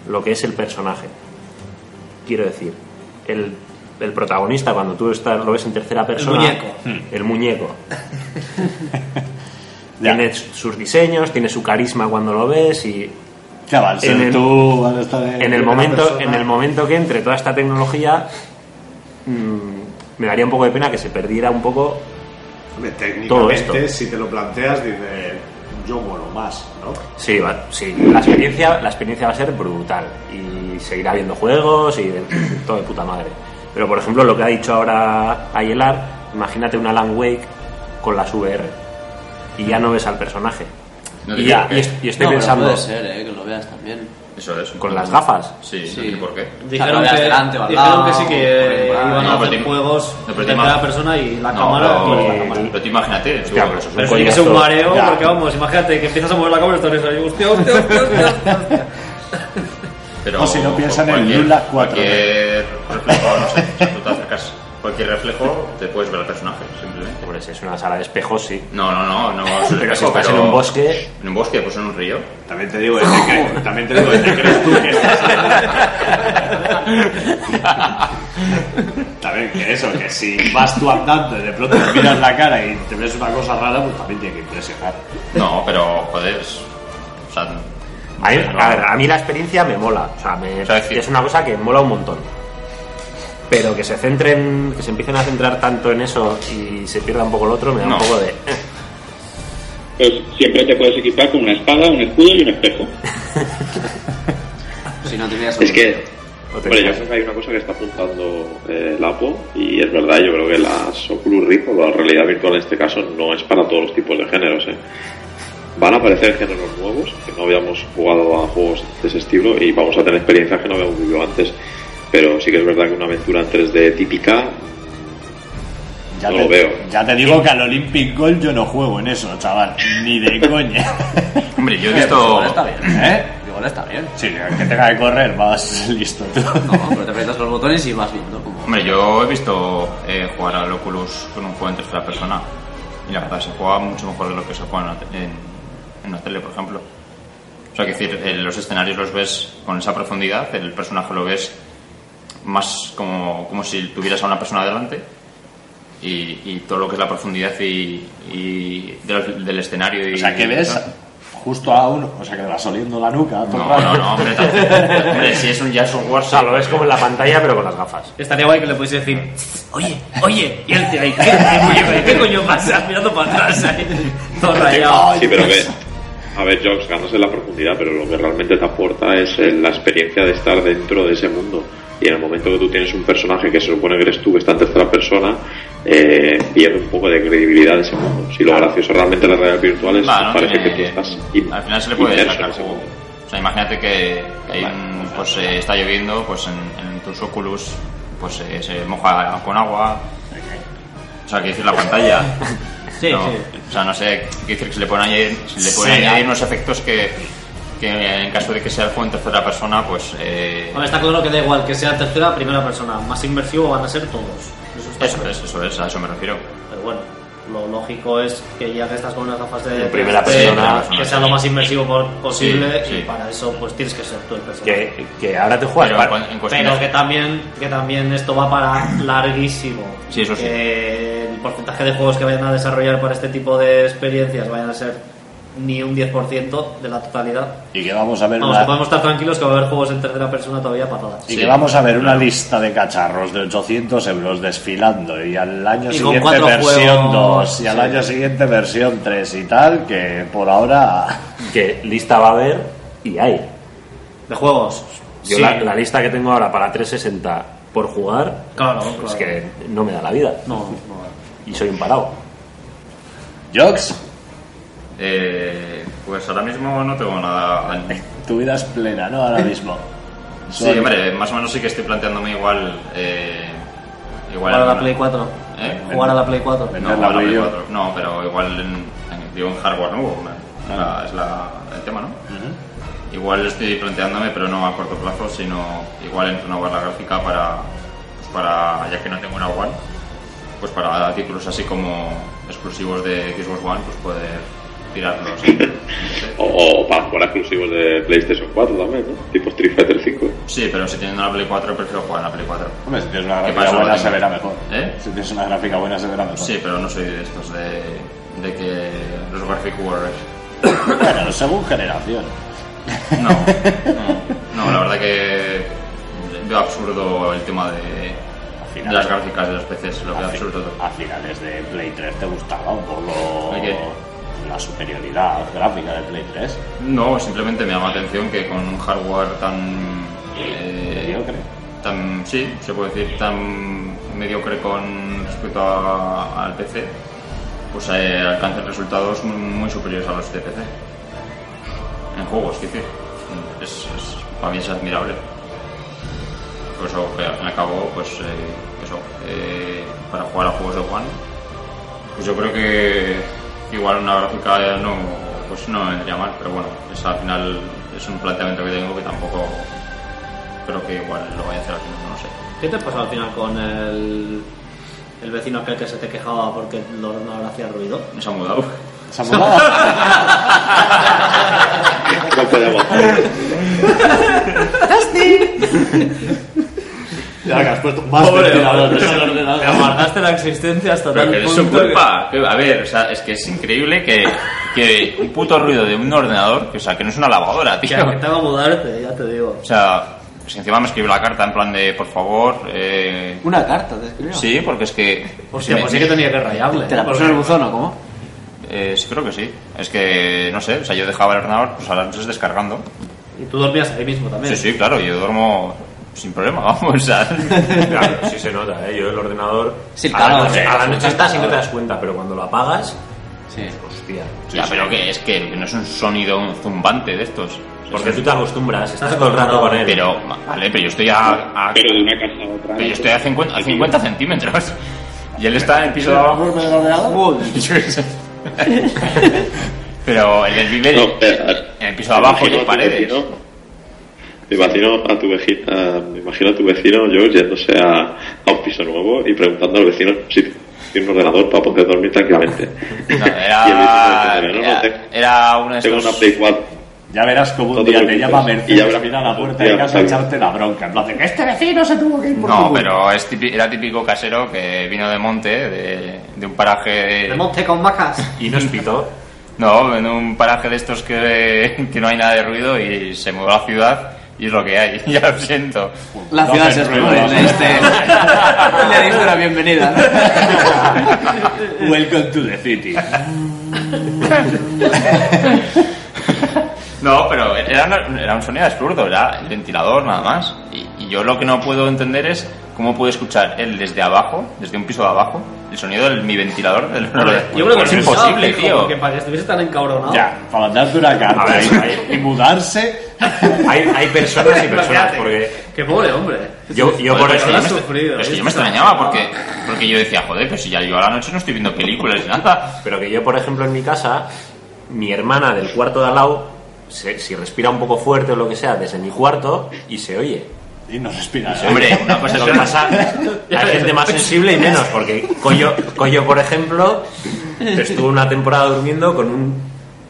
S5: lo que es el personaje. Quiero decir, el, el protagonista, cuando tú estás, lo ves en tercera persona.
S2: muñeco.
S5: El muñeco.
S1: Ya.
S5: Tiene sus diseños, tiene su carisma cuando lo ves y
S1: Chaval,
S5: en
S1: ser
S5: el-
S1: tú cuando estás de-
S5: en
S1: de
S5: el
S1: la
S5: momento,
S1: persona.
S5: en el momento que entre toda esta tecnología mm, me daría un poco de pena que se perdiera un poco
S12: Hombre,
S5: Todo
S12: técnicamente,
S5: esto.
S12: si te lo planteas, dices, yo muero más, ¿no?
S5: Sí, va- sí, la experiencia, la experiencia va a ser brutal y seguirá habiendo juegos y de- todo de puta madre. Pero por ejemplo, lo que ha dicho ahora Ayelar, imagínate una Land Wake con las VR y ya no ves al personaje.
S4: No te
S5: y, ya,
S4: digo
S5: y,
S4: que-
S5: es- y estoy
S7: No, pero
S5: pensando
S7: Puede ser, ¿eh? Que lo veas también.
S4: Eso es.
S5: con las gafas.
S4: Sí,
S7: Sí.
S4: no sé por qué.
S2: Dijeron,
S7: veas
S2: que,
S7: delante o al
S2: dijeron
S7: lado,
S2: que sí que
S7: por ahí,
S2: iban
S4: no,
S2: a
S4: pero
S2: hacer
S4: te-
S2: juegos
S4: no,
S2: de
S4: pero te
S2: primera
S4: ima-
S2: persona y la
S4: No,
S2: cámara
S4: pero-
S2: pues, la cámara.
S4: Pero tú imagínate. tú,
S5: Hostia, pero eso es
S2: Pero sí que es un
S5: coñazo.
S2: mareo,
S1: Ya.
S2: porque vamos, imagínate que empiezas a mover la cámara y estás ahí, hostia, hostia, hostia, hostia.
S4: Pero
S1: O si no piensan en
S4: cualquier-
S1: Lula 4D.
S4: Cualquier reflejo, no sé, o sea, tú te acercas, cualquier reflejo te puedes ver al personaje, simplemente.
S5: Hombre, si es una sala de espejos, sí.
S4: No, no, no, no. es un
S5: Pero si
S4: espejo,
S5: estás en
S4: pero-
S5: un bosque-
S4: En un bosque, pues en un río.
S12: También te digo, desde que, también te digo, desde que eres tú que estás. también que eso, que si vas tú andando y de pronto te miras la cara y te ves una cosa rara, pues también tiene que impresionar.
S4: No, pero joder. es- O sea,
S5: A mí,
S4: no,
S5: a ver, a mí la experiencia me mola. O sea, me-
S4: O sea, es decir-
S5: es una cosa que mola un montón. Pero que se centren, que se empiecen a centrar tanto en eso y se pierda un poco el otro, me da
S4: No.
S5: un poco de. eh,
S11: Pues siempre te puedes equipar con una espada, un escudo y un espejo.
S7: Si no tenías
S3: Es que,
S5: No te
S3: bueno, yo
S5: creas.
S3: creo que hay una cosa que está apuntando eh, Lapo, y es verdad, yo creo que las Oculus Rift, o la realidad virtual en este caso, no es para todos los tipos de géneros. eh. Van a aparecer géneros nuevos, que no habíamos jugado a juegos de ese estilo, y vamos a tener experiencias que no habíamos vivido antes. Pero sí que es verdad que una aventura en 3D típica,
S1: Ya
S3: no
S1: te,
S3: lo veo.
S1: Ya te digo que al Olympic Gold yo no juego en eso, chaval. Ni de coña.
S4: Hombre, yo he visto.
S7: pues, Está bien.
S1: ¿Eh? Digo,
S7: control está bien.
S1: Sí, el que tenga que correr, vas listo. tú.
S7: No, pero te aprietas los botones y vas viendo como...
S4: Hombre, yo he visto eh, jugar al Oculus con un juego en tercera persona. Y la verdad, se juega mucho mejor de lo que se juega en la, te- en, en la tele, por ejemplo. O sea, que decir, eh, los escenarios los ves con esa profundidad, el personaje lo ves más como, como si tuvieras a una persona delante. Y, y todo lo que es la profundidad y, y del, del escenario. Y,
S1: O sea, que ves justo a uno, o sea, que le vas oliendo la nuca. todo
S4: No,
S1: el rato.
S4: no, no, hombre, tampoco. Hombre, si es un Jazz of War,
S13: O sea, lo ves como en la pantalla, pero con las gafas.
S2: Estaría guay que le pudiese decir, oye, oye, y él te ahí, ¿qué, qué, coño- qué coño pasa? Mirando para atrás ahí, todo
S4: Ah,
S2: rayado.
S3: Sí, pero que, a ver, Jobs, ganas en la profundidad, pero lo que realmente te aporta es eh, la experiencia de estar dentro de ese mundo. Y en el momento que tú tienes un personaje que se supone que eres tú, que está en tercera persona, eh, pierde un poco de credibilidad ese mundo. Si lo gracioso realmente de la realidad virtual es
S4: Va, no
S3: parece
S4: tiene-
S3: que tú estás in-
S4: eh, al final se le puede
S3: inmerso
S4: sacar
S3: en ese
S4: juego.
S3: mundo.
S4: O sea, imagínate que, que hay un- pues, eh, está lloviendo, pues en, en tus Oculus pues, eh, se moja con agua. O sea, que decir la pantalla.
S2: Sí,
S4: No,
S2: sí.
S4: O sea, no sé, quiero decir que se le pueden añadir, se le pueden
S2: Sí.
S4: añadir unos efectos que, que en caso de que sea el juego en tercera persona, pues. eh,
S2: Bueno, está claro que da igual que sea tercera o primera persona, más inmersivo van a ser todos. Eso está
S4: eso
S2: claro.
S4: es, eso es, a eso me refiero.
S2: Pero bueno, lo lógico es que ya que estás con unas gafas de
S13: En primera
S2: de-
S13: persona.
S2: que sea lo más inmersivo por- posible
S4: Sí, sí.
S2: y para eso pues tienes que ser tú el personaje.
S13: Que, que ahora te
S4: Pero
S13: juegas.
S4: en cuan- en cuestión
S2: Pero que también, que también esto va para larguísimo.
S4: Sí, eso sí.
S2: Que el porcentaje de juegos que vayan a desarrollar para este tipo de experiencias vayan a ser ni un 10% de la totalidad.
S1: Y que vamos a ver
S2: Vamos,
S1: una-
S2: que podemos estar tranquilos que va a haber juegos en tercera persona todavía patadas.
S1: Y que vamos a ver una lista de cacharros de 800 euros desfilando y al año
S2: Y con
S1: siguiente
S2: cuatro
S1: versión
S2: juegos,
S1: 2 y al
S2: sí.
S1: año siguiente versión 3 y tal, que por ahora...
S13: Que lista va a haber y hay.
S2: De juegos.
S13: Yo
S2: Sí.
S13: la, la lista que tengo ahora para 360 por jugar,
S2: Claro, claro.
S13: pues que no me da la vida.
S2: No, no.
S13: Y soy un parado.
S1: Jox,
S4: Eh, pues ahora mismo no tengo nada.
S1: tu vida es plena, ¿no? Ahora mismo.
S4: Sí,
S1: Soy-
S4: hombre, más o menos sí que estoy planteándome igual. Eh, igual
S2: Jugar a la
S4: alguna-
S2: Play 4.
S4: ¿Eh?
S2: Jugar a la Play 4.
S1: Ven.
S4: No,
S1: Vender la
S4: a la
S1: Wii
S4: Play
S1: U.
S4: 4. No, pero igual en, en- digo, en hardware nuevo. hombre. Es la- es la- el tema, ¿no? Igual estoy planteándome, pero no a corto plazo, sino igual en renovar la gráfica para, pues para ya que no tengo una One, pues para títulos así como exclusivos de Xbox One, pues poder tirarlos.
S3: O, o para jugar exclusivos de PlayStation 4 también, ¿no? Tipo Street Fighter 5.
S4: Sí, pero si teniendo la Play 4 prefiero jugar en la Play 4.
S1: Hombre, si tienes una
S4: ¿Qué
S1: gráfica
S4: pasa?
S1: buena
S4: Lo tengo.
S1: se verá mejor.
S4: ¿Eh?
S1: Si tienes una gráfica buena se verá mejor.
S4: Sí, pero no soy de estos de, de que los graphic warriors.
S1: Bueno, según generación.
S4: No, no, no, la verdad que veo absurdo el tema de,
S1: final.
S4: de las gráficas de los PCs, lo veo absurdo.
S1: A finales de Play 3 te gustaba un poco
S4: ¿El qué?
S1: la superioridad gráfica de Play 3.
S4: No, simplemente me llama la atención que con un hardware tan... eh,
S1: Mediocre.
S4: tan sí, se puede decir tan mediocre con respecto a- al PC, pues eh, alcancen resultados muy, muy superiores a los de PC. En juegos, quiero decir. Es, es- para mí es admirable. Por eso, que al fin y al cabo, pues eh, eso, eh, para jugar a juegos de One, pues yo creo que igual una gráfica no, pues no me vendría mal, pero bueno, es, al final es un planteamiento que tengo que tampoco creo que igual lo vaya a hacer al final, no lo sé.
S2: ¿Qué te pasó al final con el, el vecino aquel que se te quejaba porque el ordenador hacía ruido?
S4: No se ha mudado.
S1: ¿Se ha mudado?
S3: No podemos.
S1: ya que has puesto más ventiladores.
S2: Te amargaste la existencia hasta
S4: Pero
S2: tal
S4: que es su
S2: punto que-
S4: culpa. Que- A ver, o sea, es que es increíble que, que un puto ruido de un ordenador, que, o sea, que no es una lavadora, tío.
S2: Ya, que te haga mudarte, ya te digo.
S4: O sea, pues encima me escribió la carta en plan de, por favor, eh...
S7: Una carta, te escribió.
S4: Sí, porque es que...
S2: Hostia,
S4: me-
S2: pues sí que tenía que rayarle.
S7: ¿Te la puso en el buzón o cómo?
S4: eh, sí, creo que sí. Es que, no sé, o sea, yo dejaba el ordenador pues, a las noches descargando.
S2: Y tú dormías ahí mismo también.
S4: Sí, sí, claro, yo duermo sin problema, vamos, o sea...
S13: Claro, sí se nota, ¿eh? Yo el ordenador...
S7: Sí,
S13: a
S7: claro,
S13: la noche,
S7: sí,
S13: a la
S7: sí,
S13: noche
S7: sí,
S13: estás y no
S7: claro.
S13: te das cuenta, pero cuando lo apagas...
S7: Sí.
S13: Hostia.
S4: ya, pero que es que no es un sonido zumbante de estos.
S13: Porque tú te acostumbras, estás todo el rato con él.
S4: Pero, vale, pero yo estoy a... a-
S6: Pero de una casa a otra.
S4: Ah, pero
S6: ¿no?
S4: yo estoy a 50, a 50 centímetros. Y él está en el piso de abajo.
S7: Joder.
S4: Yo qué sé. pero él vive
S3: No, pero, a ver,
S4: en el piso de abajo y
S3: imagino a
S4: hay
S3: tu
S4: paredes.
S3: vecino Me imagino a tu vecino, a, me imagino a tu vecino George yéndose a, a un piso nuevo y preguntando al vecino si tiene un ordenador para poder dormir tranquilamente.
S4: No,
S3: Y el vecino
S4: era,
S3: dice, "No, no,
S4: era,
S3: tengo-
S4: era uno de
S3: tengo
S4: estos.
S3: una Play 4.
S1: Ya verás cómo un
S3: No te
S1: día te,
S3: preocupes.
S1: llama
S3: Y ya
S1: Mercedes,
S3: verás.
S1: mira a la puerta
S3: Ya
S1: de casa a
S3: está.
S1: echarte la bronca. En plan de que este vecino se tuvo que ir por tu
S4: No,
S1: culpa".
S4: pero es típi- era típico casero que vino de monte, de, de un paraje
S2: De monte con vacas.
S13: Y nos pitó.
S4: No, en un paraje de estos que, que no hay nada de ruido y se mudó a la ciudad y es lo que hay, ya lo siento.
S7: La
S1: No
S7: ciudad
S1: hace
S7: es
S1: ruido,
S7: ruido,
S1: no
S7: le diste, le diste una bienvenida.
S1: Welcome to the city.
S4: No, pero era, una- era un sonido absurdo, era el ventilador nada más. Y, y yo lo que no puedo entender es cómo puede escuchar él desde abajo, desde un piso de abajo, el sonido de mi ventilador. del-
S2: Yo creo que
S4: es
S2: lo pensaba,
S4: imposible,
S2: fijo,
S4: tío.
S2: porque para que estuviese tan encabronado.
S1: Ya, para mandarte una carta
S13: A ver,
S1: y- y, mudarse.
S13: Hay, hay personas y personas,
S2: Imagínate.
S13: porque
S2: Qué pobre hombre.
S13: yo, yo
S4: Joder,
S13: por eso.
S4: pero es que yo
S2: has
S4: me-
S2: sufrido,
S4: pero es que yo
S2: ¿eh?
S4: me extrañaba porque, porque yo decía, joder, pero si ya yo a la noche no estoy viendo películas ni nada.
S13: Pero que yo, por ejemplo, en mi casa, mi hermana del cuarto de al lado, se- si respira un poco fuerte o lo que sea, desde mi cuarto y se oye.
S1: Y no respiras.
S4: Hombre, una cosa es
S13: Lo que pasa, hay gente más sensible y menos, porque Coyo, Coyo, por ejemplo, estuvo una temporada durmiendo con un-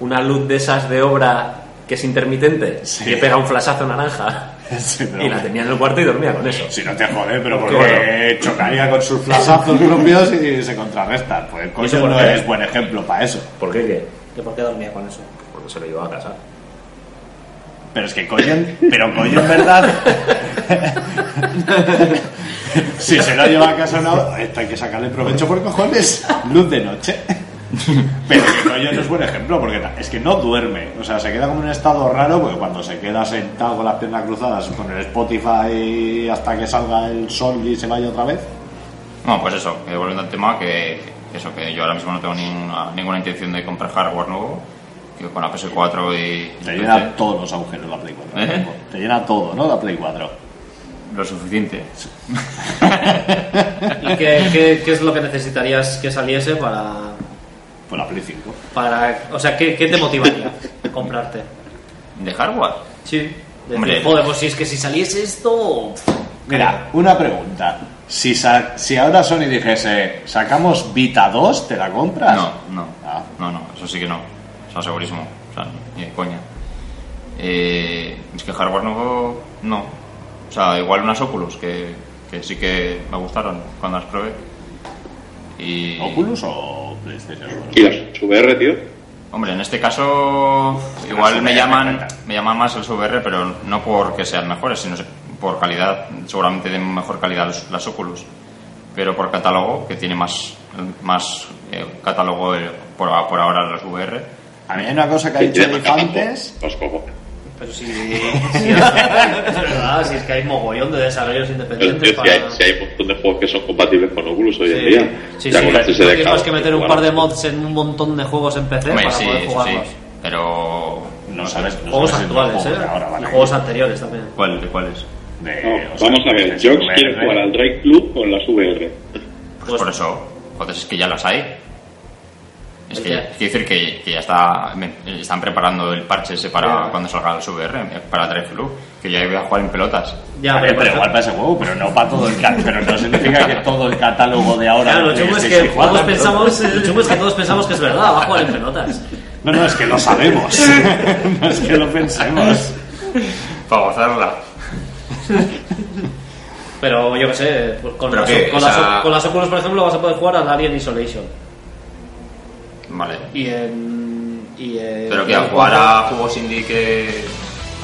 S13: una luz de esas de obra que es intermitente, que pega un flasazo naranja.
S1: Sí, pero
S13: Y la tenía en el cuarto y dormía con eso.
S1: Si no te jode, pero porque
S13: Bueno.
S1: chocaría con sus flasazos propios y se contrarrestan. Pues el
S13: eso
S1: coño
S13: por
S1: no
S13: qué?
S1: es buen ejemplo para eso.
S13: ¿Por qué qué?
S2: ¿Que por qué dormía con eso?
S13: Porque se lo llevaba a casa.
S1: Pero es que coño, pero coño en verdad. si se lo lleva a casa no, esto hay que sacarle provecho por cojones. Luz de noche. Pero que coño no es buen ejemplo, porque ta- es que no duerme. O sea, se queda como en un estado raro, porque cuando se queda sentado con las piernas cruzadas, con el Spotify hasta que salga el sol y se vaya otra vez.
S4: Bueno, pues eso, que volviendo al tema, que eso, que yo ahora mismo no tengo ninguna, ninguna intención de comprar hardware nuevo, que con la PS4 y...
S1: Te
S4: y
S1: llena
S4: PC,
S1: todos los agujeros la Play 4.
S4: ¿Eh?
S1: Te llena todo, ¿no? La Play 4.
S4: Lo suficiente.
S2: ¿Y qué, qué, qué es lo que necesitarías que saliese para.
S1: Pues la Play 5.
S2: para o sea, ¿qué, qué te motivaría a comprarte?
S4: ¿De hardware?
S2: Sí. Decir,
S4: Hombre.
S2: Joder, pues si es que si saliese esto.
S1: Mira, una pregunta. Si, sa- si ahora Sony dijese, sacamos Vita 2, ¿te la compras?
S4: No, no.
S1: Ah.
S4: No, no, eso sí que no. O sea, segurísimo. O sea, ni de coña. Eh, es que hardware nuevo, no. O sea, igual unas Oculus, que, que sí que me gustaron cuando las probé. Y...
S1: ¿Oculus o PlayStation?
S3: ¿Y las VR, tío?
S4: Hombre, en este caso igual
S1: las
S4: me
S1: VR
S4: llaman,
S1: cuentan.
S4: me llaman más el VR, pero no porque sean mejores, sino por calidad. Seguramente de mejor calidad los- las Oculus, pero por catálogo, que tiene más, más eh, catálogo eh, por, por ahora las VR.
S1: A mí hay una cosa que ha dicho Dave antes.
S3: Los cojo.
S2: Pero si. si es verdad, si es que hay mogollón de desarrollos
S3: Pero,
S2: independientes
S3: tío, si,
S2: para.
S3: hay, si hay un montón de juegos que son compatibles con Oculus hoy en
S2: Sí.
S3: día.
S2: Sí,
S3: Ya
S2: sí,
S3: con este
S2: no
S3: la CCD
S2: tienes
S3: Cloud,
S2: que meter un par de mods en un montón de juegos en PC
S4: Hombre,
S2: para
S4: sí,
S2: poder
S4: eso sí,
S2: jugarlos.
S4: pero
S1: No sabes, no
S2: Juegos
S1: sabes el
S2: actuales,
S1: juego
S2: ¿eh?
S1: que Ahora van
S2: y
S1: a ir.
S2: juegos anteriores también.
S4: ¿cuál, de cuáles?
S1: De-
S3: No,
S1: o sea,
S3: vamos a ver,
S1: PlayStation
S3: Jox quiere
S1: VR.
S3: jugar al Drake Club con las VR.
S4: Pues por eso, joder, es que ya las hay. Es
S2: ¿El
S4: que,
S2: qué?
S4: quiero decir que, que ya está, me- están preparando el parche ese para
S2: Ya.
S4: cuando salga las VR, eh, para Drive Club, que ya voy a jugar en pelotas.
S2: Ya,
S1: Vale,
S2: pero, por
S1: pero igual
S2: ejemplo-
S1: para ese juego, pero no para todo el catálogo. Pero no significa que todo el catálogo de ahora.
S2: Claro,
S1: de
S2: lo chungo es que
S1: PlayStation juega
S2: todos
S1: en pelotas.
S2: pensamos, lo chungo es que todos pensamos que es verdad, va a jugar en pelotas.
S1: No, no, es que lo sabemos. no es que lo pensemos.
S4: Para gozarla.
S2: Pero yo qué sé, pues con,
S4: Pero
S2: las,
S4: que,
S2: con,
S4: o
S2: las-
S4: sea-
S2: con las Oculus, por ejemplo, vas a poder jugar al Alien Isolation.
S4: Vale.
S2: Y en. Y en
S4: Pero que a jugar a juegos indie que...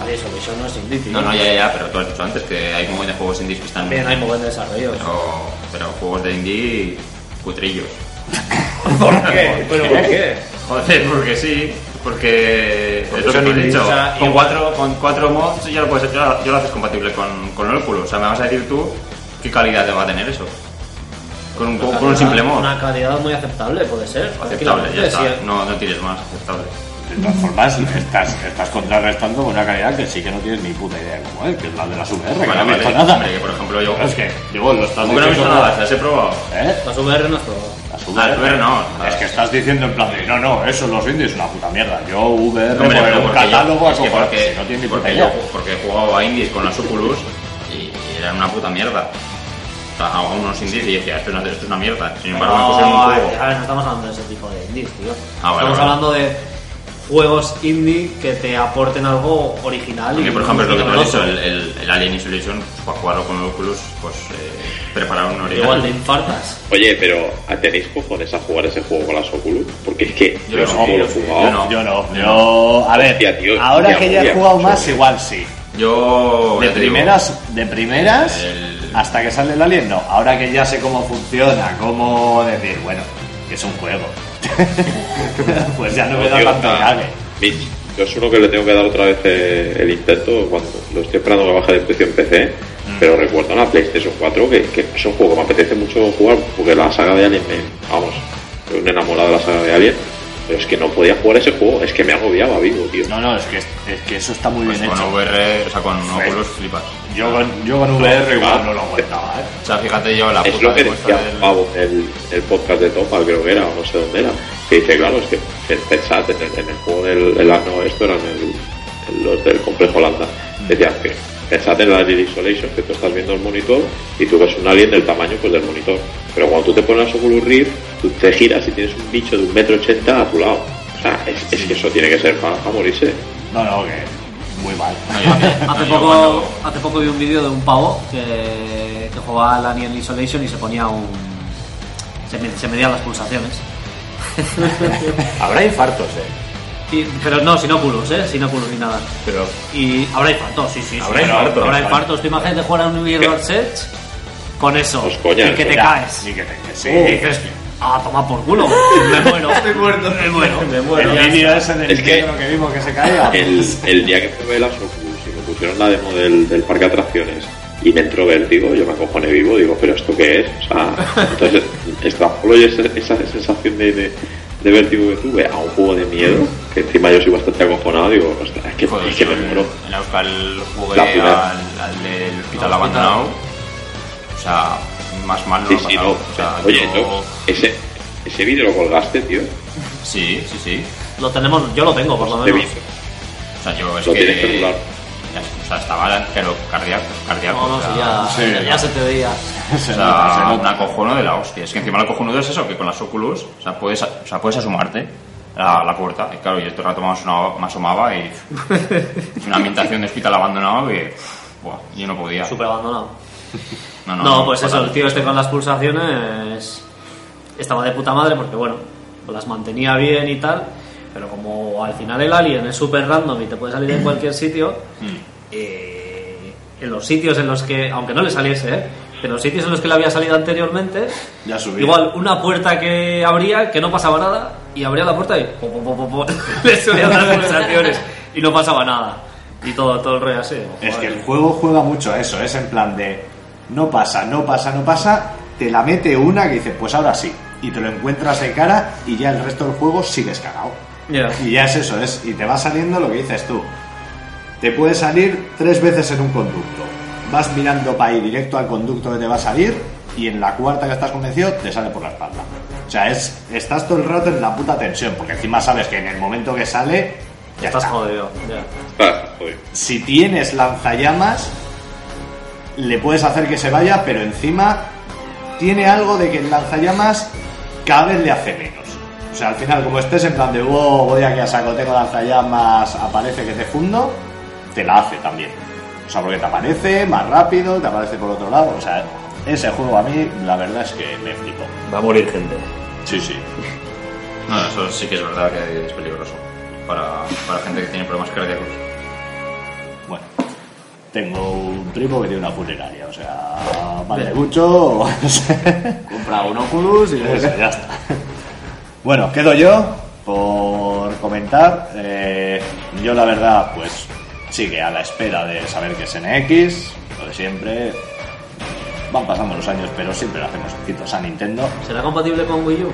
S2: Alien Isolation no es indie, tío.
S4: No, no, ya, ya, ya, pero tú has dicho antes que hay un montón de juegos indies que están...
S2: También hay muy buen desarrollo.
S4: Pero, pero juegos de indie cutrillos.
S2: ¿Por qué? ¿Pero por qué?
S4: Joder, porque sí, porque, es lo
S13: son
S4: que te he
S13: indies.
S4: dicho.
S2: O sea,
S4: con,
S2: igual-
S4: cuatro, con cuatro mods ya lo puedes ya lo- ya lo haces compatible con, con el Oculus. O sea, me vas a decir tú qué calidad te va a tener eso. Con
S2: Pues
S4: un, con un simple mod.
S2: Una calidad muy aceptable, puede ser.
S4: Aceptable,
S2: tranquilamente,
S4: ya está.
S2: si-
S4: No, no tires más, aceptable.
S14: De todas formas, estás, estás contrarrestando con una calidad que sí que no tienes ni puta idea cómo es, que es la de la VR, que no
S4: Bueno,
S14: has
S4: vale,
S14: visto nada.
S4: hombre, que por ejemplo yo...
S14: Es que, digo, lo estás
S4: Como que no he visto
S14: diciendo-
S4: nada, se las he probado.
S14: ¿Eh?
S2: Las VR no es todo.
S14: Las
S4: Ah, el VR no.
S14: Es que estás diciendo en plan de, no, no, eso los indies es una puta mierda. Yo VR
S4: Hombre,
S14: por
S4: pero
S14: un
S4: porque yo-
S14: catálogo a
S4: es que
S14: cojones,
S4: porque,
S14: si no tiene ni puta
S4: porque,
S14: idea.
S4: yo, porque he jugado a indies con las Oculus y, y eran una puta mierda. O sea, a unos indies y decía, esto es una, esto pues es una mierda. Sin embargo, me pusieron un
S2: a,
S4: juego.
S2: ver, a ver, no estamos hablando de ese tipo de indies, tío.
S4: Ah, vale,
S2: estamos
S4: vale.
S2: hablando de juegos indie que te aporten algo original.
S4: Porque,
S2: y
S4: por ejemplo, es lo que tú has dicho,
S2: novedoso.
S4: el, el, el Alien Isolation, pues, para jugarlo con el Oculus, pues eh, preparar un origami.
S2: Igual te infartas.
S3: Oye, pero ¿tenéis cojones a jugar ese juego con las Oculus? Porque es que
S4: Yo
S3: yo
S4: no,
S3: no,
S4: tío,
S3: lo he
S4: sí,
S3: jugado.
S4: yo no.
S1: Yo no, yo. A
S3: Hostia,
S1: ver,
S3: tío,
S1: ahora
S3: hostia,
S1: que ya he
S3: hostia,
S1: jugado
S3: mucho.
S1: más, igual sí.
S4: Yo.
S1: De
S4: ya te digo,
S1: primeras, de primeras,
S4: El-
S1: hasta que sale el alien, no. Ahora que ya sé cómo funciona, cómo decir, bueno, que es un juego. pues ya no me da ¿eh?
S3: Tío,
S1: tanto
S3: ah,
S1: cague.
S3: Mitch, yo es uno que le tengo que dar otra vez eh, el intento cuando lo estoy esperando que baje de precio en PC. Pero recuerdo en la PlayStation 4 que, que es un juego que me apetece mucho jugar porque la saga de Alien me. Vamos, soy un enamorado de la saga de Alien. Pero es que no podía jugar ese juego, es que me agobiaba vivo, tío.
S1: No, no, es que, es que eso está muy
S4: Pues
S1: bien
S4: con
S1: hecho.
S4: VR, o sea, con Oculus flipas.
S1: Yo con, yo con VR
S3: Ah.
S1: igual no lo aguantaba, ¿eh?
S4: O sea, fíjate yo la
S3: Es lo
S4: puta
S3: que
S4: respuesta
S3: decía
S4: del.
S3: Pavo en el, el podcast de Topal, creo que era, o no sé dónde era, que dice, claro, es que pensad en el, en el juego del... del- no, esto eran el- el- los del complejo Holanda. Decían que pensad en la Alien Isolation, que tú estás viendo el monitor y tú ves un alien del tamaño pues del monitor. Pero cuando tú te pones a Oculus Rift, tú te giras y tienes un bicho de un metro ochenta a tu lado. O sea, es, es que eso tiene que ser para morirse.
S1: No, no, que muy mal.
S4: No, yo- no,
S2: Hace
S4: yo
S2: poco,
S4: cuando-
S2: hace poco vi un vídeo de un pavo que, que jugaba al Alien Isolation y se ponía un. Se, me- se medían las pulsaciones.
S5: Habrá infartos, eh.
S2: Y- pero no, sin óculos, ¿eh? Sin óculos ni nada.
S5: Pero
S2: Y habrá infartos, sí, sí. sí.
S5: Habrá infartos.
S2: Habrá infartos. Tú imagínate jugar a un Mirror Set con eso.
S3: Os coñas,
S2: y que te
S3: ya.
S2: caes.
S1: Sí, que te- que sí.
S4: Uh,
S2: Y dices, ah, toma por culo. Me muero. Me muero. Me muero.
S1: el vídeo ese del
S3: Es que-
S1: negro que vimos que se caía.
S3: el, el día que probé las Oculus y me pusieron la demo del, del parque de atracciones y me entró vértigo, yo me acojoné vivo, digo, pero ¿esto qué es? O sea, entonces extrapolo yo esa, esa sensación de, de, de vértigo que tuve a un juego de miedo, que encima yo soy bastante acojonado, digo, ostras, es que,
S4: Joder,
S3: es que me
S4: yo en-
S3: muero.
S4: En la Euskal
S3: La
S4: jugué
S3: primera.
S4: al, al del hospital abandonado. O sea, más mal no
S3: Sí,
S4: lo he
S3: sí, no.
S4: pasado. O sea,
S3: Oye,
S4: yo-
S3: no, ese, ese vídeo lo colgaste, tío.
S4: Sí, sí, sí.
S2: Lo tenemos, yo lo tengo por lo
S3: Ese
S2: menos.
S3: vídeo.
S4: O sea, yo es
S3: Lo
S4: que...
S3: tienes que regular.
S4: ya, o sea, estaba pero cardíaco, cardíaco.
S2: No, no,
S4: o sea,
S2: si ya,
S1: Sí.
S2: ya se te veía.
S1: Se
S4: O
S1: nota, se
S4: sea,
S1: nota.
S4: un acojono de la hostia. Es que encima el acojonudo es eso, que con las Oculus, o sea, puedes, o sea, puedes asomarte a la, a la puerta. Y claro, yo este rato me asomaba, me asomaba y una ambientación de hospital abandonado que... Buah, yo no podía.
S2: Súper abandonado.
S4: No,
S2: No, pues eso, el tío este con las pulsaciones estaba de puta madre porque, bueno, las mantenía bien y tal, pero como al final el alien es súper random y te puede salir en cualquier sitio,
S1: Mm.
S2: eh, en los sitios en los que, aunque no le saliese, ¿eh? en los sitios en los que le había salido anteriormente,
S1: Ya subía.
S2: igual una puerta que abría, que no pasaba nada, y abría la puerta y po, po, po, po, po, le subían las pulsaciones y no pasaba nada. Y todo, todo el rollo así.
S1: Es que
S2: Joder.
S1: el juego juega mucho a eso, es en plan de no pasa, no pasa, no pasa, te la mete una que dices, pues ahora sí, y te lo encuentras de cara y ya el resto del juego sigues cagado.
S2: Ya.
S1: Y ya es eso, es, y te va saliendo lo que dices tú. Te puede salir tres veces en un conducto. Vas mirando para ir directo al conducto que te va a salir y en la cuarta que estás convencido te sale por la espalda. O sea, es, estás todo el rato en la puta tensión, porque encima sabes que en el momento que sale, ya
S2: Estás
S1: está
S2: jodido. ya.
S3: Ah, joder.
S1: si tienes lanzallamas, le puedes hacer que se vaya, pero encima tiene algo de que el lanzallamas cada vez le hace menos. O sea, al final, como estés en plan de, wow, voy aquí a saco, tengo lanzallamas, aparece que te fundo, te la hace también. O sea, porque te aparece más rápido, te aparece por otro lado. O sea, ese juego a mí, la verdad es que me flipó.
S5: va a morir gente.
S1: Sí, sí.
S4: No, eso sí que es verdad que es peligroso para, para gente que tiene problemas cardíacos.
S1: Bueno, tengo un primo que tiene una funeraria, o sea, vale mucho.
S7: Compra un Oculus y
S1: Eso, ya está. Bueno, quedo yo por comentar. Eh, yo la verdad, pues sigue a la espera de saber qué es NX, lo de siempre. Van pasando los años, pero siempre le hacemos quitos a Nintendo.
S2: ¿Será compatible con Wii U?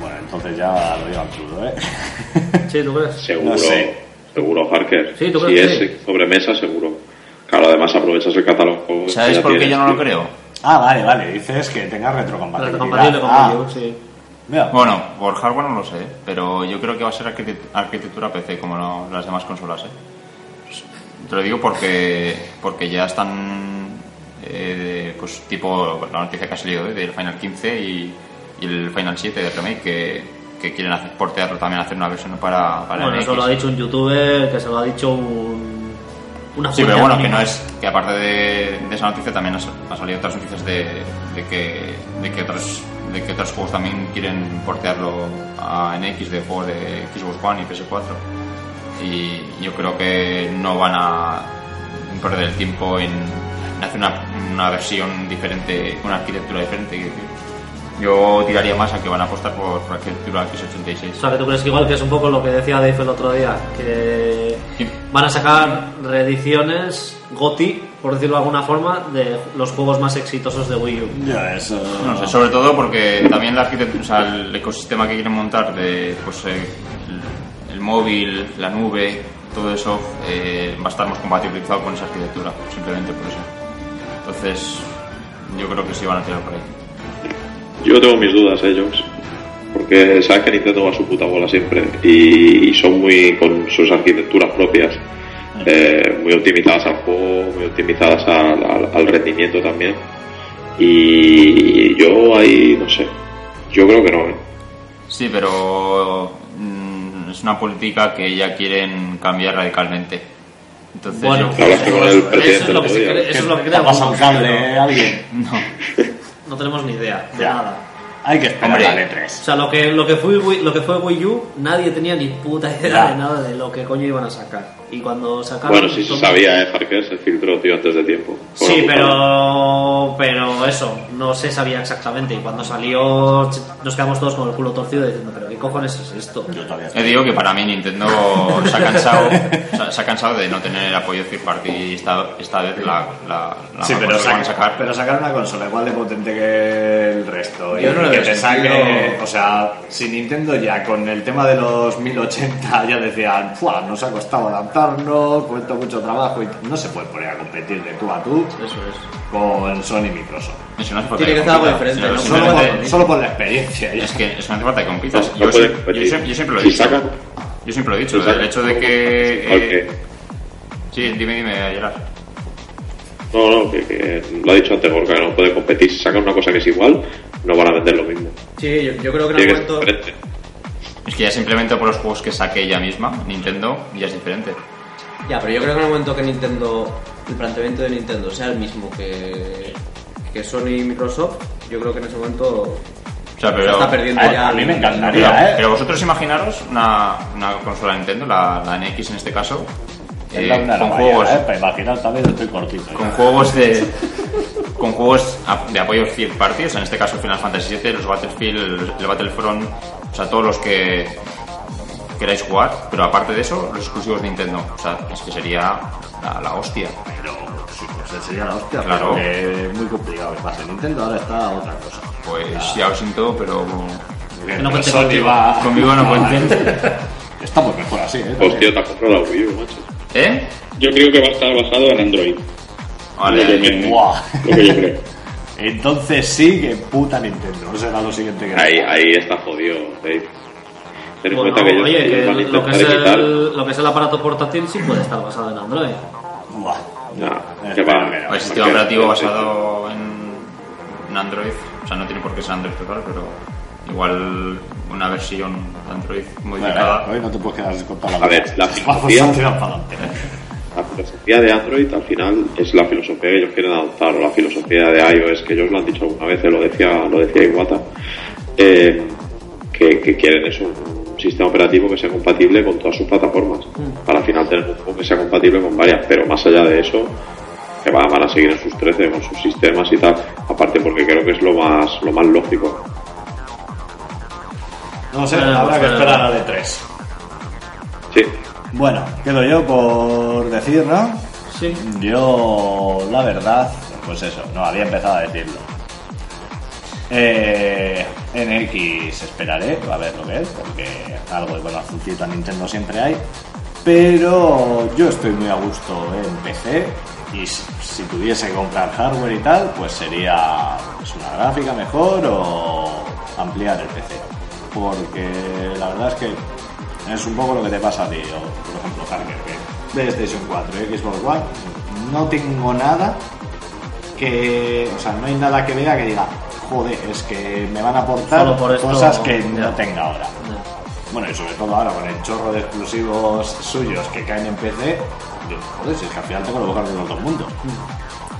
S1: Bueno, entonces ya lo llevan crudo, ¿eh?
S2: Sí, ¿tú crees?
S3: Seguro,
S1: No sé.
S3: seguro, Harker.
S2: Sí, ¿tú
S3: si
S2: crees
S3: es
S2: que sí?
S3: sobremesa, seguro. Claro, además aprovechas el catálogo. que
S4: ¿Sabes
S3: ya
S4: por qué
S3: tienes,
S4: yo no lo
S3: tío.
S4: creo?
S1: Ah, vale, vale. Dices que tenga retrocompatibilidad.
S2: Compatible con
S1: Ah,
S2: Windows, sí.
S1: mira,
S4: Bueno, por hardware no lo sé, pero yo creo que va a ser arquite- arquitectura PC como lo- las demás consolas. ¿eh? Te lo digo porque, porque ya están, eh, pues tipo la noticia que ha salido ¿eh? del Final 15 y, y el Final 7 de Remake, que, que quieren hacer, portearlo también, hacer una versión para, para
S2: Bueno,
S4: MX.
S2: eso lo ha dicho un youtuber, que se lo ha dicho un... Una
S4: Sí,
S2: fuente
S4: pero bueno, que
S2: anónima.
S4: no es. Que aparte de, de esa noticia también has- ha salido otras noticias de, de que, de, que otros, de que otros juegos también quieren portearlo a NX de juegos de Xbox One y PS4. Y yo creo que no van a perder el tiempo en, en hacer una, una versión diferente, una arquitectura diferente. quiero decir. Yo tiraría más a que van a apostar por, por arquitectura
S2: O
S4: X86.
S2: sea, que tú crees que igual que es un poco lo que decía Dave el otro día, que
S4: Sí.
S2: van a sacar reediciones GOTI, por decirlo de alguna forma, de los juegos más exitosos de Wii U.
S1: ya eso.
S4: No sé, sobre todo porque también la arquitectura, o sea, el ecosistema que quieren montar de pues, eh, el, el móvil, la nube, todo eso eh, va a estar más compatibilizado con esa arquitectura, simplemente por eso. Entonces, yo creo que sí van a tirar por ahí.
S3: Yo tengo mis dudas, ellos. Porque sabes que Nintendo va a su puta bola siempre. Y, y son muy. con sus arquitecturas propias. eh, muy optimizadas al juego, muy optimizadas al, al- al rendimiento también. Y yo ahí, no sé. Yo creo que no, ¿eh?
S4: Sí, pero mm, es una política que ya quieren cambiar radicalmente. Entonces,
S2: Bueno,
S4: yo-
S3: Hablaste con el
S2: eso es
S3: presidente
S2: lo que,
S3: el
S2: se
S3: otro día.
S2: cree- eso es lo que
S1: Ha
S2: creamos.
S1: pasado un cable, eh, alguien.
S2: No tenemos ni idea de
S1: Ya.
S2: nada.
S1: Hay que esperar
S4: Hombre.
S1: a E E3.
S2: O sea, lo que, lo, que fue, Wii- lo que fue Wii U, nadie tenía ni puta idea
S1: Ya.
S2: de nada de lo que coño iban a sacar. Y cuando sacaron...
S3: Bueno, sí se
S2: todo-
S3: sabía, ¿eh? Harker se filtró, tío, antes de tiempo. pues, Fue una
S2: Sí,
S3: putada.
S2: pero, pero eso, no se sabía exactamente. Y cuando salió, ch- nos quedamos todos con el culo torcido diciendo, pero ¿qué cojones es esto?
S1: Yo todavía
S4: Yo digo que para mí Nintendo se ha cansado, se- se ha cansado de no tener el apoyo third party y esta, esta vez la, la, la
S1: Sí, pero,
S4: cosa que van a
S1: saca-
S4: sacar.
S1: pero sacar una consola igual de potente que el resto.
S4: Yo
S1: y
S4: no le
S1: que
S4: veo
S1: te
S4: sentido.
S1: saque. O sea, si Nintendo ya con el tema de los 1080 ya decían, "Fua, nos ha costado adaptarnos, cuesta mucho trabajo y no se puede poner a competir de tú a tú
S2: Eso es.
S1: con Sony y Microsoft.
S4: Eso no hace falta
S7: Tiene que
S4: que
S7: ser algo
S4: compitas,
S7: diferente,
S4: sino
S7: ¿no?
S1: Solo por,
S4: simplemente-
S1: solo por la experiencia. ya.
S4: Es que eso no hace falta que compitas.
S3: No, no
S4: yo,
S3: puede
S4: sie-
S3: competir.
S4: yo sie- yo siempre lo he
S3: Si
S4: dicho.
S3: sacan-
S4: Yo siempre lo he dicho.
S3: si sacan-
S4: el hecho de que. eh,
S3: Ok.
S4: sí, dime, dime, Gerard.
S3: No, no, que, que lo ha dicho antes Gorka, que no puede competir. Si sacan una cosa que es igual, no van a vender lo mismo.
S2: Sí, yo, yo creo que en
S3: Tiene que
S2: algún
S3: ser
S2: momento...
S3: diferente.
S4: Es que ya simplemente por los juegos que saque ella misma, Nintendo, ya es diferente.
S7: Ya, pero yo creo que en el momento que Nintendo, el planteamiento de Nintendo sea el mismo que, que Sony y Microsoft, yo creo que en ese momento
S4: O sea,
S7: se
S4: pero.
S7: está perdiendo
S1: a-
S7: ya.
S1: a mí me encantaría.
S4: Pero,
S1: ¿eh?
S4: pero vosotros imaginaros una, una consola Nintendo, la, la NX en este caso, eh,
S1: Da una
S4: con
S1: rabia,
S4: juegos.
S1: ¿eh? Para imaginar también estoy cortito. ¿eh? ya.
S4: con juegos de con juegos a- de apoyo third party, o sea, en este caso Final Fantasy VII, los Battlefield, el Battlefront, o sea, todos los que queráis jugar, pero aparte de eso, los exclusivos de Nintendo, o sea, es que sería la, la hostia.
S1: O sea, sería la hostia,
S4: Claro.
S1: pero que es muy complicado. Además, en Nintendo ahora está otra cosa.
S4: Pues ya lo siento, pero
S1: Porque
S2: no cuente
S1: Sony
S2: contigo.
S1: va-
S4: conmigo no cuenten.
S1: Estamos mejor así, ¿eh?
S3: Pues tío, te has comprado la Wii U, macho.
S4: ¿Eh?
S6: Yo creo que va a estar basado en Android.
S4: Vale,
S6: Lo que me-
S1: Buah.
S6: Lo que yo creo.
S1: Entonces sí, que puta Nintendo. No será lo siguiente que
S3: Ahí, ahí está jodido, Dave. Ten en
S2: Bueno,
S3: cuenta que ellos
S2: oye, que
S3: ellos van a
S2: lo, que
S3: intentar
S2: es
S3: imitar.
S2: el, lo que es el aparato portátil sí puede estar basado en Android.
S1: Buah.
S3: Nah,
S1: Eh,
S3: que
S1: espera,
S3: va.
S1: espera.
S4: el sistema
S3: Porque-
S4: operativo basado en, en Android, o sea, no tiene por qué ser Android total, pero igual una versión Android
S1: Vale,
S4: modificada.
S1: hoy no te puedes quedar sin contar la
S3: A ver,
S1: verdad.
S3: la
S1: Vamos
S3: filosofía-
S1: a tirar para adelante.
S3: La filosofía de Android al final es la filosofía que ellos quieren adoptar, o la filosofía de iOS, que ellos lo han dicho alguna vez, eh, lo decía, lo decía Iwata, eh, que, que quieren es un, un sistema operativo que sea compatible con todas sus plataformas, para al final tener un juego que sea compatible con varias, pero más allá de eso, que va- van a seguir en sus 13, con sus sistemas y tal, aparte porque creo que es lo más, lo más lógico.
S1: No sé,
S2: Bueno,
S1: habrá que
S2: bueno.
S1: esperar a la de 3
S3: Sí,
S1: Bueno, quedo yo por decir, ¿no?
S2: Sí.
S1: Yo, la verdad, pues eso, no había empezado a decirlo. Eh, NX esperaré, a ver lo que es, porque algo de corazoncito a Nintendo siempre hay. Pero yo estoy muy a gusto en PC y si, si tuviese que comprar hardware y tal, pues sería pues, una gráfica mejor o ampliar el PC. Porque la verdad es que es un poco lo que te pasa a ti, o, por ejemplo, Hacker, que PlayStation 4 y Xbox One, no tengo nada que, o sea, no hay nada que vea que diga, joder, es que me van a aportar
S2: Solo por esto-
S1: cosas que
S2: ya.
S1: no tenga ahora. Bueno, y sobre todo ahora con el chorro de exclusivos suyos que caen en PC, yo, joder, si es que al final tengo lo mejor de los dos mundos.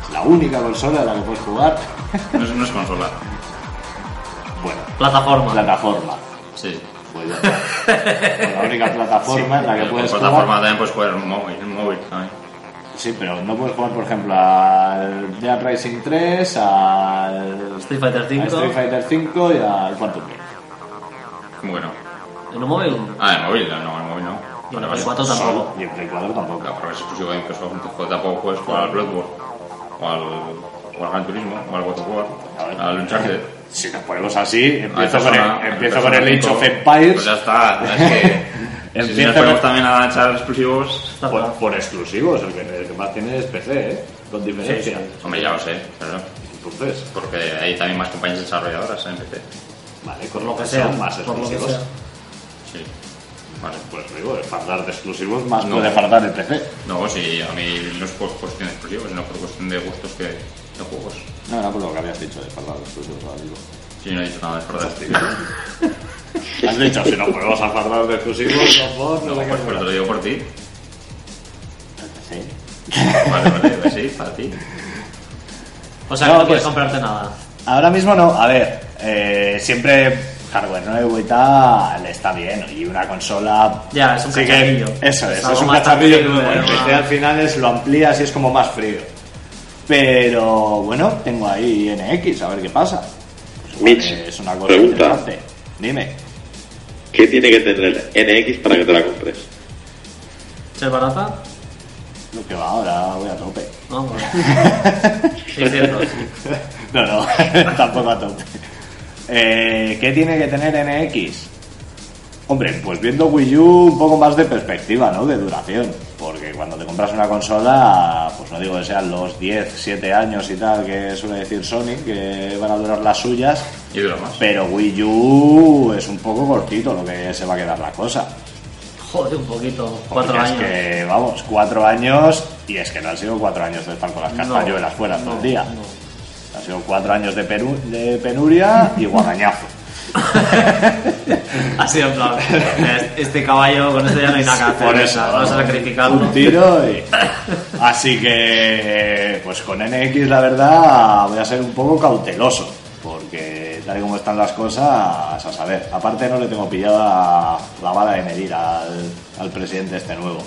S1: Es
S2: Mm.
S1: la única consola a la que puedes jugar,
S4: No es, no es consola.
S1: bueno,
S2: Plataforma.
S1: plataforma.
S4: Sí.
S1: Pues ya está. Pues la única plataforma en la que
S4: Pero
S1: puedes
S4: Con plataforma
S1: jugar.
S4: también puedes jugar en móvil, en móvil también.
S1: Sí, pero no puedes jugar, por ejemplo, al Dead Racing 3, al
S2: Street Fighter
S1: al Street
S2: 5.
S1: Fighter 5 y al Quantum Break.
S4: Bueno.
S2: En un móvil.
S4: Ah, en móvil, no, en móvil no.
S2: Y en
S4: Vale,
S2: el Play
S4: vale.
S2: 4 tampoco.
S1: Y en Play 4 tampoco.
S4: Claro, pero es exclusivo de Microsoft, entonces tampoco puedes jugar al Bloodborne, o al, o al Gran Turismo, o al God of War, al Uncharted.
S1: Si nos ponemos así,
S2: Ah,
S4: al
S1: empiezo con
S4: Persona-
S1: el, empiezo con
S4: Persona
S1: el Age of
S4: cinco. Pues
S1: Empires
S4: ya está, es que. si
S1: Empieza
S4: nos ponemos
S1: con-
S4: también a echar exclusivos.
S2: Está
S1: por,
S2: claro.
S1: por exclusivos, el que, el que más tiene es PC, ¿eh? Con diferencia.
S4: Hombre, ya lo sé, pero no,
S1: Entonces,
S4: porque hay también más compañías desarrolladoras en PC.
S1: vale, con
S2: Lo que
S1: son
S2: sea.
S1: más
S2: por lo que
S1: exclusivos.
S2: sea.
S4: Sí. Vale.
S1: Pues digo, el fardar de exclusivos más
S4: No.
S1: puede fardar el PC.
S4: No, si a mí no es por cuestión de exclusivos, sino por cuestión de gustos que de juegos.
S1: No, era por lo que habías dicho de fardar de exclusivos, ahora digo.
S4: Sí, no he dicho nada de verdad.
S1: Has dicho, si nos ponemos a fardar de exclusivos, no, por, no
S4: No,
S1: sé
S4: pues,
S1: qué.
S4: pero te lo digo por ti.
S1: Sí.
S4: Vale, vale, sí, para ti.
S2: O sea,
S1: No,
S2: que no
S1: pues-
S2: quieres comprarte nada.
S1: Ahora mismo no, a ver, eh, siempre hardware nuevo y tal está bien, y una consola.
S2: Ya, es un
S1: sí que-
S2: cacharrillo.
S1: Eso es,
S2: Es
S1: es,
S2: algo
S1: un
S2: más
S1: cacharrillo
S2: tangible,
S1: nuevo. El
S2: ¿no?
S1: PC al final es, lo amplías y es como más frío. Pero bueno, tengo ahí NX, a ver qué pasa. Eh,
S3: Mitch,
S1: es una cosa
S3: pregunta.
S1: interesante. Dime,
S3: ¿Qué tiene que tener el NX para que te la compres?
S2: ¿Ser barata?
S1: lo que va ahora, voy a tope.
S2: No, bueno. 600.
S1: No, no, tampoco a tope. Eh, ¿Qué tiene que tener NX? Hombre, pues viendo Wii U un poco más de perspectiva, ¿no? De duración. Porque cuando te compras una consola, pues no digo que sean los 10, 7 años y tal que suele decir Sony, que van a durar las suyas,
S4: Y dura más.
S1: pero Wii U es un poco cortito lo que se va a quedar la cosa.
S2: Joder, un poquito. Cuatro
S1: Porque
S2: años.
S1: Es que, vamos, cuatro años, y es que no han sido cuatro años de estar con las castañuelas fuera todo el día.
S2: no.
S1: Han sido cuatro años de, peru- de penuria y guadañazo.
S2: Ha sido en plan. "Este- Este caballo con este ya no hay nada que hacer.
S1: Por
S2: venga,
S1: eso,
S2: Vamos a sacrificarlo.
S1: Un tiro y... Así que, pues con NX la verdad voy a ser un poco cauteloso, porque tal y como están las cosas, a saber. Aparte no le tengo pillada la bala de medir al, al presidente este nuevo.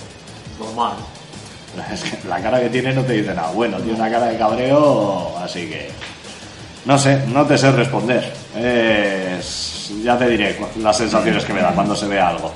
S2: Normal.
S1: Es que la cara que tiene no te dice nada. Bueno, tiene una cara de cabreo, así que... No sé, no te sé responder. Es- Ya te diré cu- las sensaciones que me da cuando se ve algo.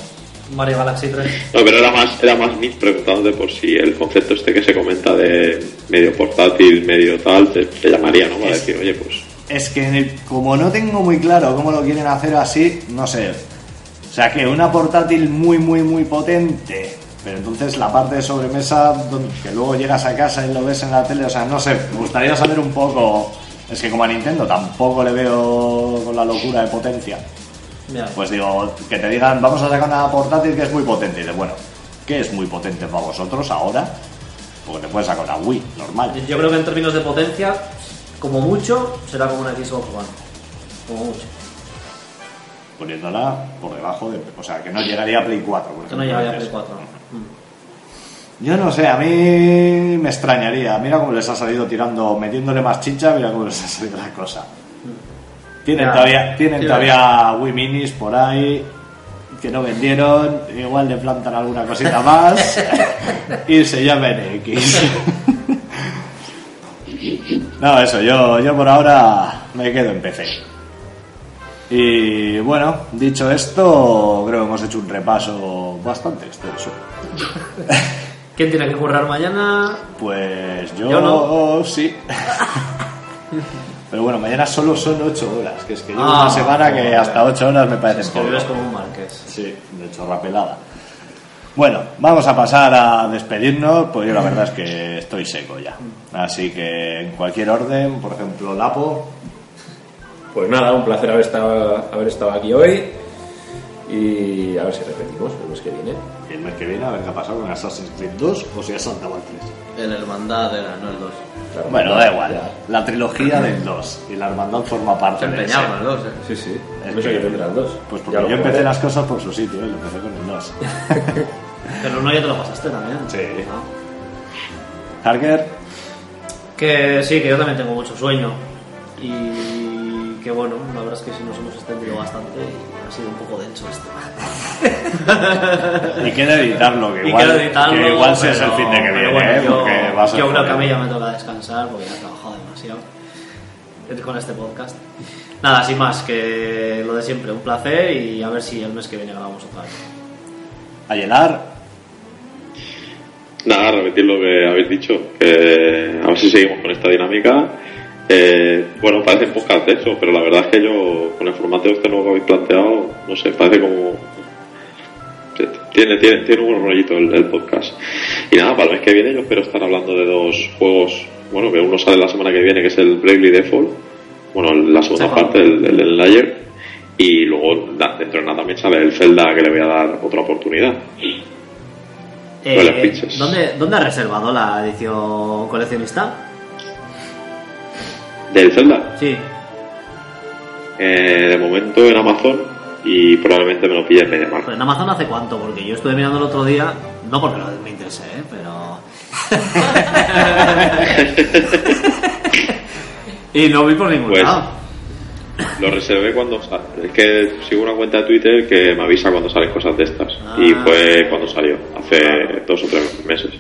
S2: Mario Galaxy 3.
S3: No, pero era más, era más Nick preguntándote por si el concepto este que se comenta de medio portátil, medio tal, te, te llamaría, ¿no? Para decir, oye, pues
S1: Es que como no tengo muy claro cómo lo quieren hacer así, no sé. O sea que una portátil muy, muy, muy potente. Pero entonces la parte de sobremesa, don- que luego llegas a casa y lo ves en la tele, o sea, no sé, me gustaría saber un poco. Es que como a Nintendo tampoco le veo con la locura de potencia.
S2: Mira,
S1: Pues digo, que te digan, vamos a sacar una portátil que es muy potente. Y dices, bueno, ¿qué es muy potente para vosotros ahora? Porque te puedes sacar una Wii, normal.
S2: yo creo que en términos de potencia, como mucho, será como una Xbox One. Como mucho.
S1: poniéndola por debajo de. O sea, que no llegaría a Play 4. por
S2: Que no
S1: ejemplo,
S2: llegaría a
S1: dices.
S2: Play 4.
S1: Yo no sé, a mí me extrañaría. Mira cómo les ha salido tirando, metiéndole más chicha, mira cómo les ha salido la cosa. Tienen
S2: Ya.
S1: todavía, tienen
S2: Sí,
S1: todavía Wii Minis por ahí que no vendieron, igual le plantan alguna cosita más y se llama NX. No, eso, yo, yo por ahora me quedo en PC. Y bueno, dicho esto, creo que hemos hecho un repaso bastante extenso.
S2: ¿Quién tiene que currar mañana?
S1: Pues yo,
S2: Yo no.
S1: sí. Pero bueno, mañana solo son 8 horas, que es que llevo
S2: Ah,
S1: una semana que
S2: joder.
S1: hasta 8 horas me parecen
S2: Es que vives
S1: poco.
S2: como un marqués.
S1: Sí, de chorrapelada. Bueno, vamos a pasar a despedirnos, pues yo la verdad es que estoy seco ya. Así que en cualquier orden, por ejemplo, Lapo,
S15: Pues nada, un placer haber estado, haber estado aquí hoy. Y a ver si repetimos el mes que viene.
S1: y el mes que viene a ver qué ha pasado con Assassin's Creed 2 o si es Santa Wall 3.
S7: El Hermandad era, no el 2.
S15: Claro,
S1: Bueno, da
S15: ya,
S1: igual,
S15: ya.
S1: la trilogía del 2 y la hermandad forma parte
S7: Se
S1: de ese.
S7: empeñaron el 2, eh.
S15: Sí, sí.
S1: Es
S15: No sé
S1: que-
S15: qué tendrán dos.
S1: Pues
S15: Ya
S1: porque
S15: lo
S1: yo empecé
S15: jugaré.
S1: las cosas por su sitio, ¿eh? Lo empecé con el 2.
S2: Pero uno ya te lo pasaste también.
S1: Sí.
S2: ¿no?
S1: Harker,
S2: Que sí, que yo también tengo mucho sueño. Y que bueno, la verdad es que sí nos hemos extendido bastante y ha sido un poco denso este.
S1: y quiero editarlo, que
S2: Y
S1: igual,
S2: quiero editarlo,
S1: que igual si es el
S2: pero-
S1: fin de que
S2: pero
S1: viene,
S2: bueno,
S1: ¿eh?
S2: yo-
S1: Porque va a ser
S2: Yo creo que a
S1: jodido.
S2: mí ya me toca descansar porque ya he trabajado demasiado con este podcast. Nada, sin más, que lo de siempre, un placer y a ver si el mes que viene grabamos otra vez.
S1: Ayelar,
S3: Nada, repetir lo que habéis dicho, que a ver si seguimos con esta dinámica. Eh, bueno, parecen podcast de eso, pero la verdad es que yo, con el formato este nuevo que habéis planteado, no sé, parece como... Tiene, tiene, tiene un buen rollito el, el podcast. Y nada, para el mes que viene yo espero estar hablando de dos juegos, bueno, que uno sale la semana que viene, que es el Bravely Default, bueno, la segunda
S2: Ajá.
S3: parte, el, el, el Layer, y luego na- dentro de nada también sale el Zelda, que le voy a dar otra oportunidad. Con las pizzas.
S2: Eh, ¿dónde, ¿Dónde has reservado la edición coleccionista?
S3: ¿Del Zelda?
S2: Sí.
S3: Eh, de momento en Amazon y probablemente me lo pille en
S2: Pues
S3: MediaMarkt.
S2: en Amazon hace cuánto, porque yo estuve mirando el otro día, no porque lo- me interese, ¿eh? pero... y no vi por ningún
S3: Pues-
S2: lado.
S3: Lo reservé cuando sale. Es que sigo una cuenta de Twitter que me avisa cuando salen cosas de estas.
S2: Ah.
S3: Y fue cuando salió, hace dos o tres meses.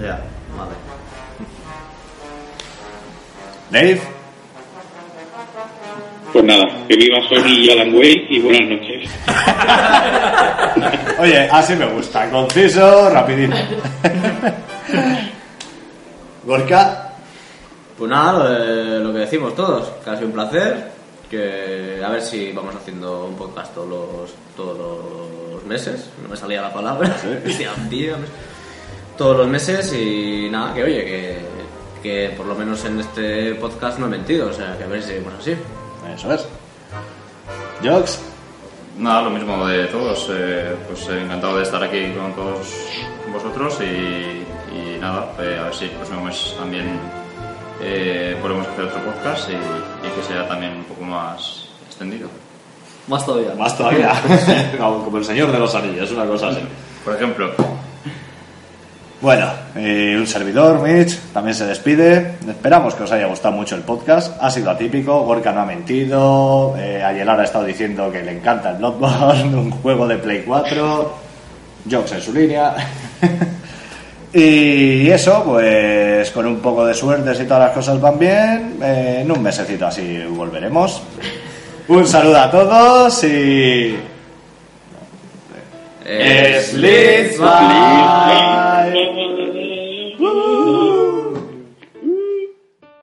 S2: Ya, vale.
S1: Dave,
S6: Pues nada, que viva Sony y Alan Wake y buenas noches.
S1: oye, así me gusta, conciso, rapidito. Gorka,
S7: Pues nada, lo, de- lo que decimos todos, que ha sido un placer, que a ver si vamos haciendo un podcast todos los, todos los meses, no me salía la palabra, Decía, "Tío, mes". todos los meses y nada, que oye, que, que por lo menos en este podcast no he mentido, o sea, que a ver si seguimos así.
S1: eso es. Jox,
S4: Nada, lo mismo de todos. eh, pues eh, encantado de estar aquí con todos vosotros y, y nada, eh, a ver si el próximo mes también eh, volvemos a hacer otro podcast y, y que sea también un poco más extendido.
S2: Más todavía.
S1: más todavía, como como el señor de los anillos, una cosa así.
S4: Por ejemplo,
S1: Bueno, eh, un servidor, Mitch, también se despide. Esperamos que os haya gustado mucho el podcast. Ha sido atípico, Gorka no ha mentido, eh, Ayelar ha estado diciendo que le encanta el Bloodborne, un juego de Play 4, Jokes en su línea. y eso, pues con un poco de suerte, si todas las cosas van bien, eh, en un mesecito así volveremos. Un saludo a todos y...
S7: Eh,
S1: Sleep,
S3: Please, please.